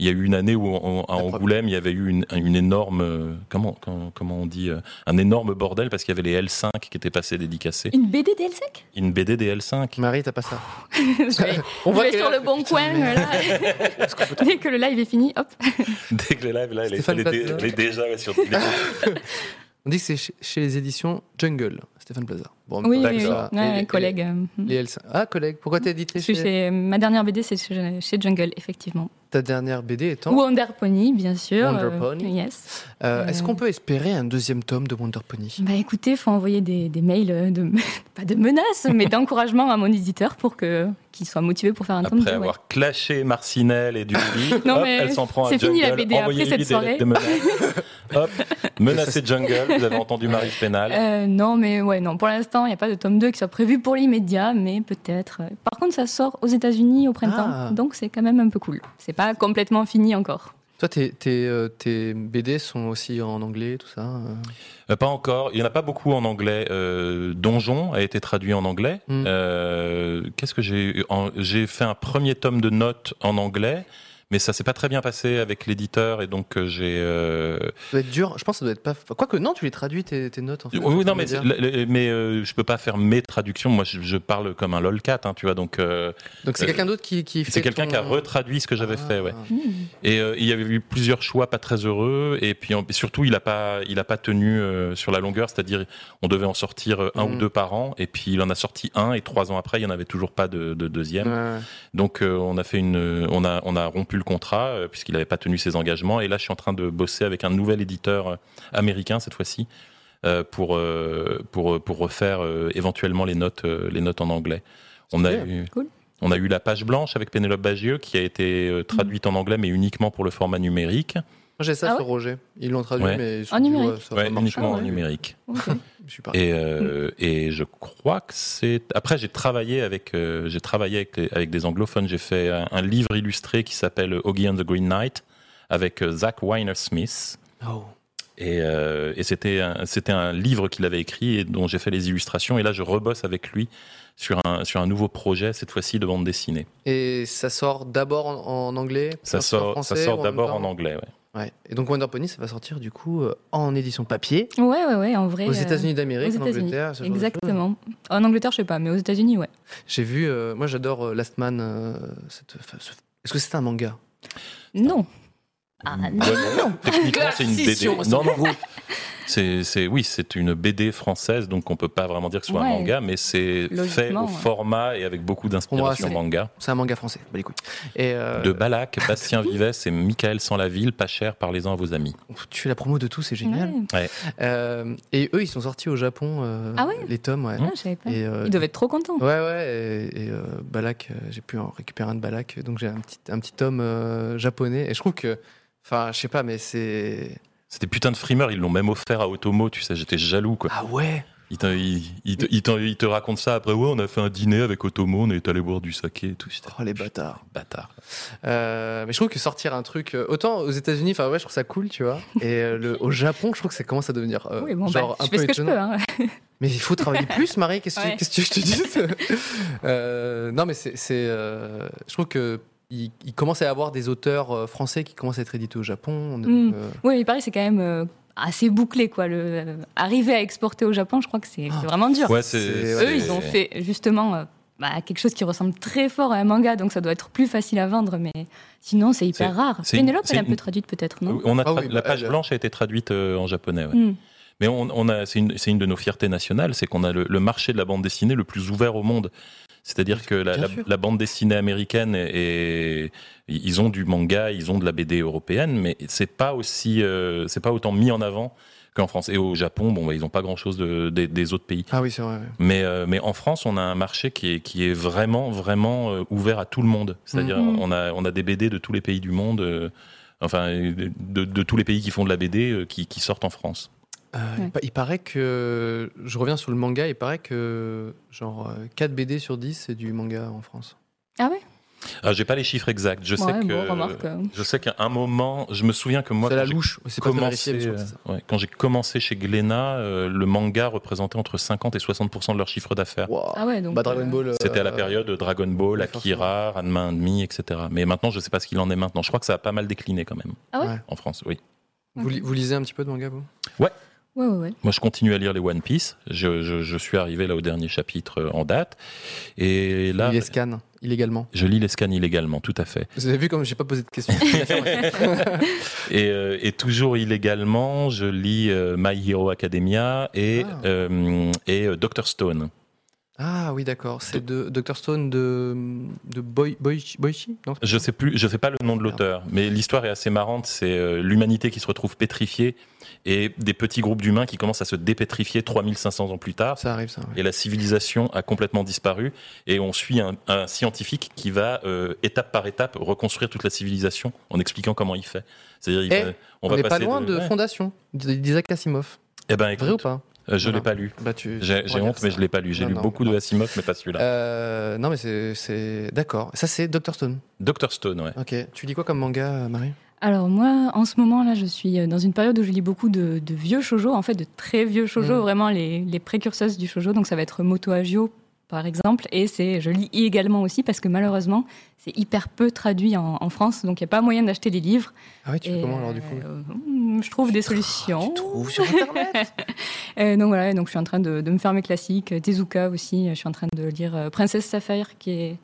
Speaker 3: Il y a eu une année où, en- à
Speaker 2: La preuve.
Speaker 3: Angoulême, il y avait eu une, une énorme euh, comment comment, comment on dit euh, un énorme bordel parce qu'il y avait les L5 qui étaient passés dédicacés.
Speaker 4: Une BD d'Elsec
Speaker 3: Une BD des L5.
Speaker 2: Marie, t'as pas ça
Speaker 4: *laughs* Je vais-
Speaker 2: *laughs* On
Speaker 4: je vais
Speaker 2: qu'elle
Speaker 4: sur
Speaker 2: a
Speaker 4: le
Speaker 2: fait,
Speaker 4: bon
Speaker 2: putain,
Speaker 4: coin
Speaker 2: mais- *laughs*
Speaker 4: là. Dès que le live est fini, hop.
Speaker 3: *laughs* Dès que les lives là, elle est,
Speaker 2: Stéphane Ah.
Speaker 3: elle est dé-
Speaker 2: Plaza.
Speaker 3: elle est déjà sur.
Speaker 2: On dit que c'est chez- chez les éditions Jungle, Stéphane Plaza. Bon,
Speaker 4: Oui,
Speaker 2: pas
Speaker 4: oui, oui.
Speaker 2: ça.
Speaker 4: Ouais,
Speaker 2: Et- et-
Speaker 4: collègue. euh,
Speaker 2: Les L5. Ah, collègue, pourquoi t'as édité
Speaker 4: Je suis
Speaker 2: chez-
Speaker 4: chez- ma dernière BD, c'est chez, chez Jungle, effectivement.
Speaker 2: Ta dernière BD étant.
Speaker 4: Wonder Pony, bien sûr.
Speaker 2: Wonder
Speaker 4: euh,
Speaker 2: Pony.
Speaker 4: yes.
Speaker 2: Euh, Est-ce
Speaker 4: Euh,
Speaker 2: qu'on peut espérer un deuxième tome de Wonder Pony
Speaker 4: Bah écoutez, faut envoyer des, des mails euh, de *laughs* pas de menaces,
Speaker 2: *laughs*
Speaker 4: mais d'encouragement à mon éditeur pour que qu'il soit motivé pour faire un tome
Speaker 3: Après
Speaker 4: deux, ouais.
Speaker 3: avoir clashé Marcinelle et Dupuis,
Speaker 4: *laughs* Non,
Speaker 3: hop,
Speaker 4: mais
Speaker 3: elle s'en prend à
Speaker 4: c'est fini la
Speaker 3: Jungle,
Speaker 4: BD après
Speaker 3: envoyez-lui
Speaker 4: cette
Speaker 3: des
Speaker 4: soirée.
Speaker 3: lettres
Speaker 4: *laughs*
Speaker 3: de menaces. hop, menacez Jungle, vous avez entendu Marie Pénal.
Speaker 4: Euh, non, mais ouais, non. Pour l'instant, il n'y a pas de tome 2 qui soit prévu pour l'immédiat, mais peut-être. euh. Par contre, ça sort aux États-Unis au printemps,
Speaker 2: Ah.
Speaker 4: donc c'est quand même un peu cool. C'est pas complètement fini encore.
Speaker 2: Toi, tes, tes, euh, tes BD sont aussi en anglais, tout ça euh
Speaker 3: Euh, Pas encore. Il n'y en a pas beaucoup en anglais. Euh, Donjon a été traduit en anglais.
Speaker 2: Mm.
Speaker 3: Euh, Qu'est-ce que j'ai eu en- J'ai fait un premier tome de notes en anglais, mais ça s'est pas très bien passé avec l'éditeur et donc euh, j'ai. euh,
Speaker 2: Ça doit être dur. Je pense que ça doit être pas. Quoique, non, tu les traduis, tes, tes notes. En fait,
Speaker 3: Oui, oui,
Speaker 2: Tu
Speaker 3: non,
Speaker 2: me
Speaker 3: mais,
Speaker 2: dire.
Speaker 3: le- le- mais euh, je peux pas faire mes traductions. Moi, je, je parle comme un lolcat, hein, tu vois. Donc, euh,
Speaker 2: Donc, c'est
Speaker 3: euh,
Speaker 2: quelqu'un d'autre qui, qui fait.
Speaker 3: c'est quelqu'un
Speaker 2: ton-
Speaker 3: qui a retraduit ce que j'avais
Speaker 2: Ah.
Speaker 3: fait, ouais. Et euh, il y avait eu plusieurs choix pas très heureux. Et puis en- et surtout, il a pas, il a pas tenu euh, sur la longueur. C'est-à-dire, on devait en sortir euh, un
Speaker 2: Mhm.
Speaker 3: ou deux par an. Et puis il en a sorti un. Et trois ans après, il n'y en avait toujours pas de, de deuxième.
Speaker 2: Ouais.
Speaker 3: Donc euh, on a fait une, euh, on a, on a rompu le contrat euh, puisqu'il n'avait pas tenu ses engagements. Et là, je suis en train de bosser avec un nouvel éditeur euh, américain cette fois-ci. euh, pour, euh, pour, pour refaire euh, éventuellement les notes, euh, les notes en anglais. On a,
Speaker 2: Super.
Speaker 3: eu,
Speaker 4: Cool.
Speaker 3: on a eu La Page Blanche avec Pénélope Bagieux qui a été euh, traduite en anglais mais uniquement pour le format numérique.
Speaker 2: Moi, J'ai Mm. ça
Speaker 4: Ah
Speaker 2: sur Roger. Ils l'ont traduit,
Speaker 3: Ouais.
Speaker 2: mais. je
Speaker 4: En
Speaker 2: me dis,
Speaker 4: numérique.
Speaker 2: ouais, ça va
Speaker 3: Ouais,
Speaker 2: marcher.
Speaker 3: uniquement en
Speaker 4: ouais.
Speaker 3: numérique.
Speaker 4: Ok.
Speaker 2: Je suis pas.
Speaker 3: Et, euh, et je crois que c'est. Après, j'ai travaillé avec, euh, j'ai travaillé avec, les- avec des anglophones. J'ai fait un, un livre illustré qui s'appelle Oggy and the Green Knight avec euh, Zach Weiner Smith.
Speaker 2: Oh.
Speaker 3: Et, euh, et c'était un, c'était un livre qu'il avait écrit et dont j'ai fait les illustrations. Et là, je rebosse avec lui sur un, sur un nouveau projet, cette fois-ci de bande dessinée.
Speaker 2: Et ça sort d'abord en, en anglais puis
Speaker 3: Ça
Speaker 2: en
Speaker 3: sort,
Speaker 2: français,
Speaker 3: ça sort
Speaker 2: ou même
Speaker 3: d'abord
Speaker 2: temps
Speaker 3: en anglais. ouais.
Speaker 2: Ouais. Et donc Wonder Pony, ça va sortir du coup euh, en édition papier
Speaker 4: Ouais, ouais, ouais, en vrai.
Speaker 2: aux
Speaker 4: euh,
Speaker 2: États-Unis d'Amérique,
Speaker 4: aux
Speaker 2: en
Speaker 4: États-Unis.
Speaker 2: Angleterre. ce genre de choses.
Speaker 4: Exactement. En Angleterre, je sais pas, mais aux États-Unis, ouais.
Speaker 2: J'ai vu, euh, moi j'adore euh, Last Man. euh, cette- enfin, ce- Est-ce que c'est un manga
Speaker 4: Non. Ah, non.
Speaker 3: Ouais,
Speaker 4: *laughs*
Speaker 3: non, Techniquement, c'est une BD.
Speaker 2: Classification, moi, ça
Speaker 3: Non, non, c'est, c'est, oui, c'est une BD française, donc on peut pas vraiment dire que ce soit un
Speaker 4: Ouais.
Speaker 3: manga, mais c'est fait
Speaker 4: Logiquement,
Speaker 3: au
Speaker 4: ouais.
Speaker 3: format et avec beaucoup d'inspiration
Speaker 2: c'est-
Speaker 3: manga.
Speaker 2: C'est un manga français, bah les couilles. Et euh,
Speaker 3: De Balak, Bastien Vivès et Michael Sanlaville, pas cher, parlez-en à vos amis.
Speaker 2: tu fais la promo de tout, c'est génial. Hmm.
Speaker 4: Ouais.
Speaker 2: Euh, et eux, ils sont sortis au Japon, euh,
Speaker 4: Ah ouais
Speaker 2: les tomes, ouais.
Speaker 4: Ah, je savais pas.
Speaker 2: Et, euh,
Speaker 4: Ils doivent être trop contents.
Speaker 2: Ouais, ouais, et, et, euh, Balak, euh, j'ai pu en récupérer un de Balak, donc j'ai un petit, un petit tome euh, japonais, et je trouve que, enfin, je sais pas, mais c'est...
Speaker 3: C'était putain de frimeurs, ils l'ont même offert à Otomo, tu sais, j'étais jaloux, quoi.
Speaker 2: Ah ouais
Speaker 3: Ils, t'en- ils- ils te, ils t'en- ils te racontent ça après, ouais, on a fait un dîner avec Otomo, on est allé boire du saké et tout. J'étais,
Speaker 2: Oh, les bâtards.
Speaker 3: Bâtard.
Speaker 2: Euh, mais je trouve que sortir un truc, euh, autant aux États-Unis, enfin ouais, je trouve ça cool, tu vois, et euh, le, au Japon, je trouve que ça commence à devenir euh,
Speaker 4: oui, bon,
Speaker 2: genre
Speaker 4: bah,
Speaker 2: un
Speaker 4: je
Speaker 2: peu
Speaker 4: fais ce que je
Speaker 2: étonnant.
Speaker 4: peux. Hein. *laughs*
Speaker 2: Mais il faut travailler plus, Marie. Qu'est-ce que tu-
Speaker 4: Ouais.
Speaker 2: qu'est-ce que je te dis *laughs* Euh, Non, mais c'est, c'est, euh, je trouve que il, il commence à y avoir des auteurs euh, français qui commencent à être édités au Japon. donc,
Speaker 4: Mm.
Speaker 2: euh,
Speaker 4: Oui, mais pareil, c'est quand même euh, assez bouclé, quoi. Le, euh, arriver à exporter au Japon, je crois que c'est c'est vraiment dur.
Speaker 3: Ouais,
Speaker 2: C'est-
Speaker 4: Eux, ils ont fait justement euh, bah, quelque chose qui ressemble très fort à un manga, donc ça doit être plus facile à vendre, mais sinon, c'est hyper
Speaker 3: C'est-
Speaker 4: rare.
Speaker 3: c'est une-
Speaker 4: Pénélope,
Speaker 3: c'est
Speaker 4: elle est un
Speaker 3: une-
Speaker 4: peu traduite peut-être, non
Speaker 3: On a
Speaker 2: Ah
Speaker 3: tra-
Speaker 2: oui,
Speaker 3: la
Speaker 2: bah,
Speaker 3: page
Speaker 2: elle-
Speaker 3: blanche a été traduite euh, en japonais, ouais.
Speaker 4: Hmm.
Speaker 3: Mais on, on a, c'est une, c'est une de nos fiertés nationales, c'est qu'on a le, le marché de la bande dessinée le plus ouvert au monde. C'est-à-dire que la,
Speaker 2: Bien
Speaker 3: la-
Speaker 2: sûr.
Speaker 3: la bande dessinée américaine et, et ils ont du manga, ils ont de la BD européenne, mais c'est pas aussi, euh, c'est pas autant mis en avant qu'en France. Et au Japon, bon, bah, ils n'ont pas grand-chose de, des- des autres pays.
Speaker 2: Ah oui, c'est vrai. ouais.
Speaker 3: Mais, euh, mais en France, on a un marché qui est, qui est vraiment, vraiment euh, ouvert à tout le monde. C'est-à-dire,
Speaker 4: Mhm.
Speaker 3: on, a, on a des BD de tous les pays du monde, euh, enfin, de, de tous les pays qui font de la BD euh, qui, qui sortent en France.
Speaker 2: Euh,
Speaker 4: Ouais.
Speaker 2: il, pa- il paraît que. Je reviens sur le manga, il paraît que genre euh, 4 BD sur 10, c'est du manga en France.
Speaker 4: Ah ouais
Speaker 3: Alors, j'ai pas les chiffres exacts. Je sais
Speaker 4: Ouais,
Speaker 3: que. Oh,
Speaker 4: bon, remarque. euh,
Speaker 3: Je sais qu'à un moment, je me souviens que moi,
Speaker 2: C'est la
Speaker 3: j'ai
Speaker 2: louche, c'est pas très
Speaker 3: commencé,
Speaker 2: vérifiable, je crois que c'est ça.
Speaker 3: euh, ouais, quand j'ai commencé chez Glénat, euh, le manga représentait entre 50 et 60 de leur chiffre d'affaires.
Speaker 2: Wow.
Speaker 4: Ah ouais, donc.
Speaker 2: Bah, Dragon
Speaker 4: euh,
Speaker 2: Ball. euh,
Speaker 3: C'était à la période Dragon Ball,
Speaker 2: ouais,
Speaker 3: Akira, Ranma 1,5, etc. Mais maintenant, je sais pas ce qu'il en est maintenant. Je crois que ça a pas mal décliné quand même
Speaker 4: Ah ouais
Speaker 2: Ouais.
Speaker 3: en France, oui.
Speaker 2: Vous, li- vous lisez un petit peu de manga, vous
Speaker 4: Ouais, ouais, ouais.
Speaker 3: Moi, je continue à lire les One Piece. Je, je- je suis arrivé là au dernier chapitre euh, en date. Et là,
Speaker 2: Il les scanne illégalement.
Speaker 3: je lis les scans illégalement, tout à fait.
Speaker 2: Vous avez vu comme j'ai pas posé de
Speaker 3: *laughs*
Speaker 2: questions *laughs*
Speaker 3: Et, euh, et toujours illégalement, je lis euh, My Hero Academia et,
Speaker 2: Ah.
Speaker 3: euh, et euh, Dr. Stone.
Speaker 2: Ah oui, d'accord. C'est de Dr. Stone de, de Boy, Boichi, Boichi Non, c'est-
Speaker 3: Je sais plus, je sais pas le nom de l'auteur, mais l'histoire est assez marrante. C'est euh, l'humanité qui se retrouve pétrifiée et des petits groupes d'humains qui commencent à se dépétrifier 3500 ans plus tard.
Speaker 2: Ça arrive, ça. ouais.
Speaker 3: et la civilisation a complètement disparu. Et on suit un, un scientifique qui va euh, étape par étape reconstruire toute la civilisation en expliquant comment il fait. C'est-à-dire, il
Speaker 2: Eh,
Speaker 3: va-
Speaker 2: On n'est pas loin de,
Speaker 3: ouais.
Speaker 2: Fondation, d'Isaac Asimov.
Speaker 3: Eh ben,
Speaker 2: Vrai ou
Speaker 3: écoute,
Speaker 2: pas
Speaker 3: euh, je
Speaker 2: Voilà.
Speaker 3: l'ai pas lu.
Speaker 2: bah, tu,
Speaker 3: J'ai
Speaker 2: tu
Speaker 3: j'ai
Speaker 2: pourras
Speaker 3: honte,
Speaker 2: lire
Speaker 3: mais
Speaker 2: ça.
Speaker 3: je l'ai pas lu. J'ai
Speaker 2: Non,
Speaker 3: lu
Speaker 2: non,
Speaker 3: beaucoup
Speaker 2: non.
Speaker 3: de Asimov, mais pas celui-là.
Speaker 2: Euh, non, mais c'est- c'est. D'accord. Ça, c'est Dr. Stone.
Speaker 3: Dr Stone, ouais.
Speaker 2: Ok. Tu lis quoi comme manga, euh, Marie
Speaker 4: Alors moi, en ce moment là, je suis euh, dans une période où je lis beaucoup de, de vieux shojo, en fait, de très vieux shojo,
Speaker 2: Mm.
Speaker 4: vraiment les, les précurseurs du shojo. Donc ça va être Moto Agio, par exemple, et c'est je lis également aussi parce que malheureusement, c'est hyper peu traduit en, en France, donc il n'y a pas moyen d'acheter les livres.
Speaker 2: Ah oui, tu fais
Speaker 4: Et,
Speaker 2: comment alors, du coup
Speaker 4: euh, hmm, Je trouve des solutions.
Speaker 2: Tu
Speaker 4: *laughs*
Speaker 2: trouves sur Internet
Speaker 4: Euh, donc voilà, donc je suis en train de, de me faire mes classiques, euh, Tezuka aussi, je suis en train de lire euh, Princesse Saphir qui est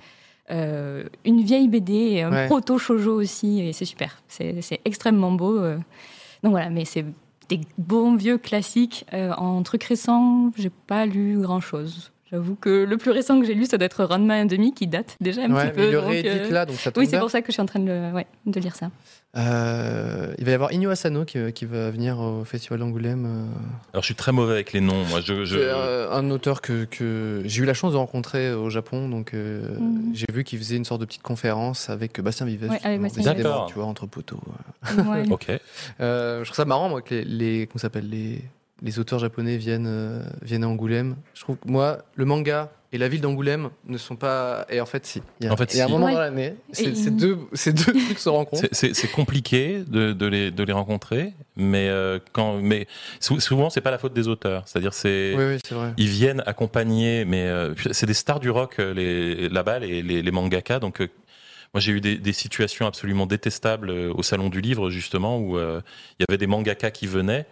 Speaker 4: euh, une vieille BD et un
Speaker 2: Ouais.
Speaker 4: proto shoujo aussi et c'est super, c'est c'est extrêmement beau. euh. Donc voilà, mais c'est des bons vieux classiques Euh, en trucs récents, j'ai pas lu grand-chose. J'avoue que le plus récent que j'ai lu ça doit être Ranma 1 demi qui date déjà un
Speaker 2: Ouais,
Speaker 4: petit
Speaker 2: mais
Speaker 4: peu.
Speaker 2: il le
Speaker 4: donc, euh,
Speaker 2: réédite là, donc ça tombe
Speaker 4: Oui, c'est
Speaker 2: bien.
Speaker 4: pour ça que je suis en train de, le- ouais, de
Speaker 2: *laughs*
Speaker 4: lire ça.
Speaker 2: Euh, il va y avoir Inyo Asano qui, euh, qui va venir au Festival d'Angoulême. euh,
Speaker 3: Alors, je suis très mauvais avec les noms. Moi, je, je-
Speaker 2: C'est euh, un auteur que, que j'ai eu la chance de rencontrer au Japon. Donc, euh,
Speaker 4: Mhm.
Speaker 2: j'ai vu qu'il faisait une sorte de petite conférence avec euh, Bastien Vives.
Speaker 4: Ouais, avec
Speaker 2: justement,
Speaker 4: Bastien
Speaker 2: décidément,
Speaker 3: D'accord.
Speaker 2: Tu vois, entre poteaux.
Speaker 4: Ouais.
Speaker 2: Oh.
Speaker 3: Ok.
Speaker 2: Euh, je trouve ça marrant, moi, que les, les- qu'on s'appelle, les, les auteurs japonais viennent, euh, viennent à Angoulême. Je trouve que moi, le manga et la ville d'Angoulême ne sont pas. Et en fait, si. Il y a,
Speaker 3: En fait,
Speaker 2: il y a
Speaker 3: si.
Speaker 2: un moment
Speaker 4: Ouais.
Speaker 2: dans l'année, c'est-
Speaker 4: Et-
Speaker 2: ces deux, ces deux trucs se rencontrent.
Speaker 3: C'est- C'est c'est compliqué de, de les, de les rencontrer, mais, euh, quand, mais sou- souvent, c'est pas la faute des auteurs. C'est-à-dire, c'est.
Speaker 2: Oui, oui, c'est vrai.
Speaker 3: Ils viennent accompagner, mais euh, c'est des stars du rock euh, les- là-bas, les, les, les mangaka. Donc, euh, moi, j'ai eu des, des situations absolument détestables euh, au salon du livre, justement, où euh, il y avait des mangaka qui venaient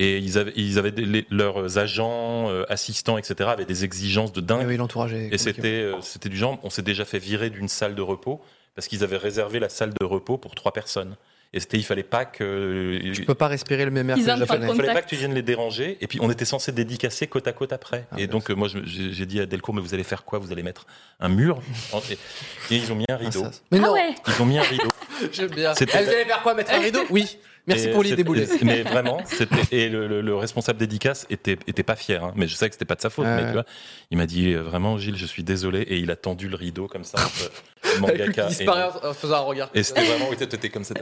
Speaker 3: et ils avaient, ils avaient des- les- leurs agents, euh, assistants, etc., avaient des exigences de
Speaker 2: Ah
Speaker 3: dingue.
Speaker 2: oui, l'entourage est.
Speaker 3: Et
Speaker 2: compliqué.
Speaker 3: c'était, euh, c'était du genre, on s'est déjà fait virer d'une salle de repos parce qu'ils avaient réservé la salle de repos pour trois personnes. Et c'était, il fallait pas que.
Speaker 2: Tu peux pas respirer le même air
Speaker 4: Ils
Speaker 2: que les
Speaker 4: aiment pas
Speaker 3: Il
Speaker 4: le
Speaker 2: japonais.
Speaker 3: fallait, fallait pas
Speaker 4: Contact.
Speaker 3: que tu viennes les déranger. Et puis, on était censé dédicacer côte à côte après.
Speaker 2: Ah, bien
Speaker 3: et donc, euh, moi, je me- j'ai j'ai dit à Delcourt, mais vous allez faire quoi Vous allez mettre un mur En- et, et ils ont mis un
Speaker 2: Ah,
Speaker 3: rideau.
Speaker 2: ça- Mais
Speaker 4: Ah
Speaker 2: non,
Speaker 4: ouais
Speaker 3: Ils ont mis un rideau.
Speaker 2: J'aime bien.
Speaker 3: C'était-
Speaker 2: Ah, Vous allez faire quoi Mettre un rideau Oui. *laughs* Merci
Speaker 3: Et
Speaker 2: pour les
Speaker 3: c'était-
Speaker 2: déboulés. *laughs*
Speaker 3: *laughs* Mais vraiment, c'était- et le, le- le responsable dédicace était, était pas fier. hein. Mais je sais que c'était pas de sa faute.
Speaker 2: Ouais.
Speaker 3: Mais tu vois, il m'a dit euh, vraiment, Gilles, je suis désolé. Et il a tendu le rideau comme ça.
Speaker 2: *laughs*
Speaker 3: entre le mangaka
Speaker 2: Il
Speaker 3: et
Speaker 2: disparaît en en faisant un regard.
Speaker 3: Et c'était vraiment, oui, t'étais comme ça.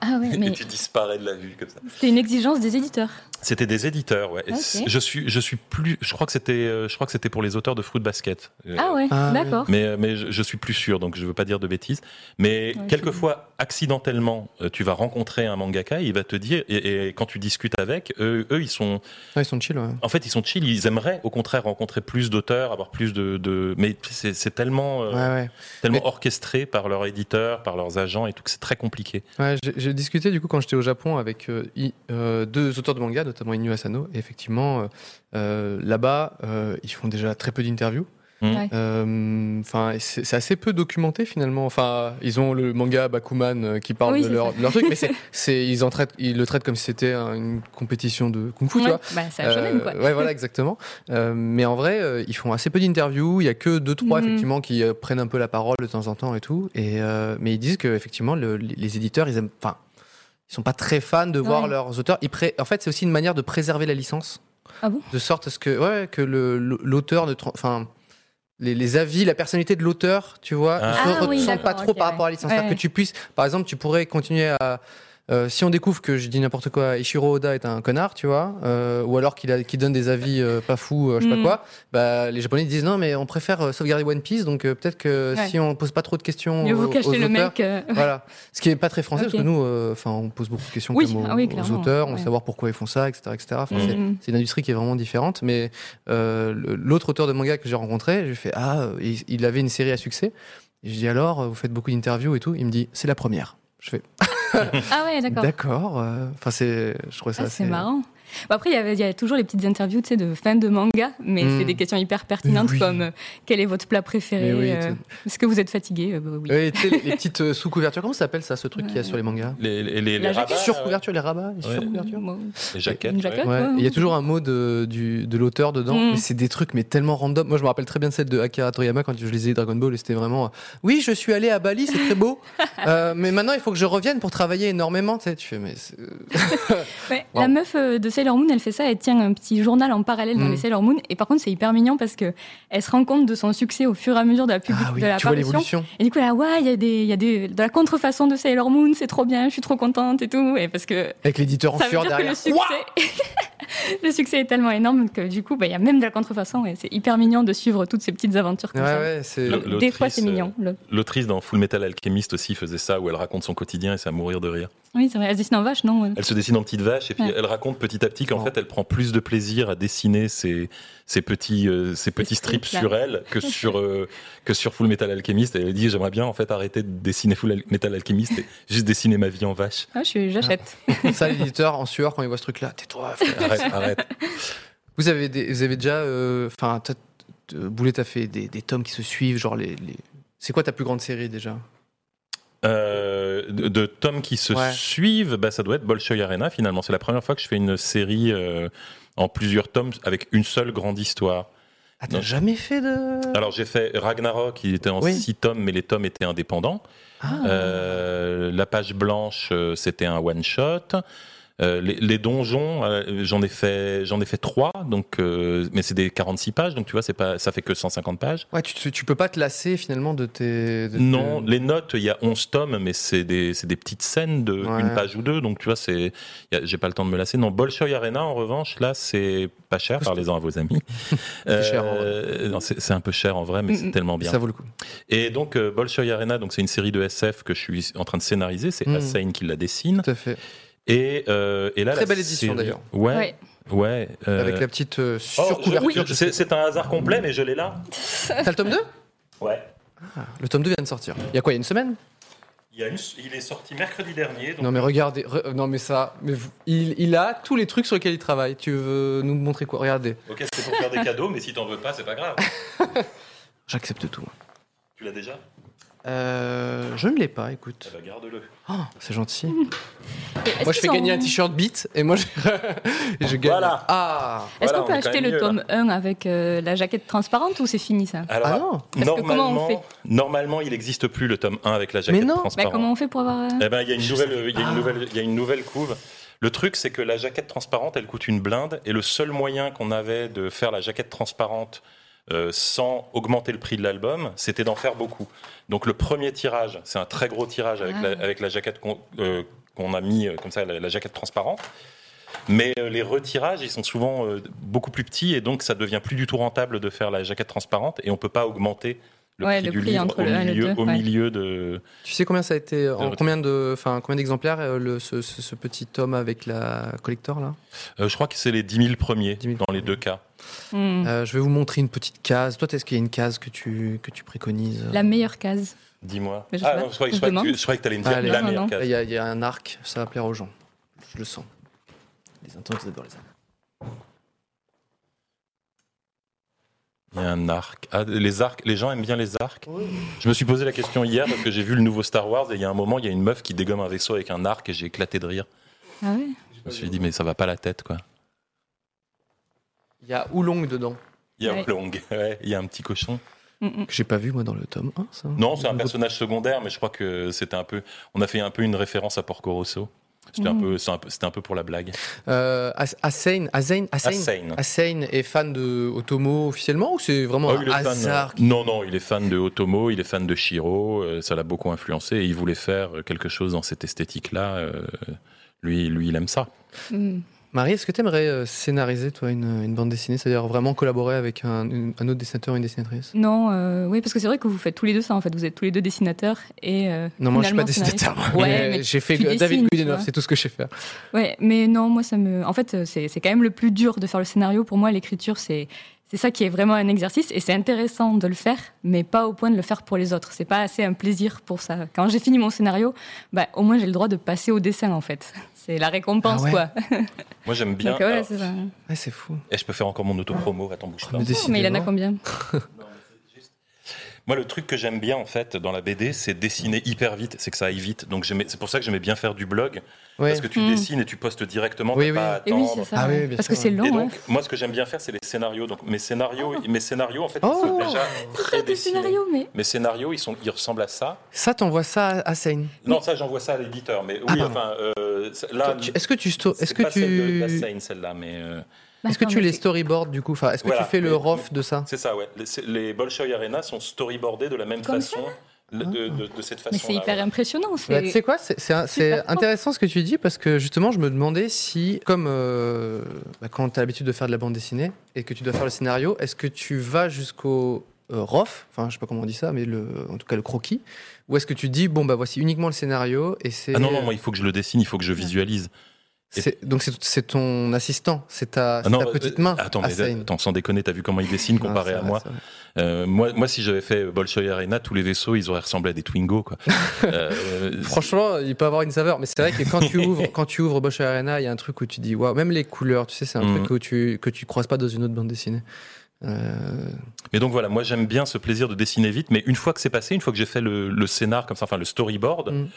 Speaker 4: Ah
Speaker 2: *laughs*
Speaker 4: ouais,
Speaker 3: Et
Speaker 4: mais
Speaker 3: tu disparais de la vue comme ça.
Speaker 4: c'était une exigence des éditeurs.
Speaker 3: C'était des éditeurs, ouais. Et
Speaker 4: Ok.
Speaker 3: c- Je suis, je suis plus. Je crois que c'était, euh, je crois que c'était pour les auteurs de Fruit Basket. Euh,
Speaker 4: Ah ouais,
Speaker 2: Ah ouais.
Speaker 4: d'accord.
Speaker 3: Mais, euh, mais je, je suis plus sûr, donc je veux pas dire de bêtises. Mais
Speaker 4: Ouais,
Speaker 3: quelquefois, accidentellement, euh, tu vas rencontrer un mangaka, il va te dire, et, et quand tu discutes avec, eux, eux, ils sont,
Speaker 2: Ouais, ils sont chill, ouais.
Speaker 3: en fait, ils sont chill, ils aimeraient au contraire rencontrer plus d'auteurs, avoir plus de, de- mais c'est c'est tellement, euh,
Speaker 2: Ouais, ouais.
Speaker 3: tellement
Speaker 2: Mais-
Speaker 3: orchestré par leurs éditeurs, par leurs agents et tout que c'est très compliqué.
Speaker 2: Ouais, j'ai- J'ai discuté du coup quand j'étais au Japon avec euh, i- euh, deux auteurs de manga, notamment Inu Asano. Et effectivement, euh, euh, là-bas, euh, ils font déjà très peu d'interviews.
Speaker 3: Hmm.
Speaker 4: Ouais.
Speaker 2: Euh, Enfin, c'est c'est assez peu documenté finalement. Enfin, ils ont le manga Bakuman euh, qui parle
Speaker 4: Oui,
Speaker 2: de
Speaker 4: c'est
Speaker 2: leur,
Speaker 4: ça.
Speaker 2: de leur truc, mais
Speaker 4: *laughs*
Speaker 2: c'est c'est- ils en traitent, ils le traitent comme si c'était un- une compétition de kung-fu, tu
Speaker 4: Ouais,
Speaker 2: vois.
Speaker 4: bah, c'est un shonen, quoi.
Speaker 2: Euh, ouais, voilà, exactement. Euh, mais en vrai, euh, ils font assez peu d'interviews. Il y a que deux, trois,
Speaker 4: Mhm.
Speaker 2: effectivement, qui euh, prennent un peu la parole de temps en temps et tout. Et, euh, mais ils disent que, effectivement, le- les les éditeurs, ils aiment. Enfin, Ils sont pas très fans de voir
Speaker 4: Ouais.
Speaker 2: leurs auteurs. Ils pré- En fait, c'est aussi une manière de préserver la licence.
Speaker 4: Ah bon
Speaker 2: De sorte à ce que, ouais, que le- l'auteur ne. tra- Enfin. Les, les avis, la personnalité de l'auteur, tu vois,
Speaker 3: Ah.
Speaker 2: ils se
Speaker 4: Ah oui,
Speaker 2: ressentent pas
Speaker 4: d'accord,
Speaker 2: trop
Speaker 4: ok,
Speaker 2: par
Speaker 4: ouais.
Speaker 2: rapport à la licence.
Speaker 4: Ouais,
Speaker 2: C'est-à-dire
Speaker 4: ouais.
Speaker 2: Que tu puisses, par exemple, tu pourrais continuer à. euh, si on découvre que je dis n'importe quoi, Ishiro Oda est un connard, tu vois, euh, ou alors qu'il a- qu'il donne des avis euh, pas fous, euh, je sais pas
Speaker 4: Mm.
Speaker 2: quoi, bah, les Japonais disent non, mais on préfère euh, sauvegarder One Piece, donc euh, peut-être que
Speaker 4: Ouais.
Speaker 2: si on pose pas trop de questions
Speaker 4: Mieux
Speaker 2: aux,
Speaker 4: vous
Speaker 2: aux
Speaker 4: cachez le
Speaker 2: auteurs,
Speaker 4: mec. *laughs* euh,
Speaker 2: voilà. Ce qui est pas très français,
Speaker 4: Ok.
Speaker 2: parce que nous, euh, enfin, on pose beaucoup de questions
Speaker 4: Oui,
Speaker 2: quand même aux,
Speaker 4: ah oui,
Speaker 2: aux
Speaker 4: clairement,
Speaker 2: auteurs, on veut
Speaker 4: ouais. Hmm.
Speaker 2: savoir pourquoi ils font ça, etc., etc. Enfin,
Speaker 3: Mm.
Speaker 2: c'est-
Speaker 4: hum.
Speaker 2: C'est une industrie qui est vraiment différente. Mais euh, le- l'autre auteur de manga que j'ai rencontré, j'ai fait ah, euh, il, il avait une série à succès. Et je dis alors, euh, vous faites beaucoup d'interviews et tout. Il me dit c'est la première. Je fais
Speaker 4: Ah ouais, d'accord.
Speaker 2: d'accord. euh, Enfin, c'est, je trouvais ça
Speaker 4: Ah,
Speaker 2: assez
Speaker 4: c'est marrant. Bon, après, il y avait- il y a toujours les petites interviews tu sais, de fans de manga, mais
Speaker 2: Mm.
Speaker 4: c'est des questions hyper pertinentes
Speaker 2: Oui.
Speaker 4: comme euh, quel est votre plat
Speaker 2: Mais
Speaker 4: préféré
Speaker 2: oui,
Speaker 4: euh,
Speaker 2: tu-
Speaker 4: Est-ce que vous êtes fatigué Euh, bah oui.
Speaker 2: Ouais, tu sais, les, les petites euh, sous-couvertures. Comment ça s'appelle ça, ce truc qu'il y a sur les mangas
Speaker 3: Les, les, les, les
Speaker 4: La jaquette.
Speaker 3: rabats,
Speaker 2: Sur-couverture, les rabats, les
Speaker 3: Ah bah, Ouais.
Speaker 2: sur-couvertures.
Speaker 4: Moi,
Speaker 3: les jaquettes.
Speaker 4: Une
Speaker 3: ouais.
Speaker 4: jaquette.
Speaker 2: Ouais,
Speaker 4: Ouais.
Speaker 2: il y a toujours un mot de, du- de l'auteur dedans,
Speaker 4: Mm.
Speaker 2: mais c'est des trucs mais tellement random. Moi, je me rappelle très bien de celle de Akira Toriyama quand je lisais Dragon Ball et c'était vraiment euh, Oui, je suis allé à Bali, c'est très
Speaker 4: *laughs*
Speaker 2: beau, euh, mais maintenant il faut que je revienne pour travailler énormément. Tu, sais, tu fais, mais
Speaker 4: *laughs*
Speaker 2: c'est-
Speaker 4: Ouais,
Speaker 2: Wow.
Speaker 4: La meuf euh, de Sailor Moon, elle fait ça, elle tient un petit journal en parallèle dans
Speaker 2: Mm.
Speaker 4: les Sailor Moon. Et par contre, c'est hyper mignon parce que elle se rend compte de son succès au fur et à mesure de la public...
Speaker 2: Ah oui,
Speaker 4: de la
Speaker 2: tu vois
Speaker 4: parution.
Speaker 2: l'évolution.
Speaker 4: Et du coup, là, ouais, il y a, des, il y a des, de la contrefaçon de Sailor Moon, c'est trop bien, je suis trop contente et tout. Et parce que
Speaker 2: Avec l'éditeur en
Speaker 4: ça veut
Speaker 2: sueur
Speaker 4: dire que
Speaker 2: derrière.
Speaker 4: le succès, *laughs* le succès est tellement énorme que du coup, bah, il y a même de la contrefaçon. Et c'est hyper mignon de suivre toutes ces petites aventures comme
Speaker 2: Ouais,
Speaker 4: ça.
Speaker 2: ouais, c'est.
Speaker 3: Le-
Speaker 4: Des fois, c'est
Speaker 3: L'autrice, euh,
Speaker 4: mignon. Le-
Speaker 3: L'autrice dans Full Metal Alchemist aussi faisait ça, où elle raconte son quotidien et c'est à mourir de rire.
Speaker 4: Oui, c'est vrai, elle se dessine en vache, non ouais.
Speaker 3: Elle se dessine en petite vache et puis
Speaker 4: Ouais.
Speaker 3: elle raconte petit à petit qu'en
Speaker 2: Oh.
Speaker 3: fait elle prend plus de plaisir à dessiner ses, ses petits, euh, ses petits strips
Speaker 4: strips, là.
Speaker 3: sur elle
Speaker 4: *laughs*
Speaker 3: que sur, euh, que sur Full Metal Alchemist. Et elle dit J'aimerais bien en fait arrêter de dessiner Full Al- Metal Alchemist et *laughs* juste dessiner ma vie en vache.
Speaker 4: Ah, je suis- J'achète.
Speaker 2: Ça, l'éditeur en sueur quand il voit ce truc-là, tais-toi. frère.
Speaker 4: *laughs*
Speaker 3: Arrête, arrête.
Speaker 2: Vous avez, des- vous avez déjà. euh, Enfin, toi, t- euh, Boulet, t'as fait des, des tomes qui se suivent, genre les. les- C'est quoi ta plus grande série déjà
Speaker 3: Euh, de, de tomes qui se
Speaker 2: Ouais.
Speaker 3: suivent, bah, ça doit être Bolshoi Arena finalement. C'est la première fois que je fais une série euh, en plusieurs tomes avec une seule grande histoire.
Speaker 2: Ah, t'as
Speaker 3: Non. Ah.
Speaker 2: jamais fait de.
Speaker 3: Alors j'ai fait Ragnarok, il était en
Speaker 2: Oui.
Speaker 3: six tomes, mais les tomes étaient indépendants.
Speaker 2: Ah.
Speaker 3: Euh, la page blanche, euh, c'était un one shot. Euh, les, les donjons, euh, j'en ai fait, j'en ai fait trois, donc euh, mais c'est des 46 pages, donc tu vois, c'est pas, ça fait que 150 pages.
Speaker 2: Ouais, tu, tu- tu peux pas te lasser finalement de tes. de-
Speaker 3: Non,
Speaker 2: de-
Speaker 3: les notes, il y a 11 tomes, mais c'est des, c'est des petites scènes de
Speaker 2: Ouais.
Speaker 3: une page ou deux, donc tu vois, c'est, y a- j'ai pas le temps de me lasser. Non, Bolshoi Arena, en revanche, là, c'est pas cher. Parlez-en à vos amis.
Speaker 2: *laughs* C'est cher, en Mm,
Speaker 3: Euh, non, c'est, c'est un peu cher en vrai, mais c'est
Speaker 4: Mm-mm.
Speaker 3: tellement bien.
Speaker 2: Ça vaut le coup.
Speaker 3: Et donc euh, Bolshoi Arena, donc c'est une série de SF que je suis en train de scénariser. C'est
Speaker 2: Mm.
Speaker 3: Hossein qui la dessine.
Speaker 2: Tout à fait.
Speaker 3: Et, euh, et là,
Speaker 2: Très
Speaker 3: la
Speaker 2: belle édition,
Speaker 3: série-
Speaker 2: d'ailleurs.
Speaker 3: Ouais, ouais. euh,
Speaker 2: Avec la petite euh,
Speaker 3: oh,
Speaker 2: surcouverture.
Speaker 3: je- je- c'est- C'est un hasard complet, mais je l'ai là.
Speaker 2: T'as le tome 2
Speaker 3: Ouais.
Speaker 2: Le tome 2 vient de sortir. Il y a quoi Il y a une semaine
Speaker 3: Il, y a une- il est sorti mercredi dernier. donc-
Speaker 2: Non, mais regardez. re- non, mais ça. Mais vous- il, il a tous les trucs sur lesquels il travaille. Tu veux nous montrer quoi Regardez.
Speaker 3: Ok, c'est pour faire des cadeaux, mais si t'en veux pas, c'est pas grave.
Speaker 2: J'accepte tout.
Speaker 3: Tu l'as déjà
Speaker 2: Euh, je ne l'ai pas,
Speaker 3: Eh
Speaker 2: écoute.
Speaker 3: ben, Garde-le.
Speaker 2: Oh, c'est gentil.
Speaker 4: Et est-ce
Speaker 2: Moi, je
Speaker 4: qu'ils
Speaker 2: fais
Speaker 4: sont-
Speaker 2: gagner un t-shirt beat et moi, je, et je gagne.
Speaker 3: Voilà.
Speaker 2: Ah,
Speaker 4: Est-ce
Speaker 3: Voilà,
Speaker 4: qu'on peut
Speaker 3: on est quand
Speaker 4: acheter
Speaker 3: même
Speaker 4: le
Speaker 3: mieux, hein.
Speaker 4: tome 1 avec euh, la jaquette transparente ou c'est fini ça
Speaker 3: Alors,
Speaker 2: ah non
Speaker 4: Parce que comment on
Speaker 3: normalement,
Speaker 4: fait
Speaker 3: normalement, il n'existe plus le tome 1 avec la
Speaker 2: Mais
Speaker 3: jaquette
Speaker 2: non.
Speaker 4: Bah,
Speaker 3: transparente.
Speaker 4: Comment on fait pour avoir. euh,
Speaker 3: Eh ben, il y a une
Speaker 2: Je
Speaker 3: nouvelle, il y a une nouvelle, il y a une nouvelle couve. Le truc, c'est que la jaquette transparente, elle coûte une blinde, et le seul moyen qu'on avait de faire la jaquette transparente euh, sans augmenter le prix de l'album, c'était d'en faire beaucoup. Donc le premier tirage, c'est un très gros tirage avec,
Speaker 4: Ah.
Speaker 3: la, avec la jaquette qu'on euh, qu'on a mis euh, comme ça, la, la jaquette transparente. Mais euh, les retirages, ils sont souvent euh, beaucoup plus petits, et donc ça devient plus du tout rentable de faire la jaquette transparente, et on peut pas augmenter le
Speaker 4: Ouais,
Speaker 3: prix
Speaker 4: le
Speaker 3: du
Speaker 4: prix
Speaker 3: livre
Speaker 4: entre
Speaker 3: au
Speaker 4: le un et le
Speaker 3: milieu,
Speaker 4: deux,
Speaker 3: au
Speaker 4: ouais.
Speaker 3: milieu de.
Speaker 2: Tu sais combien ça a été en
Speaker 3: retour.
Speaker 2: combien de, enfin combien d'exemplaires euh, le- ce, ce- ce petit tome avec la collector là
Speaker 3: Euh, je crois que c'est les 10 000 premiers
Speaker 2: 10 000
Speaker 3: dans les deux cas.
Speaker 4: hmm,
Speaker 2: Euh, je vais vous montrer une petite case. Toi, est-ce qu'il y a une case que tu, que tu préconises
Speaker 4: La meilleure case.
Speaker 3: Dis-moi.
Speaker 4: Mais je sais
Speaker 3: Ah
Speaker 4: pas,
Speaker 3: non, je croyais, que-
Speaker 4: je
Speaker 3: je croyais que,
Speaker 4: demande.
Speaker 3: tu- je croyais que t'allais me dire
Speaker 2: Allez.
Speaker 3: la
Speaker 4: Non, non,
Speaker 3: meilleure
Speaker 4: non.
Speaker 2: Là,
Speaker 3: case.
Speaker 2: Il y, a- il y a un arc, ça va plaire aux gens. Je le sens. Les intenses, ils adorent les arcs.
Speaker 3: Il y a un arc. Ah, les arcs. Les gens aiment bien les arcs. Je me suis posé la question hier parce que j'ai vu le nouveau Star Wars et il y a un moment, il y a une meuf qui dégomme un vaisseau avec un arc et j'ai éclaté de rire.
Speaker 4: Ah ouais
Speaker 3: Je me suis dit, mais ça va pas la tête, quoi.
Speaker 2: Il y a Oolong dedans.
Speaker 3: Il y a
Speaker 4: Ouais.
Speaker 3: Oolong. *laughs* Ouais, il y a un petit cochon.
Speaker 4: Mm, mm.
Speaker 2: Que j'ai pas vu, moi, dans le tome 1, ça.
Speaker 3: Non, c'est un
Speaker 2: Nouveau-
Speaker 3: personnage secondaire, mais je crois que c'était un peu. On a fait un peu une référence à Porco Rosso. C'était
Speaker 4: Mmh.
Speaker 3: un, peu, c'était un, peu- c'était un peu pour la blague.
Speaker 2: Euh, As- Hussein, Hussein, Hussein,
Speaker 3: Hussein.
Speaker 2: Hussein est fan de Otomo officiellement ou c'est vraiment
Speaker 3: Ah,
Speaker 2: un
Speaker 3: il est fan,
Speaker 2: hasard
Speaker 3: euh, Non, non, il est fan de Otomo, il est fan de Shiro, euh, ça l'a beaucoup influencé et il voulait faire euh, quelque chose dans cette esthétique-là. euh, lui, lui, il aime ça.
Speaker 4: Mm.
Speaker 2: Marie, est-ce que tu aimerais scénariser toi une, une bande dessinée, c'est-à-dire vraiment collaborer avec un, une- un autre dessinateur, une dessinatrice
Speaker 4: Non, euh, oui, parce que c'est vrai que vous faites tous les deux ça en fait. Vous êtes tous les deux dessinateurs et. euh,
Speaker 2: Non, moi je suis pas
Speaker 4: finalement,
Speaker 2: dessinateur.
Speaker 4: scénariste.
Speaker 2: moi.
Speaker 4: Ouais,
Speaker 2: Mais
Speaker 4: mais
Speaker 2: j'ai fait
Speaker 4: tu
Speaker 2: David
Speaker 4: dessines, tu
Speaker 2: Goodenough,
Speaker 4: vois.
Speaker 2: c'est tout ce que je sais faire.
Speaker 4: Ouais, mais non, moi ça me. En fait, euh, c'est c'est quand même le plus dur de faire le scénario. Pour moi, l'écriture, c'est c'est ça qui est vraiment un exercice et c'est intéressant de le faire, mais pas au point de le faire pour les autres. C'est pas assez un plaisir pour ça. Quand j'ai fini mon scénario, bah au moins j'ai le droit de passer au dessin en fait. *laughs* C'est la récompense
Speaker 2: Ah ouais.
Speaker 4: quoi.
Speaker 3: Moi, j'aime bien.
Speaker 4: Donc ouais,
Speaker 3: alors,
Speaker 4: c'est ça.
Speaker 2: Ouais, c'est fou.
Speaker 3: et je peux faire encore mon autopromo, attends, bouge pas.
Speaker 2: Mais décidément.
Speaker 4: Oh, Mais il en a combien
Speaker 3: Moi, le truc que j'aime bien, en fait, dans la BD, c'est dessiner hyper vite, c'est que ça aille vite. Donc, j'aimais- c'est pour ça que j'aimais bien faire du blog,
Speaker 2: Ouais.
Speaker 3: parce que tu
Speaker 4: Mm.
Speaker 3: dessines et tu postes directement,
Speaker 2: Oui,
Speaker 3: t'as
Speaker 2: oui.
Speaker 3: pas à
Speaker 4: Et Eh oui,
Speaker 3: attendre.
Speaker 4: c'est ça.
Speaker 2: Ah oui,
Speaker 4: ouais.
Speaker 2: bien
Speaker 4: Parce
Speaker 2: sûr,
Speaker 4: que c'est
Speaker 2: ouais.
Speaker 3: Et
Speaker 4: long. hein,
Speaker 3: donc,
Speaker 4: ouais.
Speaker 3: moi, ce que j'aime bien faire, c'est les scénarios. Donc, mes scénarios, mes scénarios en fait,
Speaker 2: Oh.
Speaker 3: ils sont déjà
Speaker 4: Pas
Speaker 3: très
Speaker 4: de
Speaker 3: dessinés.
Speaker 4: scénario, mais
Speaker 3: Mes scénarios, ils, sont, ils ressemblent à ça.
Speaker 2: Ça, t'envoies ça à Hussein.
Speaker 3: Non, ça, j'envoie ça à l'éditeur. Mais oui,
Speaker 2: Ah, pardon.
Speaker 3: enfin, euh, ça- là,
Speaker 2: Tu- Est-ce que tu, sto-
Speaker 3: c'est
Speaker 2: est-ce que
Speaker 3: pas celle de
Speaker 2: tu,
Speaker 3: la scène, celle-là, mais euh,
Speaker 2: est-ce que
Speaker 4: Attends,
Speaker 2: tu
Speaker 4: mais
Speaker 2: les
Speaker 4: c'est-
Speaker 2: storyboards du coup Enfin, est-ce que
Speaker 3: Voilà.
Speaker 2: tu fais le
Speaker 3: Mais-
Speaker 2: rof de ça
Speaker 3: c'est ça, ouais. Les, c'est- les Bolshoi Arena sont storyboardés de la même
Speaker 4: Comme
Speaker 3: façon, le- de,
Speaker 2: Ah.
Speaker 3: de- de cette façon.
Speaker 4: Mais c'est hyper impressionnant.
Speaker 2: Bah, tu sais
Speaker 4: C'est
Speaker 2: quoi, c'est- c'est un- c'est
Speaker 4: fort.
Speaker 2: intéressant ce que tu dis parce que justement, je me demandais si, comme euh, bah, quand tu as l'habitude de faire de la bande dessinée et que tu dois faire le scénario, est-ce que tu vas jusqu'au euh, rof, enfin, je sais pas comment on dit ça, mais le, en tout cas le croquis, ou est-ce que tu dis, bon, bah voici uniquement le scénario et Ah. c'est.
Speaker 3: Ah non, non, moi, il faut que je le dessine, il faut que je visualise.
Speaker 2: c'est- Donc c'est- c'est ton assistant, c'est ta,
Speaker 3: Ah
Speaker 2: c'est
Speaker 3: non,
Speaker 2: ta
Speaker 3: euh,
Speaker 2: petite
Speaker 3: euh,
Speaker 2: main. Ah,
Speaker 3: Attends, mais
Speaker 2: Hussein.
Speaker 3: attends, sans déconner, t'as vu comment il dessine
Speaker 2: Non,
Speaker 3: comparé
Speaker 2: c'est
Speaker 3: à
Speaker 2: vrai,
Speaker 3: moi
Speaker 2: c'est vrai.
Speaker 3: Euh, moi, moi, si j'avais fait Bolshoi Arena, tous les vaisseaux, ils auraient ressemblé à des
Speaker 2: *laughs*
Speaker 3: Twingo. Quoi. Euh,
Speaker 2: Franchement, il peut avoir une saveur, mais c'est vrai que quand *laughs* tu ouvres, quand tu ouvres Bosch Arena, il y a un truc où tu dis waouh, même les couleurs, tu sais, c'est un
Speaker 3: Mhm.
Speaker 2: truc que tu que tu croises pas dans une autre bande dessinée. Euh,
Speaker 3: Mais donc voilà, moi j'aime bien ce plaisir de dessiner vite, mais une fois que c'est passé, une fois que j'ai fait le, le scénar comme ça, enfin le storyboard,
Speaker 2: Mm.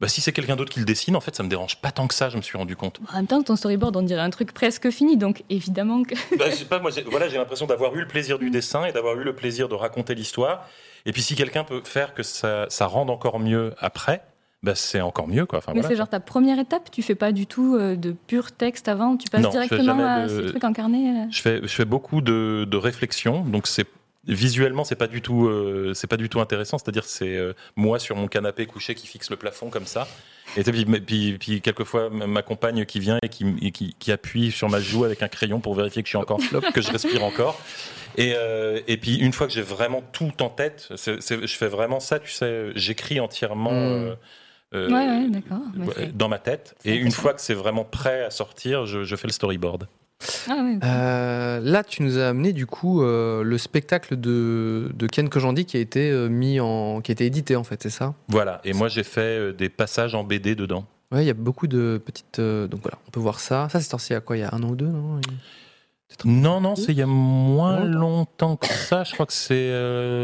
Speaker 3: bah, si c'est quelqu'un d'autre qui le dessine, en fait, ça me dérange pas tant que ça. Je me suis rendu compte.
Speaker 4: En même temps, ton storyboard, on dirait un truc presque fini, donc évidemment que.
Speaker 3: *laughs* bah, je sais pas, moi, j'ai- voilà, j'ai l'impression d'avoir eu le plaisir du dessin et d'avoir eu le plaisir de raconter l'histoire. Et puis si quelqu'un peut faire que ça, ça rende encore mieux après, bah, c'est encore mieux, quoi. Enfin,
Speaker 4: Mais
Speaker 3: voilà.
Speaker 4: c'est genre ta première étape, tu fais pas du tout euh, de pur texte avant, tu passes
Speaker 3: Non, je fais
Speaker 4: directement
Speaker 3: jamais
Speaker 4: à
Speaker 3: de-
Speaker 4: ce truc incarné. euh.
Speaker 3: Je fais, je fais beaucoup de, de réflexion, donc c'est visuellement c'est pas du tout euh, c'est pas du tout intéressant c'est-à-dire c'est euh, moi sur mon canapé couché qui fixe le plafond comme ça et puis mais- puis, puis quelquefois m- ma compagne qui vient et qui, et qui, qui appuie sur ma joue avec un crayon pour vérifier que je suis encore que je respire encore et, euh, et puis une fois que j'ai vraiment tout en tête c'est- c'est- je fais vraiment ça tu sais j'écris entièrement
Speaker 2: Mm.
Speaker 3: euh, euh,
Speaker 4: ouais, ouais, d'accord. mais
Speaker 3: ouais,
Speaker 4: c'est-
Speaker 3: dans ma tête
Speaker 4: c'est
Speaker 3: et une
Speaker 4: impressionnant.
Speaker 3: fois que c'est vraiment prêt à sortir je, je fais le storyboard
Speaker 4: Ah ouais, ok.
Speaker 2: euh, là, tu nous as amené du coup euh, le spectacle de, de Ken Kojandi qui a été euh, mis en, qui a été édité en fait, c'est ça
Speaker 3: Voilà, et moi j'ai fait euh, des passages en BD dedans.
Speaker 2: Ouais, il y a beaucoup de petites. euh, donc voilà, on peut voir ça. Ça, c'est sorti à quoi Il y a un an ou deux, non
Speaker 3: Non, non, c'est il y a moins
Speaker 2: Longtemps.
Speaker 3: longtemps que ça, je crois que c'est...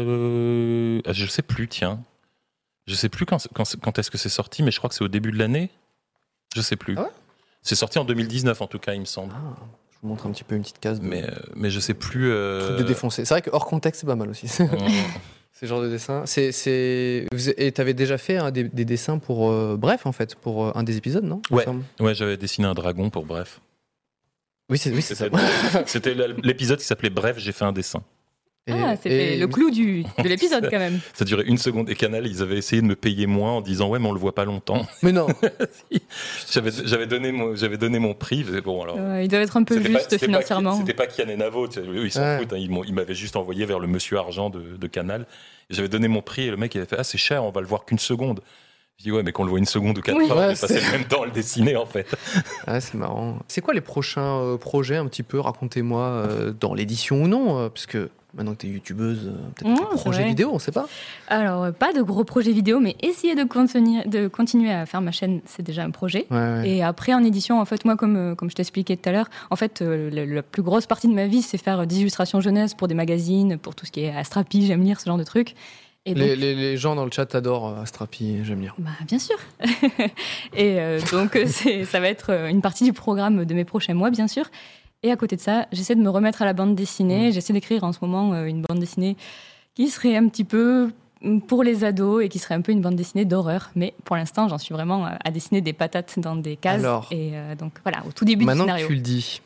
Speaker 3: euh, ah, Je sais plus, tiens. Je sais plus quand, quand, quand est-ce que c'est sorti, mais je crois que c'est au début de l'année. Je sais plus.
Speaker 2: Ah ouais
Speaker 3: c'est sorti en 2019 en tout cas, il me semble.
Speaker 2: Ah, Je vous montre un petit peu une petite case de,
Speaker 3: Mais, euh, mais je sais plus... euh,
Speaker 2: truc de défoncé. C'est vrai que hors contexte, c'est pas mal aussi. *laughs*
Speaker 3: on-
Speaker 2: Ce genre de dessin. C'est, c'est... vous- Et tu avais déjà fait hein, des, des dessins pour euh, Bref, en fait, pour euh, un des épisodes, non il me
Speaker 3: Ouais.
Speaker 2: semble
Speaker 3: *laughs* ouais, j'avais dessiné un dragon pour Bref.
Speaker 2: Oui, c'est, oui, c'est ça.
Speaker 3: C'était *laughs* c'était la- l'épisode qui s'appelait Bref, j'ai fait un dessin.
Speaker 4: Ah,
Speaker 2: Et-
Speaker 4: c'était
Speaker 2: et-
Speaker 4: le clou du, de
Speaker 3: *laughs*
Speaker 4: l'épisode quand même.
Speaker 3: Ça durait une seconde et Canal, ils avaient essayé de me payer moins en disant ouais mais on le voit pas longtemps.
Speaker 2: Mais non,
Speaker 3: J'avais j'avais donné, mon- j'avais donné mon prix, mais bon alors...
Speaker 4: Ouais, ils doivent être Euh, un peu
Speaker 3: C'était pas-
Speaker 4: justes
Speaker 3: c'était pas-
Speaker 4: financièrement.
Speaker 3: C'était pas Kian et Navo, tu sais, eux, ils s'en
Speaker 2: Ouais.
Speaker 3: foutent. hein, ils m'ont- ils m'avaient juste envoyé vers le monsieur argent de, de Canal. Et J'avais donné mon prix et le mec il avait fait Ah, c'est cher, on va le voir qu'une seconde. Je dis Ouais, mais qu'on le voit une seconde ou quatre
Speaker 4: Oui.
Speaker 3: heures,
Speaker 2: Ouais,
Speaker 3: j'ai passé
Speaker 2: c'est-
Speaker 3: le même temps à le dessiner en fait.
Speaker 2: Ah, c'est marrant. C'est quoi les prochains euh, projets, un petit peu Racontez-moi, euh, dans l'édition ou non euh, Parce que maintenant que tu es youtubeuse, euh, peut-être
Speaker 4: Mmh, Ouais,
Speaker 2: des
Speaker 4: c'est
Speaker 2: projets
Speaker 4: vrai.
Speaker 2: vidéo, on sait pas.
Speaker 4: Alors, euh, pas de gros projets vidéo, mais essayer de, contenir- de continuer à faire ma chaîne, c'est déjà un projet.
Speaker 2: Ouais, ouais.
Speaker 4: Et après, en édition, en fait, moi, comme, euh, comme je t'expliquais tout à l'heure, en fait, euh, la, la plus grosse partie de ma vie, c'est faire euh, des illustrations jeunesse pour des magazines, pour tout ce qui est Astrapi, j'aime lire ce genre de trucs. Et donc,
Speaker 2: Les, les- les gens dans le chat adorent euh, Strapi, j'aime lire.
Speaker 4: bah, bien sûr. *laughs* et euh, donc, euh, c'est- ça va être euh, une partie du programme de mes prochains mois, bien sûr. Et à côté de ça, j'essaie
Speaker 2: Mm.
Speaker 4: de me remettre à la bande dessinée. J'essaie d'écrire en ce moment euh, une bande dessinée qui serait un petit peu pour les ados et qui serait un peu une bande dessinée d'horreur. Mais pour l'instant, j'en suis vraiment à dessiner des patates dans des cases.
Speaker 2: Alors.
Speaker 4: et euh, donc voilà, au tout début du
Speaker 2: Maintenant
Speaker 4: scénario.
Speaker 2: que tu le dis,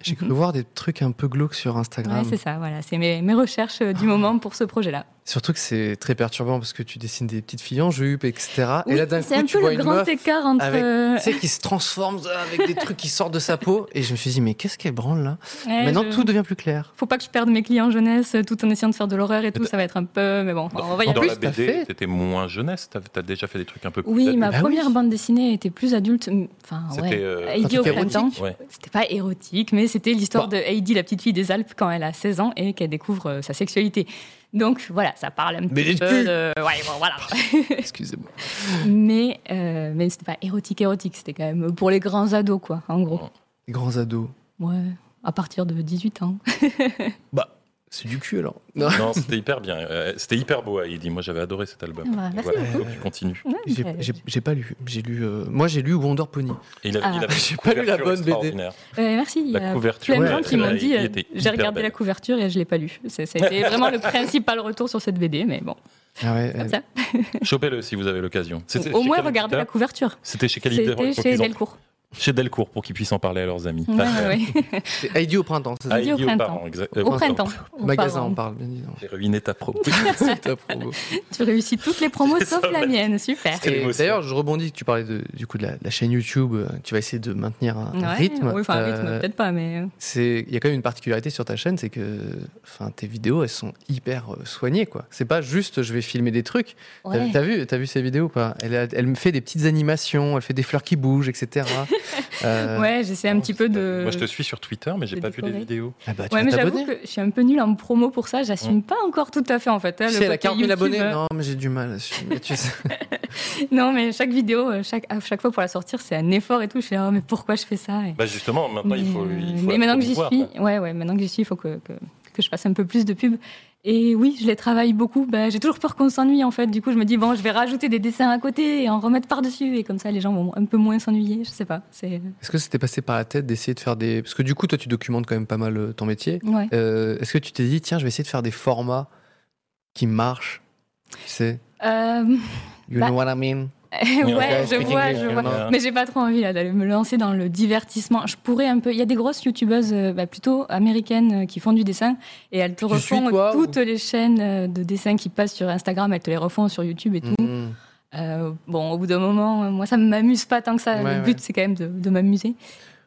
Speaker 2: j'ai cru
Speaker 4: Mhm.
Speaker 2: voir des trucs un peu glauques sur Instagram.
Speaker 4: Ouais, c'est ça, voilà, c'est mes, mes recherches euh, du
Speaker 2: Ah.
Speaker 4: moment pour ce projet-là.
Speaker 2: Surtout que c'est très perturbant parce que tu dessines des petites filles en jupe, etc. et
Speaker 4: Oui,
Speaker 2: là, d'un coup,
Speaker 4: c'est un
Speaker 2: tu
Speaker 4: peu
Speaker 2: vois
Speaker 4: le
Speaker 2: une
Speaker 4: grand
Speaker 2: meuf, tu
Speaker 4: écart entre.
Speaker 2: avec-
Speaker 4: euh,
Speaker 2: sais, qui se transforme euh, avec des trucs qui sortent de sa peau. Et je me suis dit, mais qu'est-ce qu'elle branle là
Speaker 4: ouais,
Speaker 2: Maintenant,
Speaker 4: je-
Speaker 2: tout devient plus
Speaker 4: *laughs*
Speaker 2: clair.
Speaker 4: Faut pas que je perde mes clients jeunesse euh, tout en essayant de faire de l'horreur et tout, ça va être un peu. Mais bon, on va y
Speaker 3: Dans
Speaker 4: arriver.
Speaker 3: la
Speaker 2: t'as
Speaker 3: BD,
Speaker 2: fait.
Speaker 3: t'étais moins jeunesse, t'as as déjà fait des trucs un peu plus.
Speaker 4: Oui, ma
Speaker 2: Bah oui.
Speaker 4: première bande dessinée était plus adulte. Enfin,
Speaker 3: C'était,
Speaker 4: ouais.
Speaker 3: euh,
Speaker 4: Heidi au
Speaker 2: un truc
Speaker 4: printemps.
Speaker 2: érotique.
Speaker 3: Ouais.
Speaker 4: C'était pas érotique, mais c'était l'histoire
Speaker 2: Bah.
Speaker 4: de Heidi, la petite fille des Alpes, quand elle a 16 ans et qu'elle découvre euh, sa sexualité. Donc voilà, ça parle un
Speaker 2: Mais
Speaker 4: petit
Speaker 2: les
Speaker 4: peu
Speaker 2: pubs.
Speaker 4: de. Ouais, bon, voilà. *laughs*
Speaker 2: Excusez-moi.
Speaker 4: mais euh, mais c'était pas érotique, érotique. C'était quand même pour les grands ados, quoi, en gros.
Speaker 2: Les grands ados.
Speaker 4: Ouais, à partir de 18 ans.
Speaker 2: Bah, c'est du cul alors.
Speaker 3: Non, c'était hyper bien. Euh, C'était hyper beau, Heidi. Moi, j'avais adoré cet album.
Speaker 4: Voilà, Ah, merci
Speaker 3: Voilà,
Speaker 2: beaucoup.
Speaker 3: faut que tu continues.
Speaker 4: Ouais,
Speaker 2: *laughs*
Speaker 4: *laughs*
Speaker 2: J'ai
Speaker 4: mais-
Speaker 2: j'ai- j'ai pas lu. J'ai lu. euh, moi, j'ai lu Wonder Pony.
Speaker 3: Et il avait,
Speaker 4: Ah.
Speaker 3: il avait une
Speaker 2: J'ai pas lu la
Speaker 3: couverture
Speaker 2: bonne BD.
Speaker 3: extraordinaire.
Speaker 4: Euh, merci. Il y
Speaker 3: La
Speaker 4: a
Speaker 3: couverture,
Speaker 4: plein de
Speaker 2: ouais,
Speaker 4: gens qui
Speaker 2: elle
Speaker 4: m'ont
Speaker 3: a-
Speaker 4: dit
Speaker 3: elle était
Speaker 4: euh, j'ai
Speaker 3: hyper
Speaker 4: regardé la
Speaker 3: belle.
Speaker 4: couverture et je l'ai pas lu. C'est-
Speaker 3: *laughs*
Speaker 4: C'était vraiment le principal retour sur cette BD, mais bon,
Speaker 2: Ah ouais,
Speaker 4: comme
Speaker 2: euh,
Speaker 4: ça.
Speaker 3: Chopez-le si vous avez l'occasion. C'était
Speaker 4: Au
Speaker 3: chez
Speaker 4: moins
Speaker 3: quel
Speaker 4: regardez la
Speaker 3: éditeur
Speaker 4: couverture.
Speaker 3: C'était chez quel éditeur
Speaker 4: C'était
Speaker 3: pour
Speaker 4: chez
Speaker 3: qu'ils en-
Speaker 4: Delcourt.
Speaker 3: Chez Delcourt pour qu'ils puissent en parler à leurs amis.
Speaker 4: Ouais, ouais, ouais.
Speaker 3: *laughs*
Speaker 2: c'est Heidi au printemps. c'est ça
Speaker 3: Ah,
Speaker 4: Heidi au
Speaker 3: Heidi aux
Speaker 4: printemps.
Speaker 3: parents, exact- euh,
Speaker 4: Au printemps. Au
Speaker 2: Magasin,
Speaker 4: printemps.
Speaker 2: on parle bien évidemment.
Speaker 3: J'ai ruiné
Speaker 4: *laughs*
Speaker 3: ta pro.
Speaker 2: *laughs* C'est ta promo.
Speaker 4: Tu réussis toutes les
Speaker 3: *laughs*
Speaker 4: promos sauf la mienne, super.
Speaker 3: Quelle
Speaker 2: Et
Speaker 3: émotion.
Speaker 2: D'ailleurs, je rebondis. Tu parlais de, du coup de la, la chaîne YouTube. euh, Tu vas essayer de maintenir un, un
Speaker 4: Ouais,
Speaker 2: rythme.
Speaker 4: oui, enfin, un rythme,
Speaker 2: Euh,
Speaker 4: peut-être pas, mais.
Speaker 2: c'est il y a quand même une particularité sur ta chaîne, c'est que enfin tes vidéos elles sont hyper euh, soignées quoi. C'est pas juste je vais filmer des trucs. T'as-
Speaker 4: Ouais.
Speaker 2: T'as vu t'as vu ces vidéos ou pas Elle a- elle me fait des petites animations, elle fait des fleurs qui bougent etc.
Speaker 4: *laughs*
Speaker 2: Euh,
Speaker 4: Ouais, j'essaie un petit peu de.
Speaker 3: Euh, Moi, je te suis sur Twitter, mais j'ai
Speaker 4: de
Speaker 3: pas vu les
Speaker 4: décorer.
Speaker 3: vidéos.
Speaker 2: ah bah, tu
Speaker 4: Ouais,
Speaker 2: vas
Speaker 4: mais j'avoue
Speaker 2: t'abonner.
Speaker 4: que je suis un peu nulle en promo pour ça,
Speaker 3: Mm.
Speaker 4: j'assume pas encore tout à fait en fait. hein,
Speaker 2: Tu
Speaker 4: le
Speaker 2: sais, elle a
Speaker 4: côté
Speaker 2: 40 000
Speaker 4: YouTube,
Speaker 2: abonnés.
Speaker 4: euh,
Speaker 2: Non, mais j'ai du mal. à assumer, tu sais.
Speaker 4: *laughs* Non, mais chaque vidéo, euh, chaque, à chaque fois pour la sortir, c'est un effort et tout. Je suis là, oh, mais pourquoi je fais ça Et-
Speaker 3: Bah justement, maintenant,
Speaker 4: mais,
Speaker 3: il faut.
Speaker 4: euh,
Speaker 3: il faut
Speaker 4: mais maintenant que j'y
Speaker 3: promouvoir,
Speaker 4: suis,
Speaker 3: quoi.
Speaker 4: ouais, ouais, maintenant que j'y suis, il faut que, que, que je fasse un peu plus de pubs. Et oui, je les travaille beaucoup. Bah, j'ai toujours peur qu'on s'ennuie en fait. Du coup, je me dis bon, je vais rajouter des dessins à côté et en remettre par dessus. Et comme ça, les gens vont un peu moins s'ennuyer. Je sais pas. C'est
Speaker 2: Est-ce que c'était passé par la tête d'essayer de faire des parce que du coup toi tu documentes quand même pas mal euh, ton métier.
Speaker 4: ouais.
Speaker 2: Euh, Est-ce que tu t'es dit tiens je vais essayer de faire des formats qui marchent. Tu sais,
Speaker 4: Euh, *laughs*
Speaker 2: you
Speaker 4: Bah,
Speaker 2: know what I mean.
Speaker 4: ouais,
Speaker 2: Speaking
Speaker 4: je vois,
Speaker 2: English,
Speaker 4: je
Speaker 2: you
Speaker 4: vois.
Speaker 2: know.
Speaker 4: Mais j'ai pas trop envie là d'aller me lancer dans le divertissement. Je pourrais un peu. Il y a des grosses youtubeuses euh, bah, plutôt américaines euh, qui font du dessin et elles te
Speaker 2: Tu suis,
Speaker 4: refont
Speaker 2: toi,
Speaker 4: toutes les chaînes euh, de dessin qui passent sur Instagram. Elles te les refont sur YouTube et tout.
Speaker 2: Mhm.
Speaker 4: Euh, bon, au bout d'un moment, euh, moi ça m'amuse pas tant que ça.
Speaker 2: Ouais,
Speaker 4: le but
Speaker 2: ouais.
Speaker 4: c'est quand même de, de m'amuser.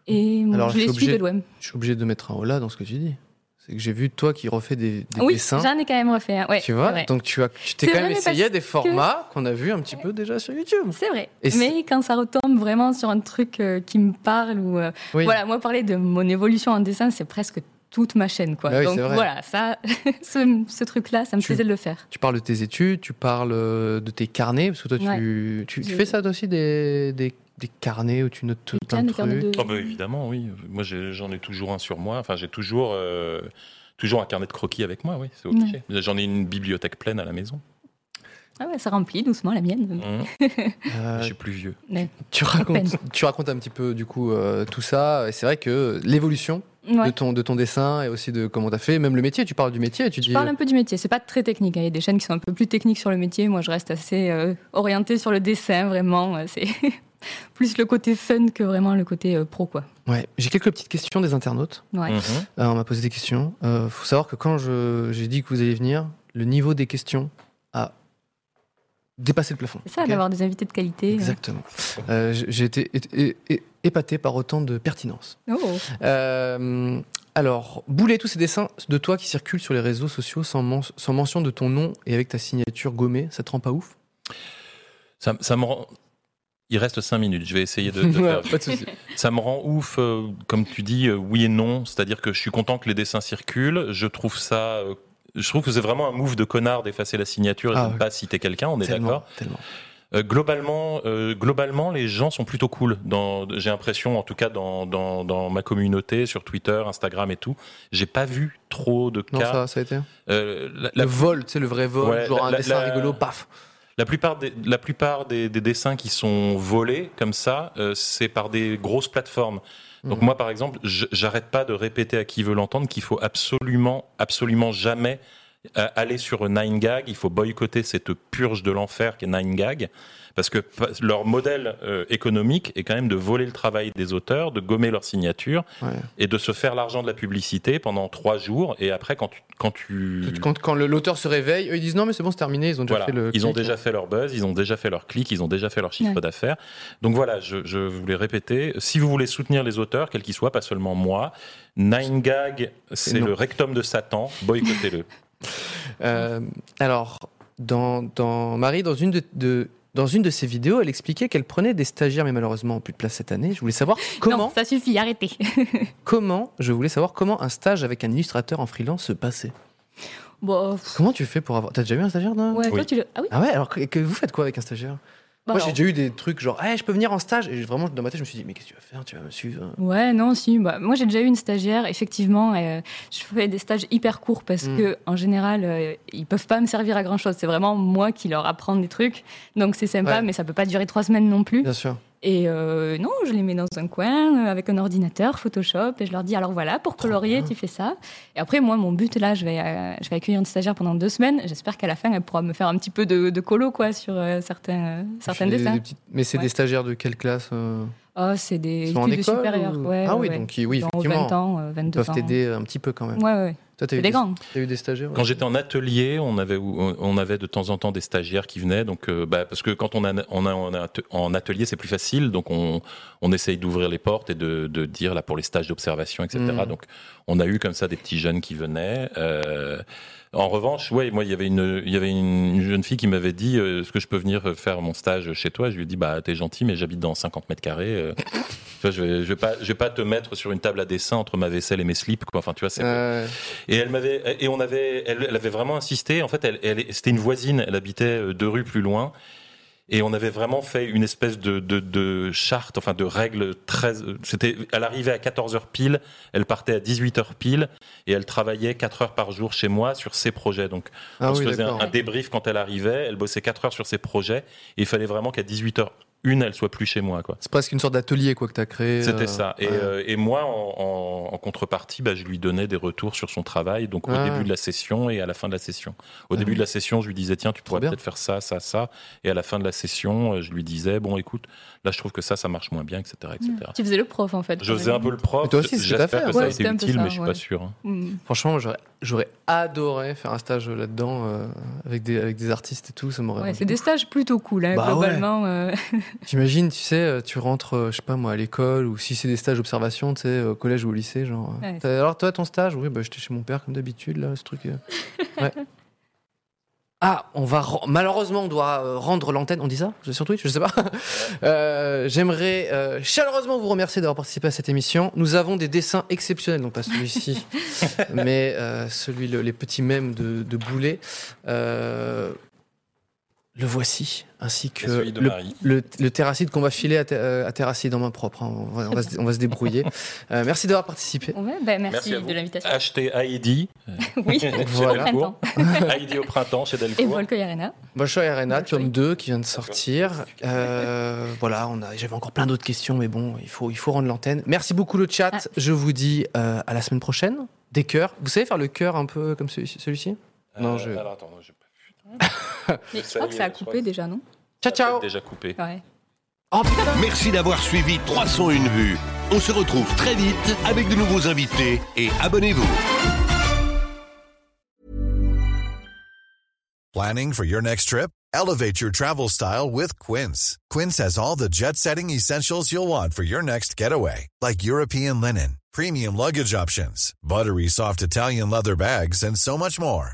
Speaker 4: Et euh,
Speaker 2: Alors,
Speaker 4: je
Speaker 2: je
Speaker 4: les
Speaker 2: suis
Speaker 4: suis
Speaker 2: obligé-
Speaker 4: de loin.
Speaker 2: Je suis obligé de mettre un holà dans ce que tu dis. C'est que j'ai vu toi qui refais des, des
Speaker 4: Ah Oui,
Speaker 2: dessins.
Speaker 4: j'en ai quand même refait. un, ouais,
Speaker 2: tu
Speaker 4: c'est
Speaker 2: vois,
Speaker 4: vrai.
Speaker 2: donc tu as, tu t'es
Speaker 4: C'est
Speaker 2: quand
Speaker 4: vrai,
Speaker 2: même
Speaker 4: mais
Speaker 2: essayé à
Speaker 4: parce
Speaker 2: des formats qu'on a vu un petit peu déjà sur YouTube.
Speaker 4: C'est vrai.
Speaker 2: Et c'est-
Speaker 4: Mais quand ça retombe vraiment sur un truc euh, qui me parle ou euh,
Speaker 2: Oui.
Speaker 4: Voilà, moi, parler de mon évolution en dessin, c'est presque toute ma chaîne, quoi.
Speaker 2: Bah oui,
Speaker 4: Donc
Speaker 2: c'est vrai.
Speaker 4: voilà, ça, *laughs* ce, ce truc-là, ça me
Speaker 2: Tu-
Speaker 4: plaisait de le faire.
Speaker 2: Tu parles de tes études, tu parles euh, de tes carnets, parce que toi tu, tu, tu
Speaker 4: J'ai-
Speaker 2: fais ça toi aussi des, des, des carnets où tu notes
Speaker 4: Des
Speaker 2: plein de
Speaker 4: carnets, des carnets
Speaker 2: trucs.
Speaker 4: de-
Speaker 3: Oh bah évidemment, oui. Moi, j'ai- j'en ai toujours un sur moi. Enfin, j'ai toujours, euh, toujours un carnet de croquis avec moi, oui, c'est obligé. J'en ai une bibliothèque pleine à la maison.
Speaker 4: Ah ouais, ça remplit doucement la mienne.
Speaker 3: Hein.
Speaker 2: Euh,
Speaker 3: Je suis plus vieux.
Speaker 4: Ouais.
Speaker 2: tu
Speaker 4: peine.
Speaker 2: racontes, tu racontes un petit peu du coup euh, tout ça. Et c'est vrai que l'évolution de
Speaker 4: Ouais.
Speaker 2: ton de ton dessin et aussi de comment t'as fait, même le métier. Tu parles du métier, tu
Speaker 4: Je
Speaker 2: dis.
Speaker 4: parle un peu du métier, c'est pas très technique. hein. Il y a des chaînes qui sont un peu plus techniques sur le métier. Moi, je reste assez euh, orientée sur le dessin, vraiment. Euh, C'est *laughs* plus le côté fun que vraiment le côté euh, pro, quoi.
Speaker 2: Ouais, j'ai quelques petites questions des internautes.
Speaker 4: Ouais.
Speaker 3: Mhm.
Speaker 2: Euh, on m'a posé des questions. Euh, faut savoir que quand je- j'ai dit que vous allez venir, le niveau des questions a dépassé le plafond.
Speaker 4: C'est ça,
Speaker 2: ok
Speaker 4: d'avoir des invités de qualité.
Speaker 2: Exactement. Euh, j'ai- J'ai été é- é- é- épaté par autant de pertinence.
Speaker 4: Oh.
Speaker 2: Euh, alors, bouler tous ces dessins de toi qui circulent sur les réseaux sociaux sans, men- sans mention de ton nom et avec ta signature gommée, ça te rend pas ouf
Speaker 3: Ça, ça me rend. Il reste cinq minutes. Je vais
Speaker 4: *laughs*
Speaker 3: essayer de, de
Speaker 2: *laughs* Ouais,
Speaker 3: faire
Speaker 2: Pas de souci.
Speaker 3: Ça me rend ouf, euh, comme tu dis, euh, oui et non. C'est-à-dire que je suis content que les dessins circulent. Je trouve ça. euh, je trouve que c'est vraiment un move de connard d'effacer la signature et
Speaker 2: Ah
Speaker 3: de ne
Speaker 2: ouais.
Speaker 3: pas citer quelqu'un, on est
Speaker 2: Tellement,
Speaker 3: d'accord.
Speaker 2: tellement.
Speaker 3: Euh, globalement, euh, globalement, les gens sont plutôt cool. Dans, j'ai l'impression, en tout cas dans, dans, dans ma communauté, sur Twitter, Instagram et tout, j'ai pas vu trop de
Speaker 2: Non,
Speaker 3: cas.
Speaker 2: ça, ça a été.
Speaker 3: Euh, la-
Speaker 2: Le
Speaker 3: la
Speaker 2: vol, tu sais, le vrai vol,
Speaker 3: Ouais,
Speaker 2: genre
Speaker 3: la-
Speaker 2: un
Speaker 3: la-
Speaker 2: dessin
Speaker 3: la-
Speaker 2: rigolo, paf.
Speaker 3: La plupart des, la plupart des, des dessins qui sont volés comme ça, euh, c'est par des grosses plateformes. Donc
Speaker 2: Mhm.
Speaker 3: moi, par exemple, je- j'arrête pas de répéter à qui veut l'entendre qu'il faut absolument, absolument jamais euh, aller sur 9gag, il faut boycotter cette purge de l'enfer qu'est 9gag, parce que pa- leur modèle euh, économique est quand même de voler le travail des auteurs, de gommer leur signature,
Speaker 2: Ouais.
Speaker 3: et de se faire l'argent de la publicité pendant trois jours, et après, quand tu... Quand tu...
Speaker 2: Quand, quand le- l'auteur se réveille, eux, ils disent non, mais c'est bon, c'est terminé, ils ont déjà
Speaker 3: Voilà.
Speaker 2: fait le.
Speaker 3: Ils ont
Speaker 2: clic.
Speaker 3: déjà fait leur buzz, ils ont déjà fait leur clic, ils ont déjà fait leur chiffre
Speaker 4: Ouais.
Speaker 3: d'affaires. Donc voilà, je, je voulais répéter, si vous voulez soutenir les auteurs, quels qu'ils soient, pas seulement moi, Nine Gag, c'est
Speaker 2: non.
Speaker 3: le rectum de Satan, boycottez-le.
Speaker 2: Euh, alors, dans, dans- Marie, dans une de, de- dans une de ses vidéos, elle expliquait qu'elle prenait des stagiaires, mais malheureusement, plus de place cette année. Je voulais savoir
Speaker 4: *laughs* Non,
Speaker 2: comment,
Speaker 4: ça
Speaker 2: *laughs*
Speaker 4: suffit, arrêtez.
Speaker 2: comment, je voulais savoir comment un stage avec un illustrateur en freelance se passait.
Speaker 4: bon, pff,
Speaker 2: Comment tu fais pour avoir. T'as déjà eu un stagiaire non
Speaker 4: ouais, toi
Speaker 3: Oui.
Speaker 4: tu le. Ah oui.
Speaker 2: Ah ouais, alors que, que vous faites quoi avec un stagiaire
Speaker 4: Bah,
Speaker 2: Moi,
Speaker 4: alors,
Speaker 2: j'ai déjà eu des trucs genre, hey, je peux venir en stage. Et vraiment, dans ma tête, je me suis dit, mais qu'est-ce que tu vas faire Tu vas me suivre hein.
Speaker 4: Ouais, non, si. Bah, moi, j'ai déjà eu une stagiaire, effectivement. euh, je fais des stages hyper courts parce
Speaker 2: Mm.
Speaker 4: que, en général, euh, ils peuvent pas me servir à grand chose. C'est vraiment moi qui leur apprends des trucs. Donc, c'est sympa,
Speaker 2: Ouais.
Speaker 4: mais ça peut pas durer trois semaines non plus.
Speaker 2: Bien sûr.
Speaker 4: Et euh, non, je les mets dans un coin euh, avec un ordinateur, Photoshop, et je leur dis alors voilà, pour colorier, tu fais ça. Et après, moi, mon but là, je vais, euh, je vais accueillir une stagiaire pendant deux semaines. J'espère qu'à la fin, elle pourra me faire un petit peu de, de colo, quoi, sur euh, certains, euh, certains
Speaker 2: Des-
Speaker 4: dessins.
Speaker 2: des petites- Mais c'est
Speaker 4: Ouais.
Speaker 2: des stagiaires de quelle classe euh,
Speaker 4: Oh, c'est des
Speaker 2: Ils sont en
Speaker 4: études
Speaker 2: école
Speaker 4: supérieures.
Speaker 2: ou-
Speaker 4: Ouais,
Speaker 2: Ah
Speaker 4: ouais,
Speaker 2: oui,
Speaker 4: ouais.
Speaker 2: donc oui,
Speaker 4: Ils ont
Speaker 2: effectivement.
Speaker 4: 20 ans, euh, 22
Speaker 2: Ils peuvent
Speaker 4: ans.
Speaker 2: t'aider euh, un petit peu quand même.
Speaker 4: Ouais, ouais.
Speaker 2: Toi, t'as
Speaker 4: C'est
Speaker 2: eu,
Speaker 4: des
Speaker 2: des...
Speaker 4: grands.
Speaker 2: t'as eu des stagiaires ouais.
Speaker 3: Quand j'étais en atelier, on avait, on avait de temps en temps des stagiaires qui venaient, donc euh, bah, parce que quand on a, on a, on a en atelier, c'est plus facile, donc on, on essaye d'ouvrir les portes et de, de dire là pour les stages d'observation, etc.
Speaker 2: Mm.
Speaker 3: Donc on a eu comme ça des petits jeunes qui venaient. euh, en revanche, ouais, moi il y avait une, il y avait une jeune fille qui m'avait dit euh, est-ce que je peux venir faire mon stage chez toi Je lui ai dit bah t'es gentil, mais j'habite dans 50 mètres carrés. euh, tu vois, je vais, je vais pas, je vais pas te mettre sur une table à dessin entre ma vaisselle et mes slips, quoi. Enfin tu vois, c'est
Speaker 2: Ouais.
Speaker 3: et elle m'avait, et on avait, elle, elle avait vraiment insisté. En fait, elle, elle- c'était une voisine. Elle habitait euh, deux rues plus loin. Et on avait vraiment fait une espèce de, de, de charte, enfin de règle très. euh, C'était, elle arrivait à 14h pile, elle partait à 18h pile, et elle travaillait 4 heures par jour chez moi sur ses projets. Donc
Speaker 2: Ah
Speaker 3: on
Speaker 2: oui,
Speaker 3: se faisait un,
Speaker 2: d'accord.
Speaker 3: un débrief quand elle arrivait, elle bossait 4 heures sur ses projets, et il fallait vraiment qu'à 18h1, elle soit plus chez moi. Quoi.
Speaker 2: C'est presque une sorte d'atelier quoi que t'as créé.
Speaker 3: C'était
Speaker 2: euh,
Speaker 3: ça. Et,
Speaker 2: ouais.
Speaker 3: euh, et moi, en, en- en contrepartie, bah, je lui donnais des retours sur son travail, donc au
Speaker 2: Ah.
Speaker 3: début de la session et à la fin de la session. Au
Speaker 2: Ah
Speaker 3: début
Speaker 2: oui.
Speaker 3: de la session, je lui disais, tiens, tu pourrais
Speaker 2: bien.
Speaker 3: peut-être faire ça, ça, ça. Et à la fin de la session, euh, je lui disais, bon, écoute, là, je trouve que ça, ça marche moins bien, etc. etc.
Speaker 4: Tu faisais le prof, en fait.
Speaker 3: Je faisais un peu le
Speaker 2: Mais
Speaker 3: prof.
Speaker 2: toi aussi, c'est ce que t'as
Speaker 3: J'espère
Speaker 2: fait,
Speaker 3: que
Speaker 2: ouais.
Speaker 3: ça
Speaker 4: Mm.
Speaker 3: a
Speaker 4: Ouais,
Speaker 3: été
Speaker 4: c'était un peu
Speaker 3: utile,
Speaker 4: ça,
Speaker 3: mais je suis
Speaker 4: ouais.
Speaker 3: pas sûr. hein.
Speaker 4: Mm.
Speaker 2: Franchement, j'aurais- j'aurais adoré faire un stage euh, là-dedans euh, avec, des, avec des artistes et tout. Ça m'aurait.
Speaker 4: Ouais, c'est des stages plutôt cool, hein,
Speaker 2: Bah ouais.
Speaker 4: globalement. euh,
Speaker 2: J'imagine, tu sais, euh, tu rentres, euh, je sais pas moi, à l'école ou si c'est des stages d'observation, tu sais, au collège ou au lycée, genre. euh,
Speaker 4: Ouais,
Speaker 2: t'as- Alors toi, ton stage Oui, bah, j'étais chez mon père comme d'habitude là, ce truc. euh. Ouais. Ah, on va ren- malheureusement on doit euh, rendre l'antenne. On dit ça sur Twitch, je sais pas. *laughs* Euh, J'aimerais euh, chaleureusement vous remercier d'avoir participé à cette émission. Nous avons des dessins exceptionnels, non pas celui-ci, mais euh, celui le- les petits mèmes de, de Boulet. Euh, le voici, ainsi que
Speaker 3: Et celui de
Speaker 2: le
Speaker 3: Marie.
Speaker 2: le, le terracide qu'on va filer à, Te- euh, à Terracide en main propre. hein. On, va, on va se, on va se débrouiller. Euh, merci d'avoir participé.
Speaker 4: ouais, bah, merci,
Speaker 3: Merci à vous.
Speaker 4: de l'invitation.
Speaker 3: Achetez Heidi
Speaker 4: *laughs*
Speaker 3: *laughs*
Speaker 4: oui,
Speaker 3: chez
Speaker 2: Voilà.
Speaker 3: Delcourt.
Speaker 4: printemps.
Speaker 3: Heidi au printemps chez
Speaker 4: Et
Speaker 3: Delcourt.
Speaker 4: Volko Yarena.
Speaker 2: Bolshoi Arena,
Speaker 4: Bolshoi.
Speaker 2: tome 2 qui vient de sortir. Euh, voilà, on a, j'avais encore plein d'autres questions, mais bon, il faut, il faut rendre l'antenne. Merci beaucoup le chat.
Speaker 4: Ah.
Speaker 2: Je vous dis euh, à la semaine prochaine. Des cœurs. Vous savez faire le cœur un peu comme celui- celui-ci Non, je-
Speaker 3: Euh, Alors attends, je...
Speaker 4: Mais je crois que
Speaker 3: Ça y est,
Speaker 4: ça a
Speaker 3: je crois
Speaker 4: coupé
Speaker 3: que-
Speaker 4: déjà, non
Speaker 2: Ciao, ciao
Speaker 3: Déjà coupé.
Speaker 4: Ouais.
Speaker 2: Oh putain
Speaker 5: Merci d'avoir suivi 301 vues. On se retrouve très vite avec de nouveaux invités et abonnez-vous.
Speaker 7: Planning for your next trip? Elevate your travel style with Quince. Quince has all the jet setting essentials you'll want for your next getaway, like European linen, premium luggage options, buttery soft Italian leather bags, and so much more.